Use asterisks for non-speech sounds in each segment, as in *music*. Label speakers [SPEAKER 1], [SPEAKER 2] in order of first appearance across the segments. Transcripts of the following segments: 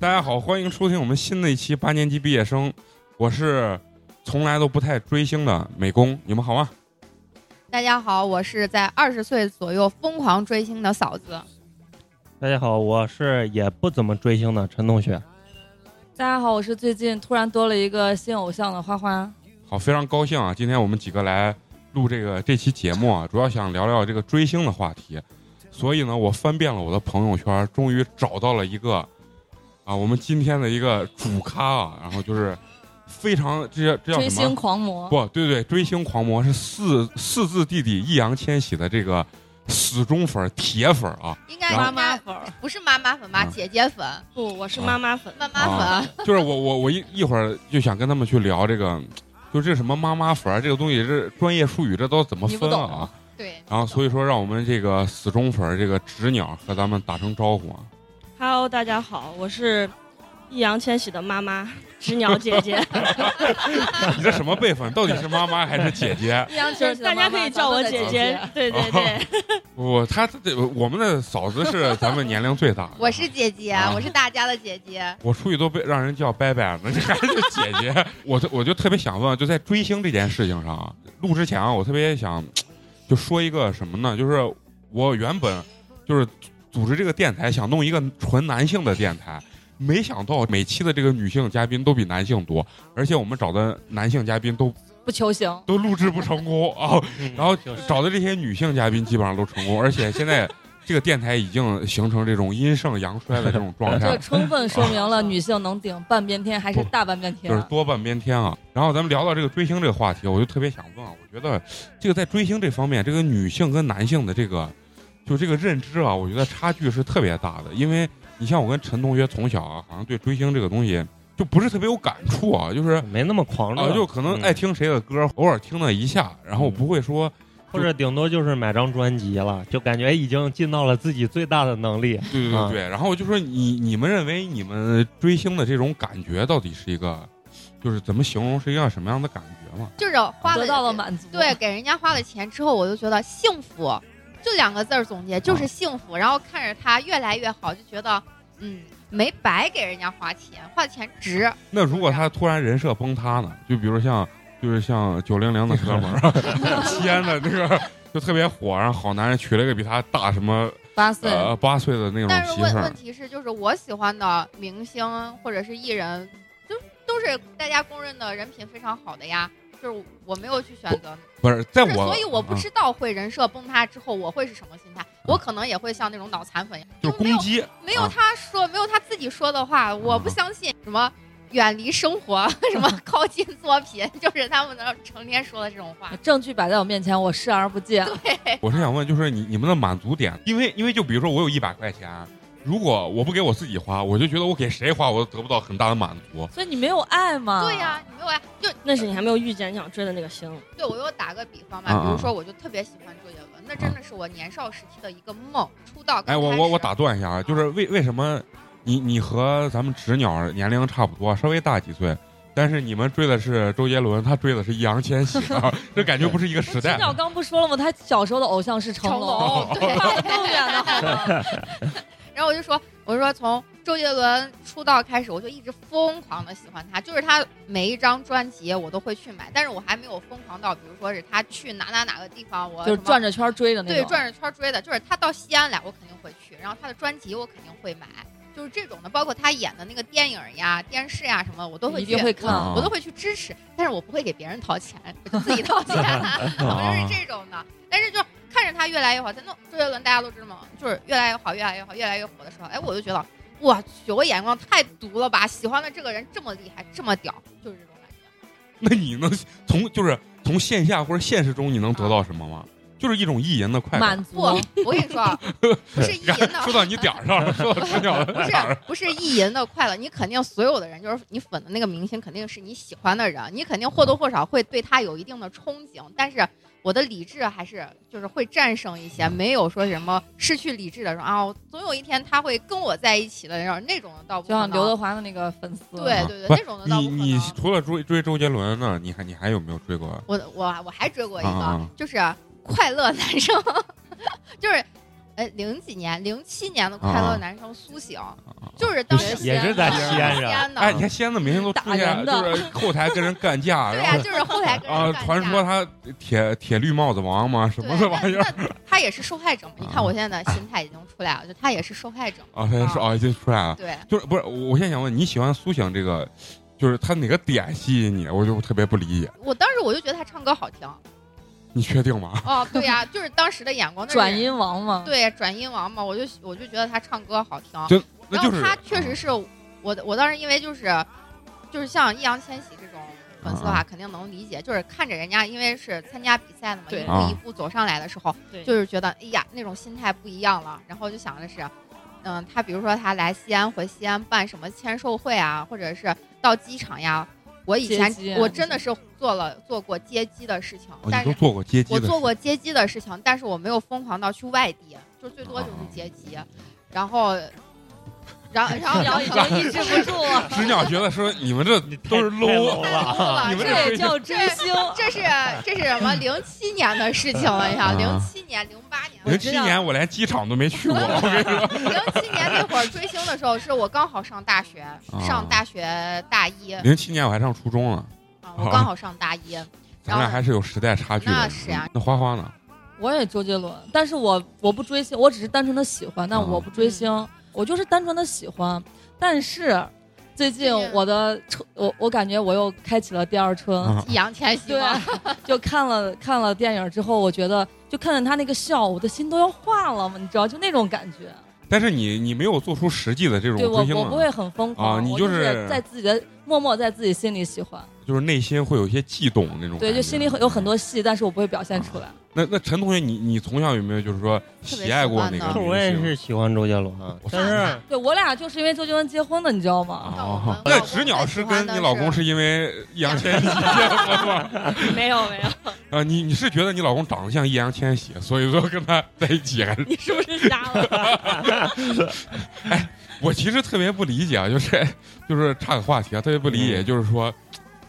[SPEAKER 1] 大家好，欢迎收听我们新的一期八年级毕业生。我是从来都不太追星的美工，你们好吗？
[SPEAKER 2] 大家好，我是在二十岁左右疯狂追星的嫂子。
[SPEAKER 3] 大家好，我是也不怎么追星的陈同学。
[SPEAKER 4] 大家好，我是最近突然多了一个新偶像的花花。
[SPEAKER 1] 好，非常高兴啊！今天我们几个来录这个这期节目啊，主要想聊聊这个追星的话题。所以呢，我翻遍了我的朋友圈，终于找到了一个啊，我们今天的一个主咖啊，然后就是非常这叫这叫
[SPEAKER 4] 追
[SPEAKER 1] 什
[SPEAKER 4] 星
[SPEAKER 1] 么？
[SPEAKER 4] 狂魔，
[SPEAKER 1] 不对对，追星狂魔是四四字弟弟易烊千玺的这个死忠粉儿、铁粉儿啊，
[SPEAKER 2] 应该
[SPEAKER 1] 然后
[SPEAKER 2] 应该
[SPEAKER 4] 粉儿
[SPEAKER 2] 不是妈妈粉吧？
[SPEAKER 1] 嗯啊
[SPEAKER 2] 姐姐粉、
[SPEAKER 4] 不，我是
[SPEAKER 1] 妈
[SPEAKER 4] 妈粉
[SPEAKER 2] 妈妈粉，
[SPEAKER 1] 就是我我我一一会儿就想跟他们去聊这个，就这什么妈妈粉儿啊这个东西，这专业术语这都怎么
[SPEAKER 4] 你不
[SPEAKER 1] 分
[SPEAKER 4] 懂
[SPEAKER 1] 啊？
[SPEAKER 2] 对，
[SPEAKER 1] 然后所以说，让我们这个死忠粉儿这个纸鸟和咱们打声招呼啊。 *laughs*
[SPEAKER 5] Hello，大家好，我是易烊千玺的妈 *laughs* 妈纸鸟姐姐， *laughs*
[SPEAKER 1] 你这什么辈分？到底是妈妈还是姐姐？
[SPEAKER 4] 易烊
[SPEAKER 5] 就
[SPEAKER 4] 千
[SPEAKER 5] 是
[SPEAKER 4] 玺的
[SPEAKER 5] 大
[SPEAKER 4] 妈妈
[SPEAKER 5] 家可以叫我
[SPEAKER 4] 咱
[SPEAKER 5] 姐
[SPEAKER 4] 们
[SPEAKER 1] *laughs*
[SPEAKER 4] 的
[SPEAKER 5] 姐。对对对，
[SPEAKER 1] 我她这我们的嫂子是咱们年龄最大的。
[SPEAKER 2] 我是姐姐，
[SPEAKER 1] 啊
[SPEAKER 2] 我是大家的姐姐。
[SPEAKER 1] 我出去都被让人叫伯伯了，你还是姐姐。我就我就特别想问，就在追星这件事情上啊，录之前啊，我特别想就说一个什么呢？就是我原本就是组织这个电台，想弄一个纯男性的电台。没想到每期的这个女性嘉宾都比男性多，而且我们找的男性嘉宾都
[SPEAKER 4] 不求行，
[SPEAKER 1] 都录制不成功啊、
[SPEAKER 4] 嗯
[SPEAKER 1] 然后找的这些女性嘉宾基本上都成功，而且现在这个电台已经形成这种阴盛阳衰的这种状态
[SPEAKER 4] *laughs* 这。充分说明了女性能顶半边天还是大半边
[SPEAKER 1] 啊就是
[SPEAKER 4] 天。
[SPEAKER 1] 多半边天啊。然后咱们聊到这个追星这个话题，我就特别想问啊，我觉得这个在追星这方面，这个女性跟男性的这个就这个认知啊，我觉得差距是特别大的。因为你像我跟陈同学从小啊，好像对追星这个东西就不是特别有感触啊，就是
[SPEAKER 3] 没那么狂热，
[SPEAKER 1] 啊，就可能爱听谁的歌，偶尔听了一下，然后不会说
[SPEAKER 3] 或者顶多就是买张专辑了，就感觉已经尽到了自己最大的能力。
[SPEAKER 1] 对对对对。然后我就说你你们认为你们追星的这种感觉到底是一个，就是怎么形容是一个什么样的感觉嘛？
[SPEAKER 2] 就是花
[SPEAKER 4] 得到了
[SPEAKER 2] 了
[SPEAKER 4] 满足，
[SPEAKER 2] 对，给人家花了钱之后，我就觉得幸福，就两个字儿总结，
[SPEAKER 1] 啊
[SPEAKER 2] 就是幸福。然后看着他越来越好，就觉得嗯，没白给人家花钱，花的钱值。
[SPEAKER 1] 那
[SPEAKER 2] 哎
[SPEAKER 1] 如果他突然人设崩塌呢？就比如像，就是像九零零的哥们儿， *laughs* 西安的那个就特别火，然后好男人娶了一个比他大什么
[SPEAKER 4] 八岁
[SPEAKER 1] 呃八岁的那
[SPEAKER 2] 但
[SPEAKER 1] 种
[SPEAKER 2] 是
[SPEAKER 1] 媳
[SPEAKER 2] 问
[SPEAKER 1] 妇
[SPEAKER 2] 问
[SPEAKER 1] 儿，
[SPEAKER 2] 题是，就是我喜欢的明星或者是艺人，就都是大家公认的人品非常好的呀。就是我没有去选择，
[SPEAKER 1] 不是在
[SPEAKER 2] 是
[SPEAKER 1] 我，
[SPEAKER 2] 所以我不
[SPEAKER 1] 啊
[SPEAKER 2] 知道会人设崩塌之后我会是什么心态，
[SPEAKER 1] 嗯
[SPEAKER 2] 我可能也会像那种脑残粉一样，
[SPEAKER 1] 就是
[SPEAKER 2] 没有
[SPEAKER 1] 攻击，
[SPEAKER 2] 没有
[SPEAKER 1] 啊
[SPEAKER 2] 他说没有他自己说的话，我
[SPEAKER 1] 嗯
[SPEAKER 2] 不相信什么远离生活， *laughs* 什么靠近作品，就是他们那成天说的这
[SPEAKER 4] *laughs*
[SPEAKER 2] 种话。
[SPEAKER 4] 证据摆在我面前，我视而不见。
[SPEAKER 2] 哎
[SPEAKER 1] 我是想问，就是你你们的满足点，因为因为就比如说我有一百块钱，如果我不给我自己花，我就觉得我给谁花我都得不到很大的满足。
[SPEAKER 4] 所以你没有爱嘛？
[SPEAKER 2] 对呀、你没有呀？就
[SPEAKER 5] 那是你还没有遇见你想追的那个星。
[SPEAKER 2] 对我又打个比方
[SPEAKER 1] 啊
[SPEAKER 2] 吧，
[SPEAKER 1] 啊
[SPEAKER 2] 比如说我就特别喜欢周杰伦，那真的是我年少时期的一个梦。出道刚
[SPEAKER 1] 哎，我
[SPEAKER 2] 开
[SPEAKER 1] 我我
[SPEAKER 2] 始
[SPEAKER 1] 打断一下啊，就是为为什么你你和咱们纸鸟年龄差不多，稍微大几岁，但是你们追的是周杰伦，他追的是易烊千玺啊，
[SPEAKER 2] *laughs*
[SPEAKER 1] 这感觉不是一个时代
[SPEAKER 4] 陈。鸟刚不说了吗？他小时候的偶像是成
[SPEAKER 2] 成
[SPEAKER 4] 龙，
[SPEAKER 2] 龙，
[SPEAKER 1] *laughs*
[SPEAKER 2] 对，
[SPEAKER 4] 更远的好吗？
[SPEAKER 2] 然后我就说，我说从周杰伦出道开始，我就一直疯狂的喜欢他，就是他每一张专辑我都会去买，但是我还没有疯狂到，比如说是他去哪哪哪个地方，我
[SPEAKER 4] 就是
[SPEAKER 2] 什么
[SPEAKER 4] 转着圈追的那种。
[SPEAKER 2] 对转着圈追的，就是他到西安来我肯定会去，然后他的专辑我肯定会买，就是这种的，包括他演的那个电影呀、电视呀什么，我都会
[SPEAKER 4] 你一
[SPEAKER 2] 去
[SPEAKER 4] 定会看
[SPEAKER 1] 啊
[SPEAKER 2] 我我都会去支持，但是我不会给别人掏钱，我就自己掏钱，啊我就是这种的。但是就看着他越来越好，在那周杰伦大家都知道嘛，就是越来越好，越来越好，越来越火的时候，哎，我就觉得我去，我眼光太毒了吧，喜欢的这个人这么厉害，这么屌，就是这种感觉。啊
[SPEAKER 1] 那你能从就是从线下或者现实中你能得到什么吗？就是一种意淫的快感。
[SPEAKER 4] 满足
[SPEAKER 2] 不，我跟你说啊，不是意淫的，
[SPEAKER 1] 说到你点儿上了，说到知
[SPEAKER 2] *laughs*
[SPEAKER 1] 鸟的
[SPEAKER 2] 不是
[SPEAKER 1] 点儿
[SPEAKER 3] *laughs*
[SPEAKER 1] 上，
[SPEAKER 2] 不是意淫的快乐，你肯定所有的人，就是你粉的那个明星，肯定是你喜欢的人，你肯定或多或少会对他有一定的憧憬，但是。我的理智还是就是会战胜一些，没有说什么失去理智的时候啊，我总有一天他会跟我在一起的那种那种的倒不
[SPEAKER 4] 就
[SPEAKER 2] 可
[SPEAKER 4] 像
[SPEAKER 2] 能
[SPEAKER 4] 刘德华的那啊个粉丝，
[SPEAKER 2] 对对对，
[SPEAKER 1] 不
[SPEAKER 2] 那种的倒
[SPEAKER 1] 你
[SPEAKER 2] 不可
[SPEAKER 1] 你
[SPEAKER 2] 能。
[SPEAKER 1] 除了追追周杰伦呢，你还你还有没有追过？
[SPEAKER 2] 我我我还追过一个，
[SPEAKER 1] 啊啊
[SPEAKER 2] 就是快乐男生， *laughs* 就是呃零几年零七年的快乐男生苏醒，就是当时
[SPEAKER 3] 啊也是在西
[SPEAKER 4] 啊
[SPEAKER 3] 安人
[SPEAKER 2] 安的，
[SPEAKER 1] 哎，你看西安的明星都出
[SPEAKER 4] 打
[SPEAKER 1] 现，
[SPEAKER 4] 人的
[SPEAKER 1] 就是 *laughs* 后台跟人干架，
[SPEAKER 2] 对
[SPEAKER 1] 然
[SPEAKER 2] 呀、
[SPEAKER 1] 后
[SPEAKER 2] 就是后台跟
[SPEAKER 1] *laughs*
[SPEAKER 2] 人
[SPEAKER 1] 啊，
[SPEAKER 2] 干架
[SPEAKER 1] 传说他铁铁绿帽子王嘛，什
[SPEAKER 2] 对
[SPEAKER 1] 么的玩意儿 *laughs*
[SPEAKER 2] 那那他也是受害者嘛？你看我现在的心态已经出来了，就他也是受害者嘛。
[SPEAKER 1] 啊，他是啊，就出来了。
[SPEAKER 2] 对，
[SPEAKER 1] 就是不是？我我现在想问，你喜欢苏醒这个，就是他哪个点吸引你？我就特别不理解。
[SPEAKER 2] 我当时我就觉得他唱歌好听
[SPEAKER 1] 你确定吗？
[SPEAKER 2] 哦，对呀、就是当时的眼光，那是
[SPEAKER 4] 转音王嘛，
[SPEAKER 2] 对转音王嘛，我就我就觉得他唱歌好听，
[SPEAKER 1] 就那
[SPEAKER 2] 然
[SPEAKER 1] 就
[SPEAKER 2] 后
[SPEAKER 1] 是
[SPEAKER 2] 他确实是我，我当时因为就是就是像易烊千玺这种粉丝的
[SPEAKER 1] 啊
[SPEAKER 2] 话，肯定能理解，就是看着人家因为是参加比赛的嘛，
[SPEAKER 5] 对
[SPEAKER 2] 一
[SPEAKER 1] 啊
[SPEAKER 2] 步一步走上来的时候，
[SPEAKER 5] 对
[SPEAKER 2] 就是觉得哎呀那种心态不一样了，然后就想的是。嗯，他比如说他来西安回西安办什么签售会啊，或者是到机场呀，我以前
[SPEAKER 4] 接机啊
[SPEAKER 2] 我真的是做了做过接机的事情，
[SPEAKER 1] 哦
[SPEAKER 2] 但
[SPEAKER 1] 你
[SPEAKER 2] 是
[SPEAKER 1] 都做过接机
[SPEAKER 2] 我
[SPEAKER 1] 的，
[SPEAKER 2] 做过接机的事情，但是我没有疯狂到去外地，就最多
[SPEAKER 1] 啊
[SPEAKER 2] 就是接机，然后，然
[SPEAKER 5] *laughs*
[SPEAKER 2] 后然后
[SPEAKER 5] 然后已
[SPEAKER 1] *laughs*
[SPEAKER 5] 经抑制不住了，
[SPEAKER 1] 知鸟觉得说你们这
[SPEAKER 3] 你太
[SPEAKER 1] 都是
[SPEAKER 3] 太
[SPEAKER 1] low
[SPEAKER 2] *laughs*
[SPEAKER 3] 了啊。
[SPEAKER 1] 你们
[SPEAKER 4] 这也叫追星。
[SPEAKER 1] *laughs*
[SPEAKER 2] 这是这是什么？零七年的事情了，你
[SPEAKER 1] 啊
[SPEAKER 2] 想，零七年、零八年，
[SPEAKER 1] 零七年我连机场都没去过，我跟你说，
[SPEAKER 2] 零七年那会儿追星的时候，是我刚好上大学，上大学大一啊，
[SPEAKER 1] 啊零七年我还上初中了，
[SPEAKER 2] 我刚好上大一，
[SPEAKER 1] 咱俩还是有时代差距的。嗯
[SPEAKER 2] 那是啊
[SPEAKER 1] 那花花呢？
[SPEAKER 4] 我也周杰伦，但是我我不追星，我只是单纯的喜欢，但
[SPEAKER 1] 哦
[SPEAKER 4] 我不
[SPEAKER 5] 嗯
[SPEAKER 4] 追星，我就是单纯的喜欢。但是最
[SPEAKER 2] 最
[SPEAKER 4] 近
[SPEAKER 2] 近
[SPEAKER 4] 我的车，我我感觉我又开启了第二春，
[SPEAKER 1] 啊，
[SPEAKER 2] 易烊千玺
[SPEAKER 4] *laughs* 对
[SPEAKER 2] 嘛，，
[SPEAKER 4] 就看了看了电影之后，我觉得就看见他那个笑，我的心都要化了嘛，你知道，就那种感觉。
[SPEAKER 1] 但是你你没有做出实际的这种
[SPEAKER 4] 对我
[SPEAKER 1] 追星
[SPEAKER 4] 我不
[SPEAKER 1] 啊，
[SPEAKER 4] 会很疯狂，
[SPEAKER 1] 啊你
[SPEAKER 4] 我
[SPEAKER 1] 就
[SPEAKER 4] 就是在自己的默默在自己心里喜欢，
[SPEAKER 1] 就是内心会有一些悸动那种感觉。
[SPEAKER 4] 对，就心里有很多戏，但是我不会表现出来。
[SPEAKER 1] 那那陈同学，你你从小有没有就是说喜爱过哪
[SPEAKER 2] 特别
[SPEAKER 1] 个
[SPEAKER 2] 喜欢的
[SPEAKER 3] 我也
[SPEAKER 1] 明
[SPEAKER 3] 是
[SPEAKER 1] 星？
[SPEAKER 3] 喜欢周杰伦，啊但是
[SPEAKER 4] 对我俩就是因为周杰伦结婚的，你知道吗？
[SPEAKER 1] 哦，
[SPEAKER 2] 那我
[SPEAKER 1] 那
[SPEAKER 2] 们
[SPEAKER 1] 纸鸟是跟你老公是因为易烊
[SPEAKER 2] *laughs*
[SPEAKER 1] 千玺结婚吗？
[SPEAKER 5] 没有没有，
[SPEAKER 1] 啊，你你是觉得你老公长得像易烊千玺，所以说跟他在一起还是？
[SPEAKER 5] 你是不是瞎了？
[SPEAKER 1] 我其实特别不理解啊，就是 *laughs* 就是岔个话题啊，特别不理解，
[SPEAKER 3] 嗯
[SPEAKER 1] 就是说，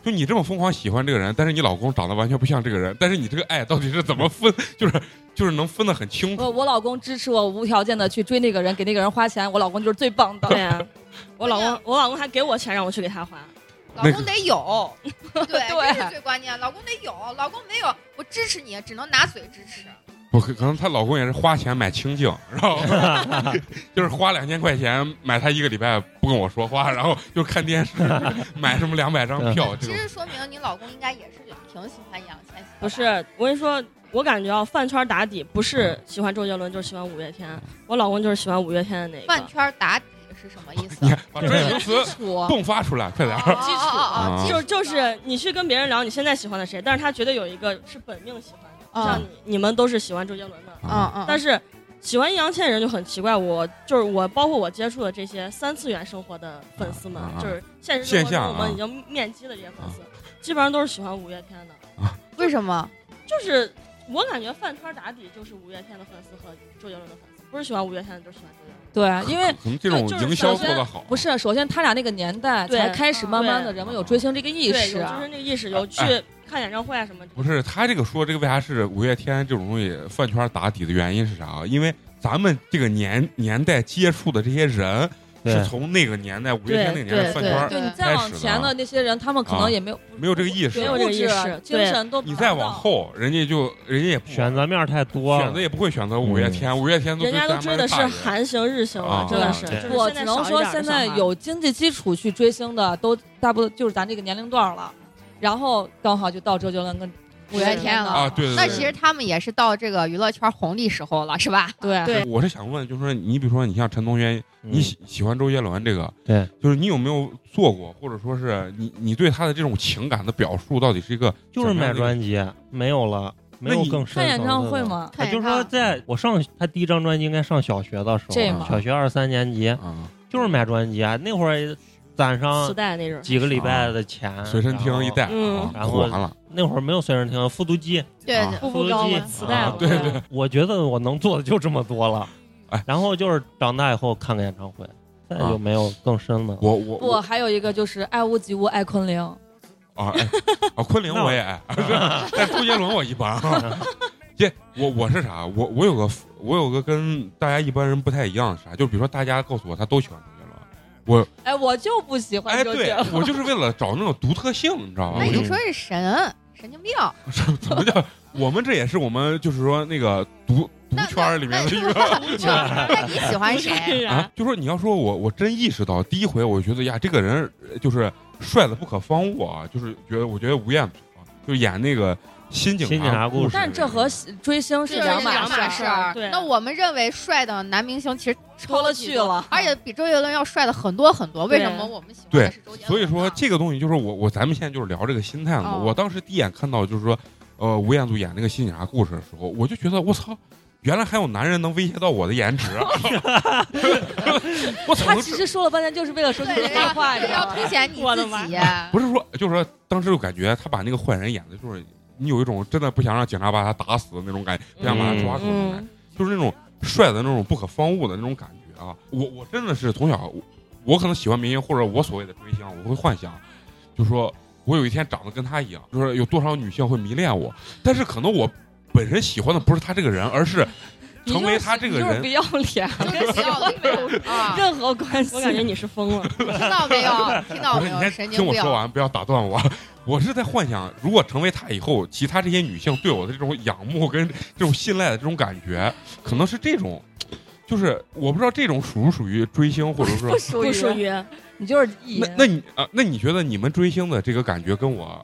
[SPEAKER 1] 就你这么疯狂喜欢这个人，但是你老公长得完全不像这个人，但是你这个爱到底是怎么分？ *laughs* 就是就是能分得很清楚。
[SPEAKER 4] 我我老公支持我无条件的去追那个人，给那个人花钱，我老公就是最棒的。
[SPEAKER 5] *laughs* 对啊哎呀、我老公我老公还给我钱让我去给他花，
[SPEAKER 2] 老
[SPEAKER 1] 那
[SPEAKER 2] 公得有，对，
[SPEAKER 4] 对
[SPEAKER 2] 这是最关键。老公得有，老公没有，我支持你，只能拿嘴支持。
[SPEAKER 1] 不可可能，她老公也是花钱买清净，然后就是花两千块钱买她一个礼拜不跟我说话，然后就看电视，买什么两百张票这
[SPEAKER 2] 其
[SPEAKER 1] 种。
[SPEAKER 2] 实说明你老公应该也是挺喜欢易烊千玺的吧，
[SPEAKER 5] 不是，我跟你说，我感觉啊，饭圈打底不是喜欢周杰伦就是喜欢五月天，我老公就是喜欢五月天的那个。
[SPEAKER 2] 饭圈打底是什么意思
[SPEAKER 1] *laughs* 你？看，把专业名
[SPEAKER 4] 基
[SPEAKER 1] 词
[SPEAKER 5] 哦
[SPEAKER 4] 础，
[SPEAKER 1] 迸发出来，快点儿！
[SPEAKER 2] 哦
[SPEAKER 5] 基础
[SPEAKER 2] 哦哦
[SPEAKER 1] 啊
[SPEAKER 2] 哦基
[SPEAKER 5] 就
[SPEAKER 2] 础
[SPEAKER 5] 就是你去跟别人聊你现在喜欢的谁，但是他绝对有一个是本命喜欢的，
[SPEAKER 2] 嗯
[SPEAKER 5] 像你你们都是喜欢周杰伦的，
[SPEAKER 1] 啊
[SPEAKER 2] 嗯嗯，
[SPEAKER 5] 但
[SPEAKER 2] 是
[SPEAKER 5] 是喜欢易烊千玺人就很奇怪，我就是我，包括我接触的这些三次元生活的粉丝们，
[SPEAKER 1] 啊啊啊
[SPEAKER 5] 就是现实
[SPEAKER 1] 现
[SPEAKER 5] 生活中
[SPEAKER 1] 象啊啊
[SPEAKER 5] 我们已经面基的这些粉丝，基本上都是喜欢五月天的，
[SPEAKER 2] 为什么？
[SPEAKER 5] 就是我感觉饭圈打底就是五月天的粉丝和周杰伦的粉丝，不是喜欢五月天的就是喜欢周杰伦的。
[SPEAKER 4] 对，因为
[SPEAKER 1] 可能这种
[SPEAKER 5] 嗯就就是
[SPEAKER 1] 营销
[SPEAKER 5] 首
[SPEAKER 1] 做
[SPEAKER 5] 先
[SPEAKER 1] 得好，
[SPEAKER 4] 不是，首先他俩那个年代
[SPEAKER 5] 对
[SPEAKER 4] 才开始慢慢的
[SPEAKER 5] 对
[SPEAKER 4] 人们有追星这个意
[SPEAKER 5] 对，
[SPEAKER 4] 识
[SPEAKER 5] 有就
[SPEAKER 4] 啊
[SPEAKER 5] 是。那个意识，有去看演唱会啊什么的。
[SPEAKER 1] 哎不是他这个说这个为啥是五月天这种东西饭圈打底的原因是啥啊？因为咱们这个年年代接触的这些人是
[SPEAKER 3] 对
[SPEAKER 1] 从那个年代五月天那个年代
[SPEAKER 5] 对
[SPEAKER 1] 饭
[SPEAKER 5] 对
[SPEAKER 1] 圈
[SPEAKER 2] 对
[SPEAKER 4] 对你再往前的那些人，他们可能也没有
[SPEAKER 1] 啊没有这个意识
[SPEAKER 5] 没，有这
[SPEAKER 4] 物
[SPEAKER 5] 个意
[SPEAKER 4] 质啊、
[SPEAKER 5] 识，
[SPEAKER 4] 精
[SPEAKER 5] 对，
[SPEAKER 4] 神都
[SPEAKER 1] 你再往后，人家就人家也不
[SPEAKER 3] 选择面儿太多
[SPEAKER 1] 选择
[SPEAKER 3] 了。
[SPEAKER 1] 也不会选择五月天，五月天都
[SPEAKER 5] 嗯人家都追的
[SPEAKER 1] 咱
[SPEAKER 5] 是
[SPEAKER 1] 们大爷
[SPEAKER 5] 韩星、日星
[SPEAKER 1] 啊
[SPEAKER 5] 了，真的是。
[SPEAKER 3] 对
[SPEAKER 5] 就是
[SPEAKER 4] 我
[SPEAKER 5] 现
[SPEAKER 4] 只
[SPEAKER 5] 在
[SPEAKER 4] 能
[SPEAKER 5] 少一
[SPEAKER 4] 说，
[SPEAKER 5] 点的
[SPEAKER 4] 现
[SPEAKER 5] 小
[SPEAKER 4] 在
[SPEAKER 5] 孩
[SPEAKER 4] 有经济基础去追星的，都大部分就是咱这个年龄段了。然后刚好就到周杰伦跟
[SPEAKER 2] 五月天了
[SPEAKER 1] 啊，对对
[SPEAKER 2] 那
[SPEAKER 1] 对。
[SPEAKER 2] 其实他们也是到这个娱乐圈红利时候了，是吧？
[SPEAKER 4] 对
[SPEAKER 5] 对
[SPEAKER 1] 我是想问，就是说你比如说你像陈同学，你喜喜欢周杰伦这个，
[SPEAKER 3] 嗯对，
[SPEAKER 1] 就是你有没有做过，或者说是你你对他的这种情感的表述到底是一个
[SPEAKER 3] 就是
[SPEAKER 1] 怎么
[SPEAKER 3] 买
[SPEAKER 1] 样的一个
[SPEAKER 3] 专辑没有了，没有
[SPEAKER 1] 那你
[SPEAKER 3] 更深
[SPEAKER 4] 看演
[SPEAKER 3] 层
[SPEAKER 4] 唱
[SPEAKER 3] 次
[SPEAKER 4] 会
[SPEAKER 3] 的？
[SPEAKER 4] 吗？
[SPEAKER 3] 我
[SPEAKER 2] 看
[SPEAKER 3] 就
[SPEAKER 2] 演
[SPEAKER 3] 说
[SPEAKER 2] 唱
[SPEAKER 3] 在我上他第一张专辑应该上小学的时
[SPEAKER 4] 这
[SPEAKER 3] 候
[SPEAKER 4] 吗
[SPEAKER 3] 吧，小学二三年级，
[SPEAKER 1] 啊，
[SPEAKER 3] 就是买专辑啊，那会儿攒
[SPEAKER 5] 磁
[SPEAKER 3] 上
[SPEAKER 5] 带那阵儿，
[SPEAKER 3] 几个礼拜的钱，
[SPEAKER 1] 啊随身听一带，
[SPEAKER 5] 嗯
[SPEAKER 1] 啊
[SPEAKER 3] 然后
[SPEAKER 1] 完了，
[SPEAKER 3] 那会儿没有随身听，复读机。
[SPEAKER 2] 对
[SPEAKER 1] 啊
[SPEAKER 2] 对
[SPEAKER 4] 步
[SPEAKER 3] 步
[SPEAKER 4] 步
[SPEAKER 3] 步
[SPEAKER 4] 高
[SPEAKER 3] 高
[SPEAKER 4] 嘛，
[SPEAKER 5] 哦
[SPEAKER 3] 嘛
[SPEAKER 4] 磁
[SPEAKER 3] 磁
[SPEAKER 4] 带
[SPEAKER 3] 带
[SPEAKER 4] 嘛
[SPEAKER 3] 嘛，
[SPEAKER 1] 对对
[SPEAKER 3] 我觉得我能做的就这么多了。
[SPEAKER 1] 哎啊
[SPEAKER 3] 然后就是长大以后看个演唱会，再就没有更深了。
[SPEAKER 1] 我我
[SPEAKER 4] 不，还有一个就是爱屋及乌，爱昆凌。
[SPEAKER 1] 啊哎啊，昆凌我也
[SPEAKER 3] *laughs*
[SPEAKER 1] 爱，但周杰伦我一般。啊这我我是啥？我我有个我有个跟大家一般人不太一样的啥，就是比如说大家告诉我他都喜欢周杰伦，
[SPEAKER 4] 哎，我就不喜欢
[SPEAKER 1] 哎，
[SPEAKER 4] 周杰
[SPEAKER 1] 对
[SPEAKER 4] 伦。
[SPEAKER 1] 我就是为了找那种独特性，你知道吧？
[SPEAKER 2] 哎，
[SPEAKER 1] 我就
[SPEAKER 2] 你说是神神经病？
[SPEAKER 1] *laughs* 怎么叫？我们这也是我们就是说那个毒毒
[SPEAKER 2] 那
[SPEAKER 1] 圈儿里面的一个
[SPEAKER 2] 那那你喜
[SPEAKER 1] *laughs*
[SPEAKER 2] 欢谁？
[SPEAKER 5] *laughs*
[SPEAKER 1] 啊，就说你要说我，我真意识到第一回，我觉得呀，这个人呃就是帅的不可方物啊，就是觉得我觉得吴彦祖啊，就演那个新警
[SPEAKER 3] 新警察故
[SPEAKER 1] 故
[SPEAKER 3] 事
[SPEAKER 4] 但这和追星是
[SPEAKER 2] 这
[SPEAKER 4] 两
[SPEAKER 2] 是两
[SPEAKER 4] 码
[SPEAKER 2] 码
[SPEAKER 4] 事
[SPEAKER 2] 事
[SPEAKER 4] 儿。
[SPEAKER 2] 儿。啊
[SPEAKER 5] 对
[SPEAKER 2] 那我们认为帅的男明星其实
[SPEAKER 4] 超了
[SPEAKER 2] 级
[SPEAKER 4] 去
[SPEAKER 2] 多
[SPEAKER 4] 了
[SPEAKER 2] 而且比周杰伦要帅的很多很多。为什么我们喜欢
[SPEAKER 1] 对
[SPEAKER 2] 的是周杰伦呢？
[SPEAKER 1] 所以说这个东西就是我我咱们现在就是聊这个心态嘛。
[SPEAKER 2] 哦
[SPEAKER 1] 我当时第一眼看到就是说，呃，吴彦祖演那个新警察故事的时候，我就觉得我操。原来还有男人能威胁到我的颜值、
[SPEAKER 4] *laughs*
[SPEAKER 1] 啊， *laughs* 我操！
[SPEAKER 4] 他其实说了半天就是为了说这
[SPEAKER 2] 对
[SPEAKER 4] 句大话，你
[SPEAKER 2] 要要
[SPEAKER 4] 知道吗
[SPEAKER 2] 凸显你
[SPEAKER 5] 我的
[SPEAKER 2] 自
[SPEAKER 5] 妈
[SPEAKER 2] 己。
[SPEAKER 1] 不是说，就是说，当时就感觉他把那个坏人演的，就是你有一种真的不想让警察把他打死的那种感觉，不想把他抓住的那种感
[SPEAKER 5] 嗯
[SPEAKER 1] 觉，就是那种帅的那种不可方物的那种感觉啊！我我真的是从小，我我可能喜欢明星或者我所谓的追星，我会幻想，就说我有一天长得跟他一样，就是有多少女性会迷恋我，但是可能我本身喜欢的不是他这个人，而是
[SPEAKER 4] 你就
[SPEAKER 1] 成
[SPEAKER 4] 是
[SPEAKER 1] 为他这个
[SPEAKER 4] 你就是
[SPEAKER 1] 人
[SPEAKER 4] 不要
[SPEAKER 5] *laughs*
[SPEAKER 4] 脸，
[SPEAKER 2] 就是喜欢没
[SPEAKER 1] *laughs*
[SPEAKER 2] 有啊？
[SPEAKER 4] 任何关系。
[SPEAKER 5] 我感觉你是疯了，
[SPEAKER 2] 听到没
[SPEAKER 4] *laughs*
[SPEAKER 2] 有？听到
[SPEAKER 1] 不是，你
[SPEAKER 2] 没有？
[SPEAKER 1] 先
[SPEAKER 2] 神
[SPEAKER 1] 听
[SPEAKER 2] 经
[SPEAKER 1] 我
[SPEAKER 2] 病
[SPEAKER 1] 说！啊完，不要打断我。 *laughs* 我是在幻想，如果成为他以后，其他这些女性对我的这种仰慕跟这种信赖的这种感觉，可能是这种，就是我不知道这种属不属于追星，或者说
[SPEAKER 4] 不，属
[SPEAKER 5] 不
[SPEAKER 4] 于，
[SPEAKER 5] 属于。
[SPEAKER 4] 你就是意
[SPEAKER 1] 那那你啊、那你觉得你们追星的这个感觉跟我，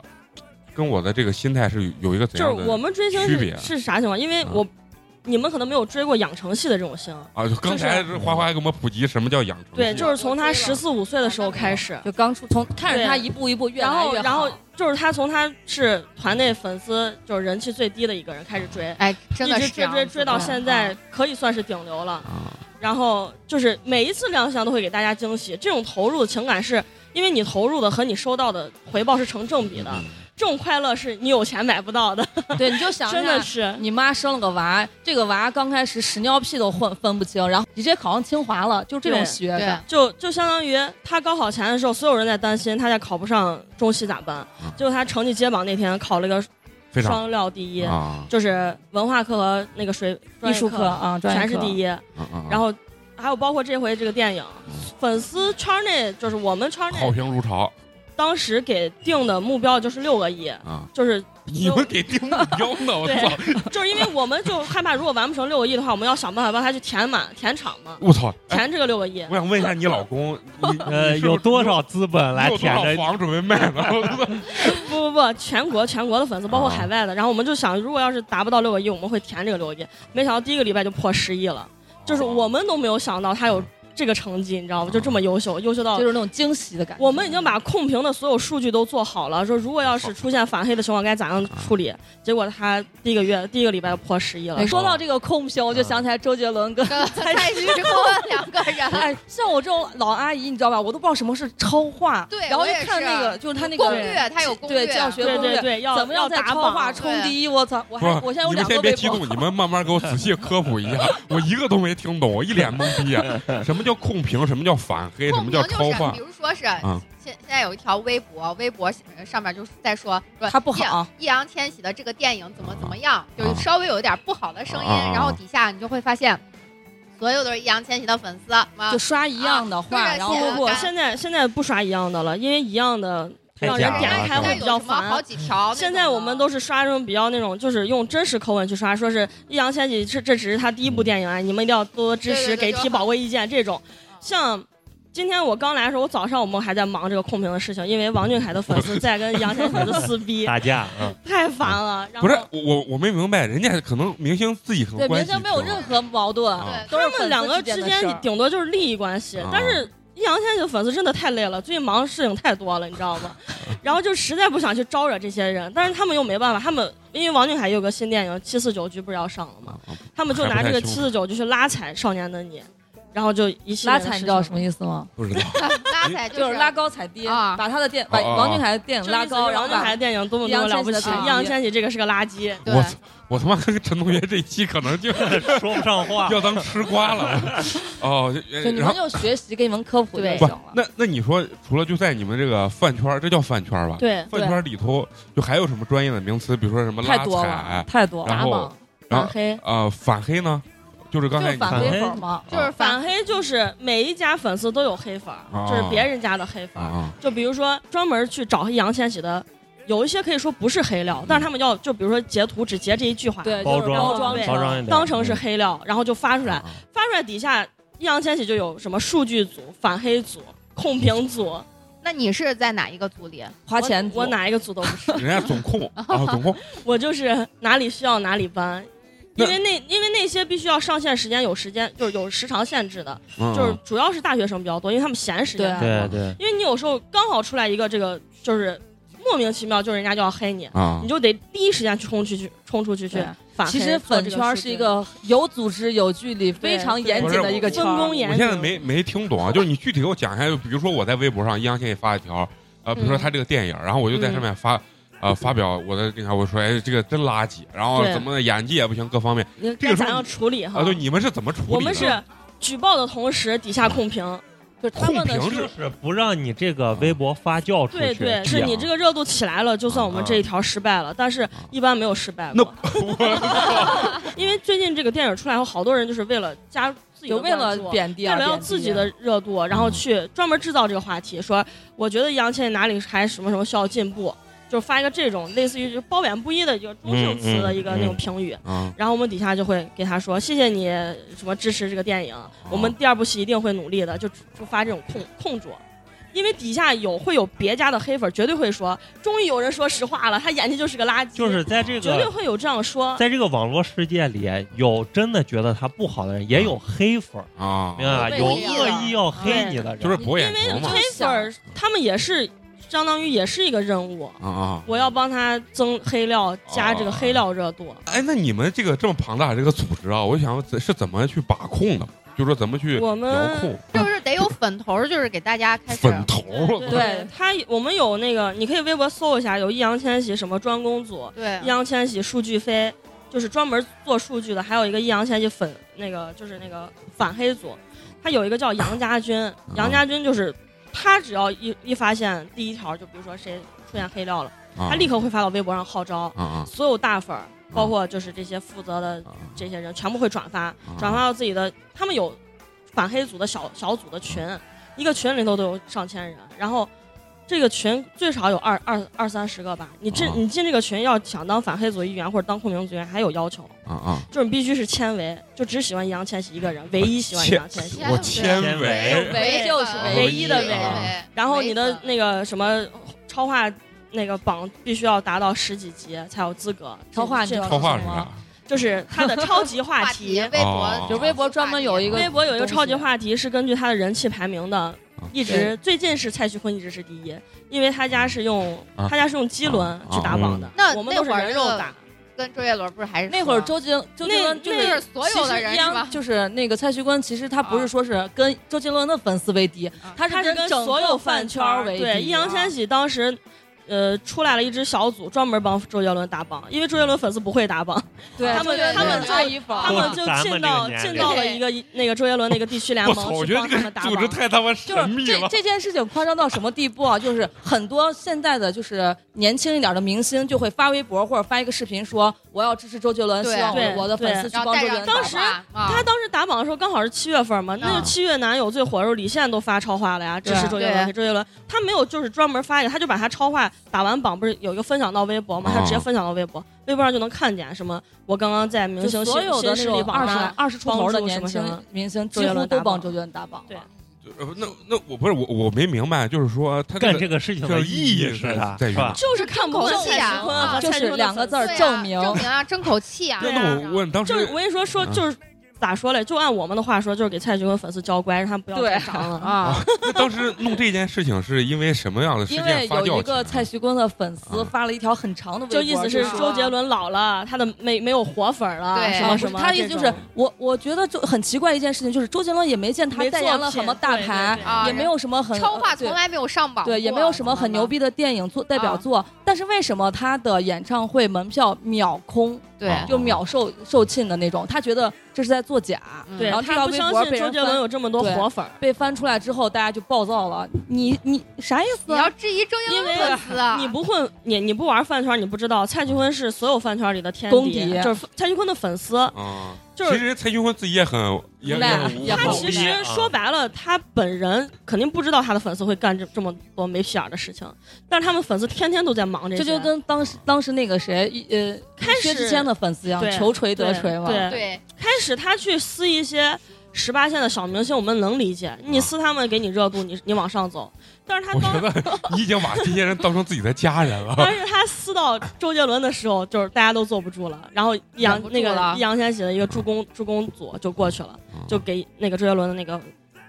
[SPEAKER 1] 跟我的这个心态是有一个怎
[SPEAKER 5] 就
[SPEAKER 1] 样
[SPEAKER 5] 是
[SPEAKER 1] 的
[SPEAKER 5] 我们追星
[SPEAKER 1] 区别
[SPEAKER 5] 是是啥情况？因为
[SPEAKER 1] 啊
[SPEAKER 5] 我你们可能没有追过养成系的这种星，
[SPEAKER 1] 啊？就刚才
[SPEAKER 3] 就是
[SPEAKER 1] 花花给我们普及什么叫养成系
[SPEAKER 5] 对，就是从他
[SPEAKER 2] 我追了
[SPEAKER 5] 十四五岁的时候开始，
[SPEAKER 4] 就刚出从看着
[SPEAKER 5] 对
[SPEAKER 4] 他一步一步越
[SPEAKER 5] 然
[SPEAKER 4] 来
[SPEAKER 5] 后
[SPEAKER 4] 越好
[SPEAKER 5] 然后就是他从他是团内粉丝就是人气最低的一个人开始追，
[SPEAKER 2] 哎，真的啊
[SPEAKER 5] 一
[SPEAKER 2] 是
[SPEAKER 5] 直
[SPEAKER 2] 这
[SPEAKER 5] 追
[SPEAKER 2] 样
[SPEAKER 5] 追
[SPEAKER 2] 子
[SPEAKER 5] 追到现在可以算是顶流了。
[SPEAKER 1] 啊，
[SPEAKER 5] 然后就是每一次亮相都会给大家惊喜，这种投入的情感是因为你投入的和你收到的回报是成正比
[SPEAKER 1] 嗯
[SPEAKER 5] 的，这种快乐是你有钱买不到的，
[SPEAKER 4] 对，你就想一下
[SPEAKER 5] 真的是。
[SPEAKER 4] 你妈生了个娃，这个娃刚开始屎尿屁都混分不清，然后你直接考上清华了，就这种
[SPEAKER 5] 对
[SPEAKER 4] 喜悦 *laughs*
[SPEAKER 2] 对
[SPEAKER 4] 感。，
[SPEAKER 5] 就就相当于他高考前的时候，所有人在担心他在考不上中戏咋办
[SPEAKER 1] 嗯，
[SPEAKER 5] 结果他成绩揭榜那天考了个
[SPEAKER 1] 非常
[SPEAKER 5] 双料第一，
[SPEAKER 1] 啊，
[SPEAKER 5] 就是文化课和那个水
[SPEAKER 4] 艺术课
[SPEAKER 5] 专业
[SPEAKER 4] 啊，专业
[SPEAKER 5] 全是
[SPEAKER 4] 课
[SPEAKER 5] 第一，
[SPEAKER 1] 嗯嗯，
[SPEAKER 5] 然后还有包括这回这个电影，粉丝圈内就是我们圈
[SPEAKER 1] 好
[SPEAKER 5] 内
[SPEAKER 1] 评如潮
[SPEAKER 5] 当时给定的目标就是六个亿，
[SPEAKER 1] 啊，
[SPEAKER 5] 就是
[SPEAKER 1] 你们给定目标呢，我操！
[SPEAKER 5] 就是因为我们就害怕如果完不成六个亿的话，我们要想办法帮他去填满填场嘛，
[SPEAKER 1] 我操！哎
[SPEAKER 5] 填这个六个亿。
[SPEAKER 1] 我想问一下你老
[SPEAKER 3] *laughs*
[SPEAKER 1] 公，你
[SPEAKER 3] 呃，有多少资本来
[SPEAKER 1] 填
[SPEAKER 3] 舔着
[SPEAKER 1] 房准备卖呢？
[SPEAKER 4] *laughs*
[SPEAKER 5] 不不不，全国全国的粉丝，包括
[SPEAKER 1] 啊
[SPEAKER 5] 海外的。然后我们就想，如果要是达不到六个亿，我们会填这个六个亿。没想到第一个礼拜就破十亿了，
[SPEAKER 1] 啊
[SPEAKER 5] 就是我们都没有想到他有这个成绩，你知道吗？就这么优秀，优秀到
[SPEAKER 4] 就是那种惊喜的感觉。
[SPEAKER 5] 我们已经把控评的所有数据都做好了，说如果要是出现反黑的情况该咋样处理。结果他第一个月第一个礼拜就破十亿了
[SPEAKER 4] 哎。说到这个控评，我就想起来周杰伦跟。
[SPEAKER 2] 跟蔡徐
[SPEAKER 4] *laughs*
[SPEAKER 2] 坤两个人。
[SPEAKER 4] 哎，像我这种老阿姨，你知道吧？我都不知道什么是超话。
[SPEAKER 2] 对
[SPEAKER 4] 然后
[SPEAKER 2] 我
[SPEAKER 4] 就
[SPEAKER 2] 也
[SPEAKER 4] 看
[SPEAKER 2] 是
[SPEAKER 4] 那个，就是他那个
[SPEAKER 2] 攻略，他有攻
[SPEAKER 4] 对
[SPEAKER 2] 略，
[SPEAKER 4] 教学
[SPEAKER 5] 对对对，要
[SPEAKER 4] 怎么样
[SPEAKER 5] 要
[SPEAKER 4] 在
[SPEAKER 5] 打
[SPEAKER 4] 超话
[SPEAKER 5] 榜？
[SPEAKER 4] 冲第一？我操！我还我现在有
[SPEAKER 1] 你们
[SPEAKER 4] 两
[SPEAKER 1] 先
[SPEAKER 4] 个
[SPEAKER 1] 别
[SPEAKER 4] 微
[SPEAKER 1] 激
[SPEAKER 4] 博
[SPEAKER 1] 动，你们慢慢给我仔细科普
[SPEAKER 4] *laughs*
[SPEAKER 1] 一下，我一个都没听懂，我一脸懵逼
[SPEAKER 3] *laughs*
[SPEAKER 1] 啊！什么叫控评？什么叫反黑？什
[SPEAKER 2] 控
[SPEAKER 1] 么
[SPEAKER 2] 评
[SPEAKER 1] 叫
[SPEAKER 2] 就
[SPEAKER 1] 超
[SPEAKER 2] 是，
[SPEAKER 1] 话
[SPEAKER 2] 比？如说是
[SPEAKER 1] 嗯
[SPEAKER 2] 现现在有一条微博，微博上面就是在说说
[SPEAKER 4] 他不
[SPEAKER 2] 易
[SPEAKER 4] 好，
[SPEAKER 2] 易烊千玺的这个电影怎么怎么样，就是稍微有一点不好的声音，
[SPEAKER 1] 啊
[SPEAKER 2] 然后底下你就会发现，所有都是易烊千玺的粉丝，
[SPEAKER 4] 就刷一样的话，
[SPEAKER 2] 啊
[SPEAKER 4] 然后
[SPEAKER 5] 不
[SPEAKER 2] 对
[SPEAKER 5] 不
[SPEAKER 2] 着
[SPEAKER 5] 不，
[SPEAKER 2] 干
[SPEAKER 5] 现在现在不刷一样的了，因为一样的
[SPEAKER 3] 太
[SPEAKER 5] 让人
[SPEAKER 3] 假了
[SPEAKER 5] 点开
[SPEAKER 2] 现在
[SPEAKER 5] 会
[SPEAKER 2] 有
[SPEAKER 5] 比
[SPEAKER 2] 什
[SPEAKER 5] 较
[SPEAKER 2] 么好
[SPEAKER 5] 烦。
[SPEAKER 2] 几条那种的，
[SPEAKER 5] 现在我们都是刷这种比较那种，就是用真实口吻去刷，说是易烊千玺是这只是他第一部电影啊，你们一定要多多支持，
[SPEAKER 2] 对对对
[SPEAKER 5] 给提宝贵意见这种。像今天我刚来的时候，我早上我们还在忙这个控评的事情，因为王俊凯的粉丝在跟易烊千玺的撕 *laughs* 逼，
[SPEAKER 3] 打架？嗯，
[SPEAKER 5] 太烦了。然
[SPEAKER 1] 不
[SPEAKER 5] 后
[SPEAKER 1] 是我我我没明白，人家可能明星自己可能
[SPEAKER 4] 对明
[SPEAKER 1] 关系
[SPEAKER 4] 星没有任何矛盾，
[SPEAKER 1] 啊
[SPEAKER 2] 对
[SPEAKER 4] 都是
[SPEAKER 5] 他们两个
[SPEAKER 4] 粉丝
[SPEAKER 5] 之
[SPEAKER 4] 的事
[SPEAKER 5] 间
[SPEAKER 4] 儿
[SPEAKER 5] 顶多就是利益关系
[SPEAKER 1] 啊，
[SPEAKER 5] 但是易烊千玺的粉丝真的太累了，最近忙的事情太多了，你知
[SPEAKER 1] *laughs*
[SPEAKER 5] 道吗？然后就实在不想去招惹这些人，但是他们又没办法，他们因为王俊凯也有个新电影《七四九局》不是要上了吗？
[SPEAKER 1] 啊
[SPEAKER 5] 他们就拿这
[SPEAKER 1] 还不
[SPEAKER 5] 个
[SPEAKER 1] 太
[SPEAKER 5] 七
[SPEAKER 1] 清
[SPEAKER 5] 四九就去拉踩《少年的你》，然后就一系列
[SPEAKER 4] 拉
[SPEAKER 5] 的
[SPEAKER 4] 踩你
[SPEAKER 5] 事
[SPEAKER 4] 知道
[SPEAKER 5] 情
[SPEAKER 4] 什么意思吗？
[SPEAKER 1] 不知道，
[SPEAKER 2] 拉踩
[SPEAKER 4] 就是拉高踩低，
[SPEAKER 2] 啊
[SPEAKER 4] 把他的电把
[SPEAKER 1] 哦哦哦
[SPEAKER 4] 王俊凯的电
[SPEAKER 5] 就
[SPEAKER 4] 影
[SPEAKER 5] 是
[SPEAKER 4] 拉高，然
[SPEAKER 5] 王
[SPEAKER 4] 后
[SPEAKER 5] 俊凯
[SPEAKER 4] 把
[SPEAKER 5] 的电影多么多么了不起，
[SPEAKER 4] 易烊千玺的垃
[SPEAKER 5] 易
[SPEAKER 4] 圾
[SPEAKER 5] 烊千玺这个是个垃圾。
[SPEAKER 2] 对
[SPEAKER 1] 我操我他妈跟陈同学这一期可能
[SPEAKER 4] *laughs*
[SPEAKER 1] 就
[SPEAKER 3] 说不上话。
[SPEAKER 1] 要当吃瓜了。哦，
[SPEAKER 4] 就
[SPEAKER 1] 呃
[SPEAKER 4] 你
[SPEAKER 1] 然
[SPEAKER 4] 们
[SPEAKER 1] 后
[SPEAKER 4] 就学习给你们科普就
[SPEAKER 5] 对
[SPEAKER 4] 行
[SPEAKER 1] 不
[SPEAKER 4] 了。
[SPEAKER 1] 那那你说，除了就在你们这个饭圈儿，这叫饭圈儿吧？
[SPEAKER 5] 对，
[SPEAKER 1] 饭圈儿里头就还有什么专业的名词？比如说什么拉
[SPEAKER 4] 太多了
[SPEAKER 1] 踩，，
[SPEAKER 4] 太多了。
[SPEAKER 1] 然
[SPEAKER 4] 打
[SPEAKER 1] 后
[SPEAKER 4] 榜
[SPEAKER 1] 然
[SPEAKER 5] 反
[SPEAKER 1] 后
[SPEAKER 5] 黑
[SPEAKER 1] 呃反黑呢，就是刚
[SPEAKER 4] 就
[SPEAKER 1] 才
[SPEAKER 4] 是
[SPEAKER 1] 你
[SPEAKER 4] 反
[SPEAKER 3] 看
[SPEAKER 4] 黑粉嘛，
[SPEAKER 2] 就是反
[SPEAKER 5] 反黑就是每一家粉丝都有黑粉儿，
[SPEAKER 1] 啊
[SPEAKER 5] 就是别人家的黑粉
[SPEAKER 1] 啊
[SPEAKER 5] 儿。
[SPEAKER 1] 啊
[SPEAKER 5] 就比如说专门去找易烊千玺的，有一些可以说不是黑料，但是他们要就比如说截图只截这一句话，
[SPEAKER 4] 对，
[SPEAKER 3] 包
[SPEAKER 4] 就是
[SPEAKER 3] 装
[SPEAKER 4] 包装
[SPEAKER 5] 对
[SPEAKER 3] 包装一点，
[SPEAKER 5] 当成是黑料，然后就发出来，
[SPEAKER 1] 啊
[SPEAKER 5] 发出来底下易烊千玺就有什么数据组、反黑组、控评组，
[SPEAKER 2] 那你是在哪一个组里？
[SPEAKER 4] 花钱
[SPEAKER 5] 我，我哪一个组都不是，
[SPEAKER 1] 人家总控啊，总控
[SPEAKER 5] 我就是哪里需要哪里搬。因为那因为那些必须要上线时间有时间就是有时长限制的，
[SPEAKER 1] 嗯
[SPEAKER 5] 就是主要是大学生比较多，因为他们闲时间
[SPEAKER 4] 对啊
[SPEAKER 3] 嗯对对，
[SPEAKER 5] 嗯因为你有时候刚好出来一个这个，就是莫名其妙，就是人家就要黑你，
[SPEAKER 1] 啊
[SPEAKER 5] 你，就得第一时间去冲出去，冲出去去
[SPEAKER 4] 对
[SPEAKER 5] 反黑。
[SPEAKER 4] 其实粉圈是一个有组织、有纪律、非常严谨的一个圈儿。
[SPEAKER 5] 分工严
[SPEAKER 1] 我现在没没听懂啊，就是你具体给我讲一下，就比如说我在微博上，易烊千玺发一条，呃，
[SPEAKER 5] 嗯
[SPEAKER 1] 比如说他这个电影，然后我就在上面发。呃，发表我的那啥，我说，哎，这个真垃圾，然后
[SPEAKER 5] 对
[SPEAKER 1] 怎么演技也不行，各方面
[SPEAKER 5] 这
[SPEAKER 1] 这个时候
[SPEAKER 5] 咋样处理哈？
[SPEAKER 1] 啊，对，你们是怎么处理的？
[SPEAKER 5] 我们是举报的同时底下控评，
[SPEAKER 4] 就是他们的
[SPEAKER 1] 控评
[SPEAKER 4] 是
[SPEAKER 1] 制
[SPEAKER 3] 就是不让你这个微博发酵出
[SPEAKER 5] 对
[SPEAKER 3] 去。啊
[SPEAKER 5] 对，
[SPEAKER 1] 这
[SPEAKER 5] 是
[SPEAKER 1] 样
[SPEAKER 5] 你这个热度起来了，就算我们这一条失败了，但是一般没有失败过。 *laughs* 因为最近这个电影出来后，好多人就是为了啊加自己的
[SPEAKER 4] 就为了
[SPEAKER 5] 关注
[SPEAKER 4] 贬低
[SPEAKER 5] 为
[SPEAKER 4] 而
[SPEAKER 5] 了要
[SPEAKER 4] 贬低啊
[SPEAKER 5] 自己的热度，然后
[SPEAKER 3] 嗯
[SPEAKER 5] 去专门制造这个话题，说我觉得易烊千玺哪里还什么什么需要进步，就是发一个这种类似于就是褒贬不一的一个中性词的一个
[SPEAKER 3] 嗯嗯
[SPEAKER 5] 那种评语。
[SPEAKER 1] 啊，
[SPEAKER 5] 然后我们底下就会给他说：“谢谢你什么支持这个电
[SPEAKER 1] 哦
[SPEAKER 5] 影，我们第二部戏一定会努力的。就”就发这种控控住，因为底下有会有别家的黑粉绝对会说：“终于有人说实话了，他演技就是个垃圾。”
[SPEAKER 3] 就是在这
[SPEAKER 5] 绝对
[SPEAKER 3] 个
[SPEAKER 5] 会有这样说。
[SPEAKER 3] 在这个网络世界里，有真的觉得他不好的人，也有黑粉儿，
[SPEAKER 1] 啊，
[SPEAKER 3] 明白吧？
[SPEAKER 4] 有
[SPEAKER 3] 有
[SPEAKER 4] 恶意的
[SPEAKER 3] 恶意要黑你的人，
[SPEAKER 1] 就是博眼
[SPEAKER 5] 因为
[SPEAKER 1] 球嘛，
[SPEAKER 5] 黑粉儿他们也是相当于也是一个任务，
[SPEAKER 1] 啊啊！
[SPEAKER 5] 我要帮他增黑料，加这个黑料热度。
[SPEAKER 1] 哎，那你们这个这么庞大的这个组织啊，我想怎是怎么去把控的？就说怎么去
[SPEAKER 5] 我
[SPEAKER 1] 遥
[SPEAKER 5] 们
[SPEAKER 1] 控
[SPEAKER 2] 就是得有粉头儿，就是给大家开始
[SPEAKER 1] 粉头？啊
[SPEAKER 4] 对
[SPEAKER 5] 他，我们有那个，你可以微博搜一下，有易烊千玺什么专攻组，
[SPEAKER 2] 对
[SPEAKER 5] 易烊千玺数据飞，就是专门做数据的，还有一个易烊千玺粉那个就是那个反黑组，他有一个叫杨家军，杨家军就是他只要一一发现第一条，就比如说谁出现黑料了，
[SPEAKER 1] 啊
[SPEAKER 5] 他立刻会发到微博上号召
[SPEAKER 1] 啊啊
[SPEAKER 5] 所有大粉儿，包括就是这些负责的
[SPEAKER 1] 啊！
[SPEAKER 5] 这些人全部会转发，
[SPEAKER 1] 啊
[SPEAKER 5] 转发到自己的，他们有反黑组的小小组的群，一个群里头都有上千人，然后这个群最少有二二二三十个吧。你进、
[SPEAKER 1] 啊
[SPEAKER 5] 你进这个群，要想当反黑组一员或者当控评组一员，还有要求，
[SPEAKER 1] 啊啊！
[SPEAKER 5] 就是你必须是千维，就只喜欢易烊千玺一个人，唯一喜欢易烊
[SPEAKER 1] *laughs*
[SPEAKER 5] 千玺。
[SPEAKER 1] 我
[SPEAKER 2] 千
[SPEAKER 1] 千
[SPEAKER 4] 唯
[SPEAKER 1] 维啊
[SPEAKER 4] 唯就是
[SPEAKER 1] 唯
[SPEAKER 5] 一
[SPEAKER 2] 一
[SPEAKER 5] 的
[SPEAKER 1] 唯
[SPEAKER 2] 唯，
[SPEAKER 5] 然后你的那个什么超话那个榜必须要达到十几级才有资格
[SPEAKER 4] 超话
[SPEAKER 5] 这
[SPEAKER 4] 你知道
[SPEAKER 1] 超话是
[SPEAKER 4] 什么
[SPEAKER 1] 啥？
[SPEAKER 5] 就是它的超
[SPEAKER 2] *laughs*
[SPEAKER 5] 级话
[SPEAKER 2] 题
[SPEAKER 5] 题。
[SPEAKER 2] 微博
[SPEAKER 1] 哦，
[SPEAKER 4] 就微博专门有一个
[SPEAKER 5] 微博有一个超级话题是根据他的人气排名
[SPEAKER 1] 啊
[SPEAKER 5] 的，一直最近是蔡徐坤一直是第一，因为他家是用、
[SPEAKER 1] 啊
[SPEAKER 5] 他家是用机轮去打榜
[SPEAKER 1] 嗯
[SPEAKER 5] 的，
[SPEAKER 2] 那
[SPEAKER 5] 我们都是人肉打，
[SPEAKER 2] 跟周杰伦不是还是
[SPEAKER 4] 那会儿
[SPEAKER 2] 说
[SPEAKER 4] 周杰周杰伦就
[SPEAKER 5] 那
[SPEAKER 2] 就是是。所有的人
[SPEAKER 4] 其实
[SPEAKER 2] 是
[SPEAKER 4] 一样
[SPEAKER 2] 吧？
[SPEAKER 4] 就是那个蔡徐坤，其实他不是说是跟周杰伦的粉丝为敌，他
[SPEAKER 5] 啊他
[SPEAKER 4] 是
[SPEAKER 5] 跟
[SPEAKER 4] 整
[SPEAKER 5] 所
[SPEAKER 4] 个
[SPEAKER 5] 有
[SPEAKER 4] 饭
[SPEAKER 5] 圈
[SPEAKER 4] 圈为敌。啊
[SPEAKER 5] 对，易烊千玺当时。呃，出来了一支小组，专门帮周杰伦打榜，因为周杰伦粉丝不会打榜，
[SPEAKER 4] 对
[SPEAKER 5] 他们
[SPEAKER 4] 周杰伦
[SPEAKER 5] 他们就
[SPEAKER 4] 阿姨粉
[SPEAKER 5] 他们 *laughs* 就进到
[SPEAKER 3] 咱们这个年龄
[SPEAKER 5] 进到了一个那个周杰伦那个地区联
[SPEAKER 1] 我
[SPEAKER 5] 盟
[SPEAKER 1] 操！我
[SPEAKER 5] 去
[SPEAKER 1] 觉得
[SPEAKER 5] 帮他
[SPEAKER 1] 这个
[SPEAKER 5] 们打
[SPEAKER 1] 组
[SPEAKER 5] 榜
[SPEAKER 1] 织。太他妈
[SPEAKER 4] 就是
[SPEAKER 1] 神秘
[SPEAKER 4] 这
[SPEAKER 1] 了。
[SPEAKER 4] 这件事情夸张到什么地步啊？就是很多现在的就是年轻一点的明星就会发微博或者发一个视频说我要支持周杰伦，
[SPEAKER 2] 对
[SPEAKER 4] 希望
[SPEAKER 5] 对
[SPEAKER 4] 我我的粉丝去
[SPEAKER 2] 然后
[SPEAKER 4] 帮周
[SPEAKER 2] 带上
[SPEAKER 4] 杰伦
[SPEAKER 5] 当
[SPEAKER 4] 打
[SPEAKER 5] 时
[SPEAKER 4] 榜。
[SPEAKER 5] 他
[SPEAKER 2] 他
[SPEAKER 5] 当时打榜的时候刚好是七月份嘛，那
[SPEAKER 1] 啊
[SPEAKER 5] 就七月男友最火的时候，李现都发超话了呀，支持周杰伦，
[SPEAKER 4] 啊
[SPEAKER 2] 对
[SPEAKER 5] 给周杰伦。他没有就是专门发一个，他就把他超话打完榜，不是有一个分享到微博嘛，
[SPEAKER 1] 啊
[SPEAKER 5] 他直接分享到微博，微博上就能看见什么我刚刚在明星
[SPEAKER 4] 就所
[SPEAKER 5] 新
[SPEAKER 4] 有的
[SPEAKER 5] 新
[SPEAKER 4] 那
[SPEAKER 5] 势力
[SPEAKER 4] 种
[SPEAKER 5] 榜
[SPEAKER 4] 二十
[SPEAKER 5] 单，
[SPEAKER 4] 二十出头的啊年
[SPEAKER 5] 帮助什么什么
[SPEAKER 4] 轻明星，几
[SPEAKER 5] 周杰
[SPEAKER 4] 乎
[SPEAKER 5] 伦
[SPEAKER 4] 都
[SPEAKER 5] 打
[SPEAKER 4] 帮
[SPEAKER 5] 榜
[SPEAKER 4] 周杰伦打榜了。
[SPEAKER 5] 对
[SPEAKER 1] 呃那那我不是我我没明白，就是说他
[SPEAKER 3] 干
[SPEAKER 1] 这
[SPEAKER 3] 这个事情
[SPEAKER 1] 这
[SPEAKER 3] 的
[SPEAKER 1] 个
[SPEAKER 3] 意
[SPEAKER 1] 意义
[SPEAKER 3] 义
[SPEAKER 1] 是
[SPEAKER 3] 啥？
[SPEAKER 1] 在于
[SPEAKER 3] 是吧？
[SPEAKER 5] 就是看不惯蔡徐坤和
[SPEAKER 2] 啊
[SPEAKER 4] 就
[SPEAKER 5] 蔡徐坤
[SPEAKER 4] 是
[SPEAKER 5] 的
[SPEAKER 4] 两个字
[SPEAKER 5] 粉
[SPEAKER 4] 儿
[SPEAKER 5] 丝
[SPEAKER 2] 对啊
[SPEAKER 4] 证明
[SPEAKER 2] 证明啊，争口气啊，
[SPEAKER 5] 对
[SPEAKER 1] 那
[SPEAKER 5] 啊
[SPEAKER 1] 那我问当时
[SPEAKER 5] 就是我跟你说说
[SPEAKER 1] 啊
[SPEAKER 5] 就是。咋说嘞？就按我们的话说，就是给蔡徐坤粉丝教乖，让他们不要
[SPEAKER 4] 对
[SPEAKER 5] 再长了。
[SPEAKER 4] 啊，
[SPEAKER 1] 那当时弄这件事情哦是因为什么样的事
[SPEAKER 4] 因为
[SPEAKER 1] 件发
[SPEAKER 4] 有
[SPEAKER 1] 酵
[SPEAKER 4] 一
[SPEAKER 1] 起来
[SPEAKER 4] 个
[SPEAKER 1] 的？
[SPEAKER 4] 蔡徐坤的粉丝
[SPEAKER 1] 啊
[SPEAKER 4] 发了一条很长的微博，啊
[SPEAKER 5] 就意思是
[SPEAKER 4] 说
[SPEAKER 5] 周杰伦老了，他的没没有活粉了，
[SPEAKER 2] 对
[SPEAKER 5] 什
[SPEAKER 4] 啊
[SPEAKER 5] 么
[SPEAKER 4] 不
[SPEAKER 5] 什
[SPEAKER 4] 是
[SPEAKER 5] 么。
[SPEAKER 4] 他的意思就是我，我觉得就很奇怪一件事情，就是周杰伦也没见他
[SPEAKER 5] 没
[SPEAKER 4] 代
[SPEAKER 5] 作
[SPEAKER 4] 言了
[SPEAKER 5] 品
[SPEAKER 4] 什么大
[SPEAKER 5] 对对
[SPEAKER 4] 牌
[SPEAKER 5] 对，
[SPEAKER 2] 啊
[SPEAKER 4] 也没有什么很呃
[SPEAKER 2] 超话
[SPEAKER 4] 对
[SPEAKER 2] 从来没有上榜过，
[SPEAKER 4] 对，也没有什么很牛逼的电影作代
[SPEAKER 2] 啊
[SPEAKER 4] 表作，但是为什么他的演唱会门票秒空，
[SPEAKER 2] 对，
[SPEAKER 1] 啊
[SPEAKER 4] 就秒售售罄的那种？他觉得这是在作假，
[SPEAKER 2] 嗯
[SPEAKER 5] 对
[SPEAKER 4] 然后这条
[SPEAKER 5] 他不
[SPEAKER 4] 微
[SPEAKER 5] 相
[SPEAKER 4] 博
[SPEAKER 5] 信
[SPEAKER 4] 被
[SPEAKER 5] 周
[SPEAKER 4] 人
[SPEAKER 5] 杰伦
[SPEAKER 4] 翻
[SPEAKER 5] 有这么多
[SPEAKER 4] 对
[SPEAKER 5] 活粉儿，
[SPEAKER 4] 被翻出来之后，大家就暴躁了。你你啥意思
[SPEAKER 2] 你
[SPEAKER 4] 啊？
[SPEAKER 2] 要质疑周杰
[SPEAKER 5] 因
[SPEAKER 2] 伦
[SPEAKER 5] 为
[SPEAKER 2] 粉丝啊，
[SPEAKER 5] 你不混，你你不玩饭圈，你不知道蔡徐坤是所有饭圈里的天
[SPEAKER 4] 公
[SPEAKER 5] 敌，
[SPEAKER 4] 敌
[SPEAKER 5] 就是蔡徐坤的粉丝。
[SPEAKER 1] 啊，
[SPEAKER 5] 就是
[SPEAKER 1] 其实啊蔡徐坤自己也很也
[SPEAKER 4] 赖
[SPEAKER 1] 无
[SPEAKER 4] 也
[SPEAKER 1] 辜
[SPEAKER 4] 很好
[SPEAKER 5] 他其
[SPEAKER 4] 厉
[SPEAKER 3] 嗯
[SPEAKER 5] 实说白了，他本人肯定不知道他的粉丝会干这这么多没屁眼儿的事情，但是他们粉丝天天都在忙这些。
[SPEAKER 4] 这就跟当时当时那个谁，一呃，
[SPEAKER 5] 开
[SPEAKER 4] 薛之
[SPEAKER 5] 始
[SPEAKER 4] 谦的粉丝一样，
[SPEAKER 5] 对
[SPEAKER 4] 求锤得锤嘛。
[SPEAKER 5] 对
[SPEAKER 2] 对，
[SPEAKER 5] 开始他去撕一些十八线的小明星，我们能理解，你撕他们给你热度，你你往上走。但是他
[SPEAKER 1] 啊 *laughs* 我
[SPEAKER 5] 当
[SPEAKER 1] 觉得你已经把这些人当成自己的家人
[SPEAKER 4] *laughs*
[SPEAKER 1] 了。
[SPEAKER 5] *laughs* 但是他撕到周杰伦的时候，就是大家都坐不住了，然后易烊
[SPEAKER 2] 忍不住
[SPEAKER 5] 那个
[SPEAKER 2] 了
[SPEAKER 5] 易烊千玺的一个助攻助攻组就过去了，
[SPEAKER 1] 嗯
[SPEAKER 5] 就给那个周杰伦的那个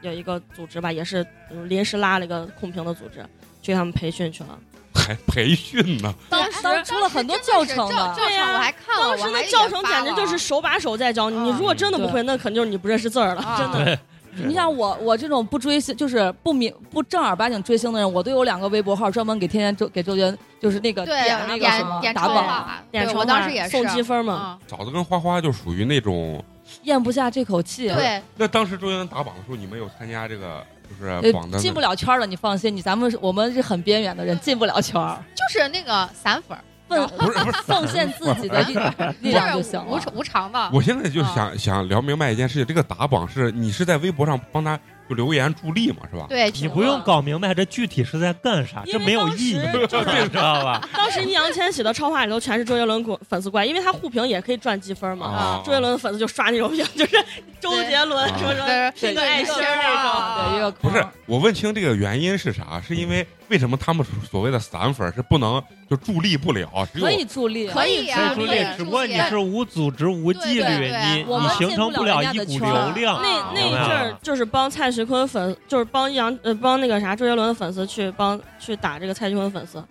[SPEAKER 5] 有一个组织吧，也是嗯临时拉了一个控评的组织去给他们培训去了。
[SPEAKER 1] 还培训呢，
[SPEAKER 4] 当
[SPEAKER 2] 对
[SPEAKER 4] 当
[SPEAKER 2] 哎
[SPEAKER 4] 出了很多
[SPEAKER 2] 当时真的是
[SPEAKER 4] 教程
[SPEAKER 2] 教
[SPEAKER 4] 的，
[SPEAKER 2] 教
[SPEAKER 5] 对呀
[SPEAKER 2] 程我还看了，
[SPEAKER 5] 当时
[SPEAKER 2] 我还
[SPEAKER 5] 那
[SPEAKER 2] 给
[SPEAKER 5] 教
[SPEAKER 2] 你
[SPEAKER 5] 程
[SPEAKER 2] 发
[SPEAKER 5] 简直就是
[SPEAKER 2] 了
[SPEAKER 5] 手把手在教你，
[SPEAKER 2] 嗯
[SPEAKER 5] 你如果真的不会，那肯定就是你不认识字
[SPEAKER 2] *laughs*
[SPEAKER 5] 儿了。
[SPEAKER 2] 啊
[SPEAKER 5] 真的，
[SPEAKER 4] 你像我，我这种不追星，就是不明不正儿八经追星的人，我都有两个微博号，专门给天天周给周杰伦，就是那个
[SPEAKER 2] 对
[SPEAKER 4] 点那
[SPEAKER 2] 演
[SPEAKER 4] 个什么
[SPEAKER 2] 演
[SPEAKER 4] 打
[SPEAKER 2] 超
[SPEAKER 4] 榜，啊
[SPEAKER 2] 话，
[SPEAKER 5] 演
[SPEAKER 2] 啊对
[SPEAKER 5] 唱
[SPEAKER 2] 我当时也是
[SPEAKER 5] 送积分嘛，
[SPEAKER 2] 嗯
[SPEAKER 1] 枣子跟花花就属于那种。
[SPEAKER 4] 咽不下这口气。
[SPEAKER 2] 对，
[SPEAKER 1] 那当时周杰伦打榜的时候，你们有参加这个就是榜
[SPEAKER 4] 呃，
[SPEAKER 1] 单
[SPEAKER 4] 进不
[SPEAKER 1] 的？
[SPEAKER 4] 了圈儿了，你放心，你咱们是我们是很边缘的人，进不了圈儿，
[SPEAKER 2] 就是那个散粉儿，
[SPEAKER 4] 奉
[SPEAKER 1] 不是不是，
[SPEAKER 4] *laughs* 奉献自己的力力
[SPEAKER 2] 就
[SPEAKER 4] 量就是行
[SPEAKER 2] 无
[SPEAKER 4] 了。
[SPEAKER 2] *laughs* 无偿的，
[SPEAKER 1] 我现在就是
[SPEAKER 4] 嗯
[SPEAKER 1] 想想聊明白一件事情，这个打榜是你是在微博上帮他就留言助力嘛，是吧？
[SPEAKER 2] 对，
[SPEAKER 3] 你
[SPEAKER 2] 挺
[SPEAKER 3] 不
[SPEAKER 2] 多
[SPEAKER 3] 用
[SPEAKER 2] 的，
[SPEAKER 3] 搞明白这具体是在干啥，
[SPEAKER 5] 因
[SPEAKER 3] 这
[SPEAKER 5] 为
[SPEAKER 3] 没有意义，
[SPEAKER 5] 当
[SPEAKER 3] 你知道
[SPEAKER 5] *laughs*
[SPEAKER 3] 吧？
[SPEAKER 5] 当时易烊千玺的超话里头全是周杰伦粉粉丝怪，因为他互评也可以赚积分嘛。
[SPEAKER 1] 啊，
[SPEAKER 5] 周杰伦的粉丝就刷那种评，就是周杰伦什么什么，
[SPEAKER 2] 对，
[SPEAKER 5] 拼个爱心儿
[SPEAKER 2] 啊
[SPEAKER 5] 那
[SPEAKER 4] 对，一个
[SPEAKER 1] 不是
[SPEAKER 4] 框，
[SPEAKER 1] 我问清这个原因是啥？是因为为什么他们所谓的散粉是不能就助力不了，只有
[SPEAKER 4] 可以助力，
[SPEAKER 2] 可以
[SPEAKER 3] 所
[SPEAKER 2] 啊
[SPEAKER 3] 以说
[SPEAKER 2] 可以
[SPEAKER 3] 这只不过你是无组织、无纪律，
[SPEAKER 2] 对对对
[SPEAKER 3] 你
[SPEAKER 4] 我
[SPEAKER 3] 你
[SPEAKER 4] 们
[SPEAKER 3] 形成
[SPEAKER 4] 进不了
[SPEAKER 3] 了
[SPEAKER 4] 人
[SPEAKER 3] 一
[SPEAKER 4] 家的
[SPEAKER 3] 股
[SPEAKER 4] 圈儿
[SPEAKER 3] 流量。
[SPEAKER 5] 那那
[SPEAKER 3] 明
[SPEAKER 5] 一
[SPEAKER 3] 白了
[SPEAKER 5] 阵儿就是帮蔡徐坤粉，就是帮易烊呃帮那个啥周杰伦的粉丝去帮去打这个蔡徐坤粉丝，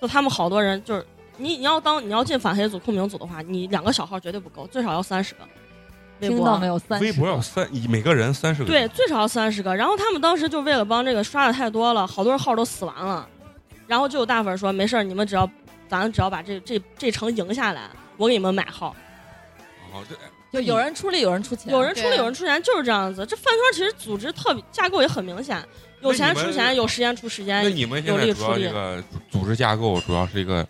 [SPEAKER 5] 就他们好多人就是你你要当你要进反黑组控评组的话，你两个小号绝对不够，最少要三十个微
[SPEAKER 4] 听到没
[SPEAKER 5] 博。
[SPEAKER 4] 有？三
[SPEAKER 1] 微博要三，每个人三十个。
[SPEAKER 5] 对，，最少要三十个。然后他们当时就为了帮这个刷的太多了，好多人号都死完了。然后就有大粉说：“没事儿，你们只要咱只要把这这这城赢下来，我给你们买号。”
[SPEAKER 1] 哦，这
[SPEAKER 4] 就有人出力，有人出钱，
[SPEAKER 5] 有人出力，
[SPEAKER 2] 对
[SPEAKER 5] 有人出钱，就是这样子。这饭圈其实组织特别架构也很明显，有钱出
[SPEAKER 1] 那你
[SPEAKER 5] 钱，有时间出时间
[SPEAKER 1] 那。你们现在主要这个组织架构主要是一个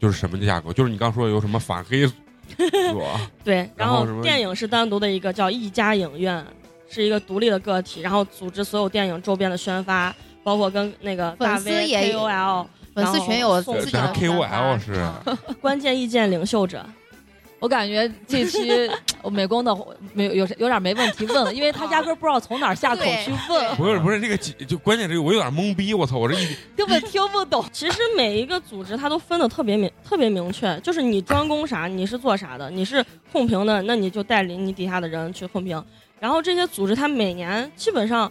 [SPEAKER 1] 就是什么架构？就是你刚说有什么反黑组啊
[SPEAKER 5] 对，
[SPEAKER 1] 然
[SPEAKER 5] 然
[SPEAKER 1] 后
[SPEAKER 5] 后
[SPEAKER 1] 什么
[SPEAKER 5] 电影是单独的一个叫一家影院，是一个独立的个体，然后组织所有电影周边的宣发，包括跟那个大
[SPEAKER 2] 粉丝
[SPEAKER 5] V
[SPEAKER 2] 也
[SPEAKER 5] KOL
[SPEAKER 2] 粉丝群有啊
[SPEAKER 5] 送
[SPEAKER 2] 自己
[SPEAKER 1] 咱
[SPEAKER 2] 的
[SPEAKER 1] KOL 是
[SPEAKER 5] 关键意见领袖者。
[SPEAKER 4] 我感觉这期我美工的没有有有点没问题问了，因为他压根儿不知道从哪儿下口去问，
[SPEAKER 1] 不是不是这个几就关键这个我有点懵逼，我操，我这一
[SPEAKER 4] 根本听不懂。
[SPEAKER 5] *laughs* 其实每一个组织它都分的特别明特别明确，就是你专攻啥，你是做啥的，你是控评的，那你就带领你底下的人去控评。然后这些组织它每年基本上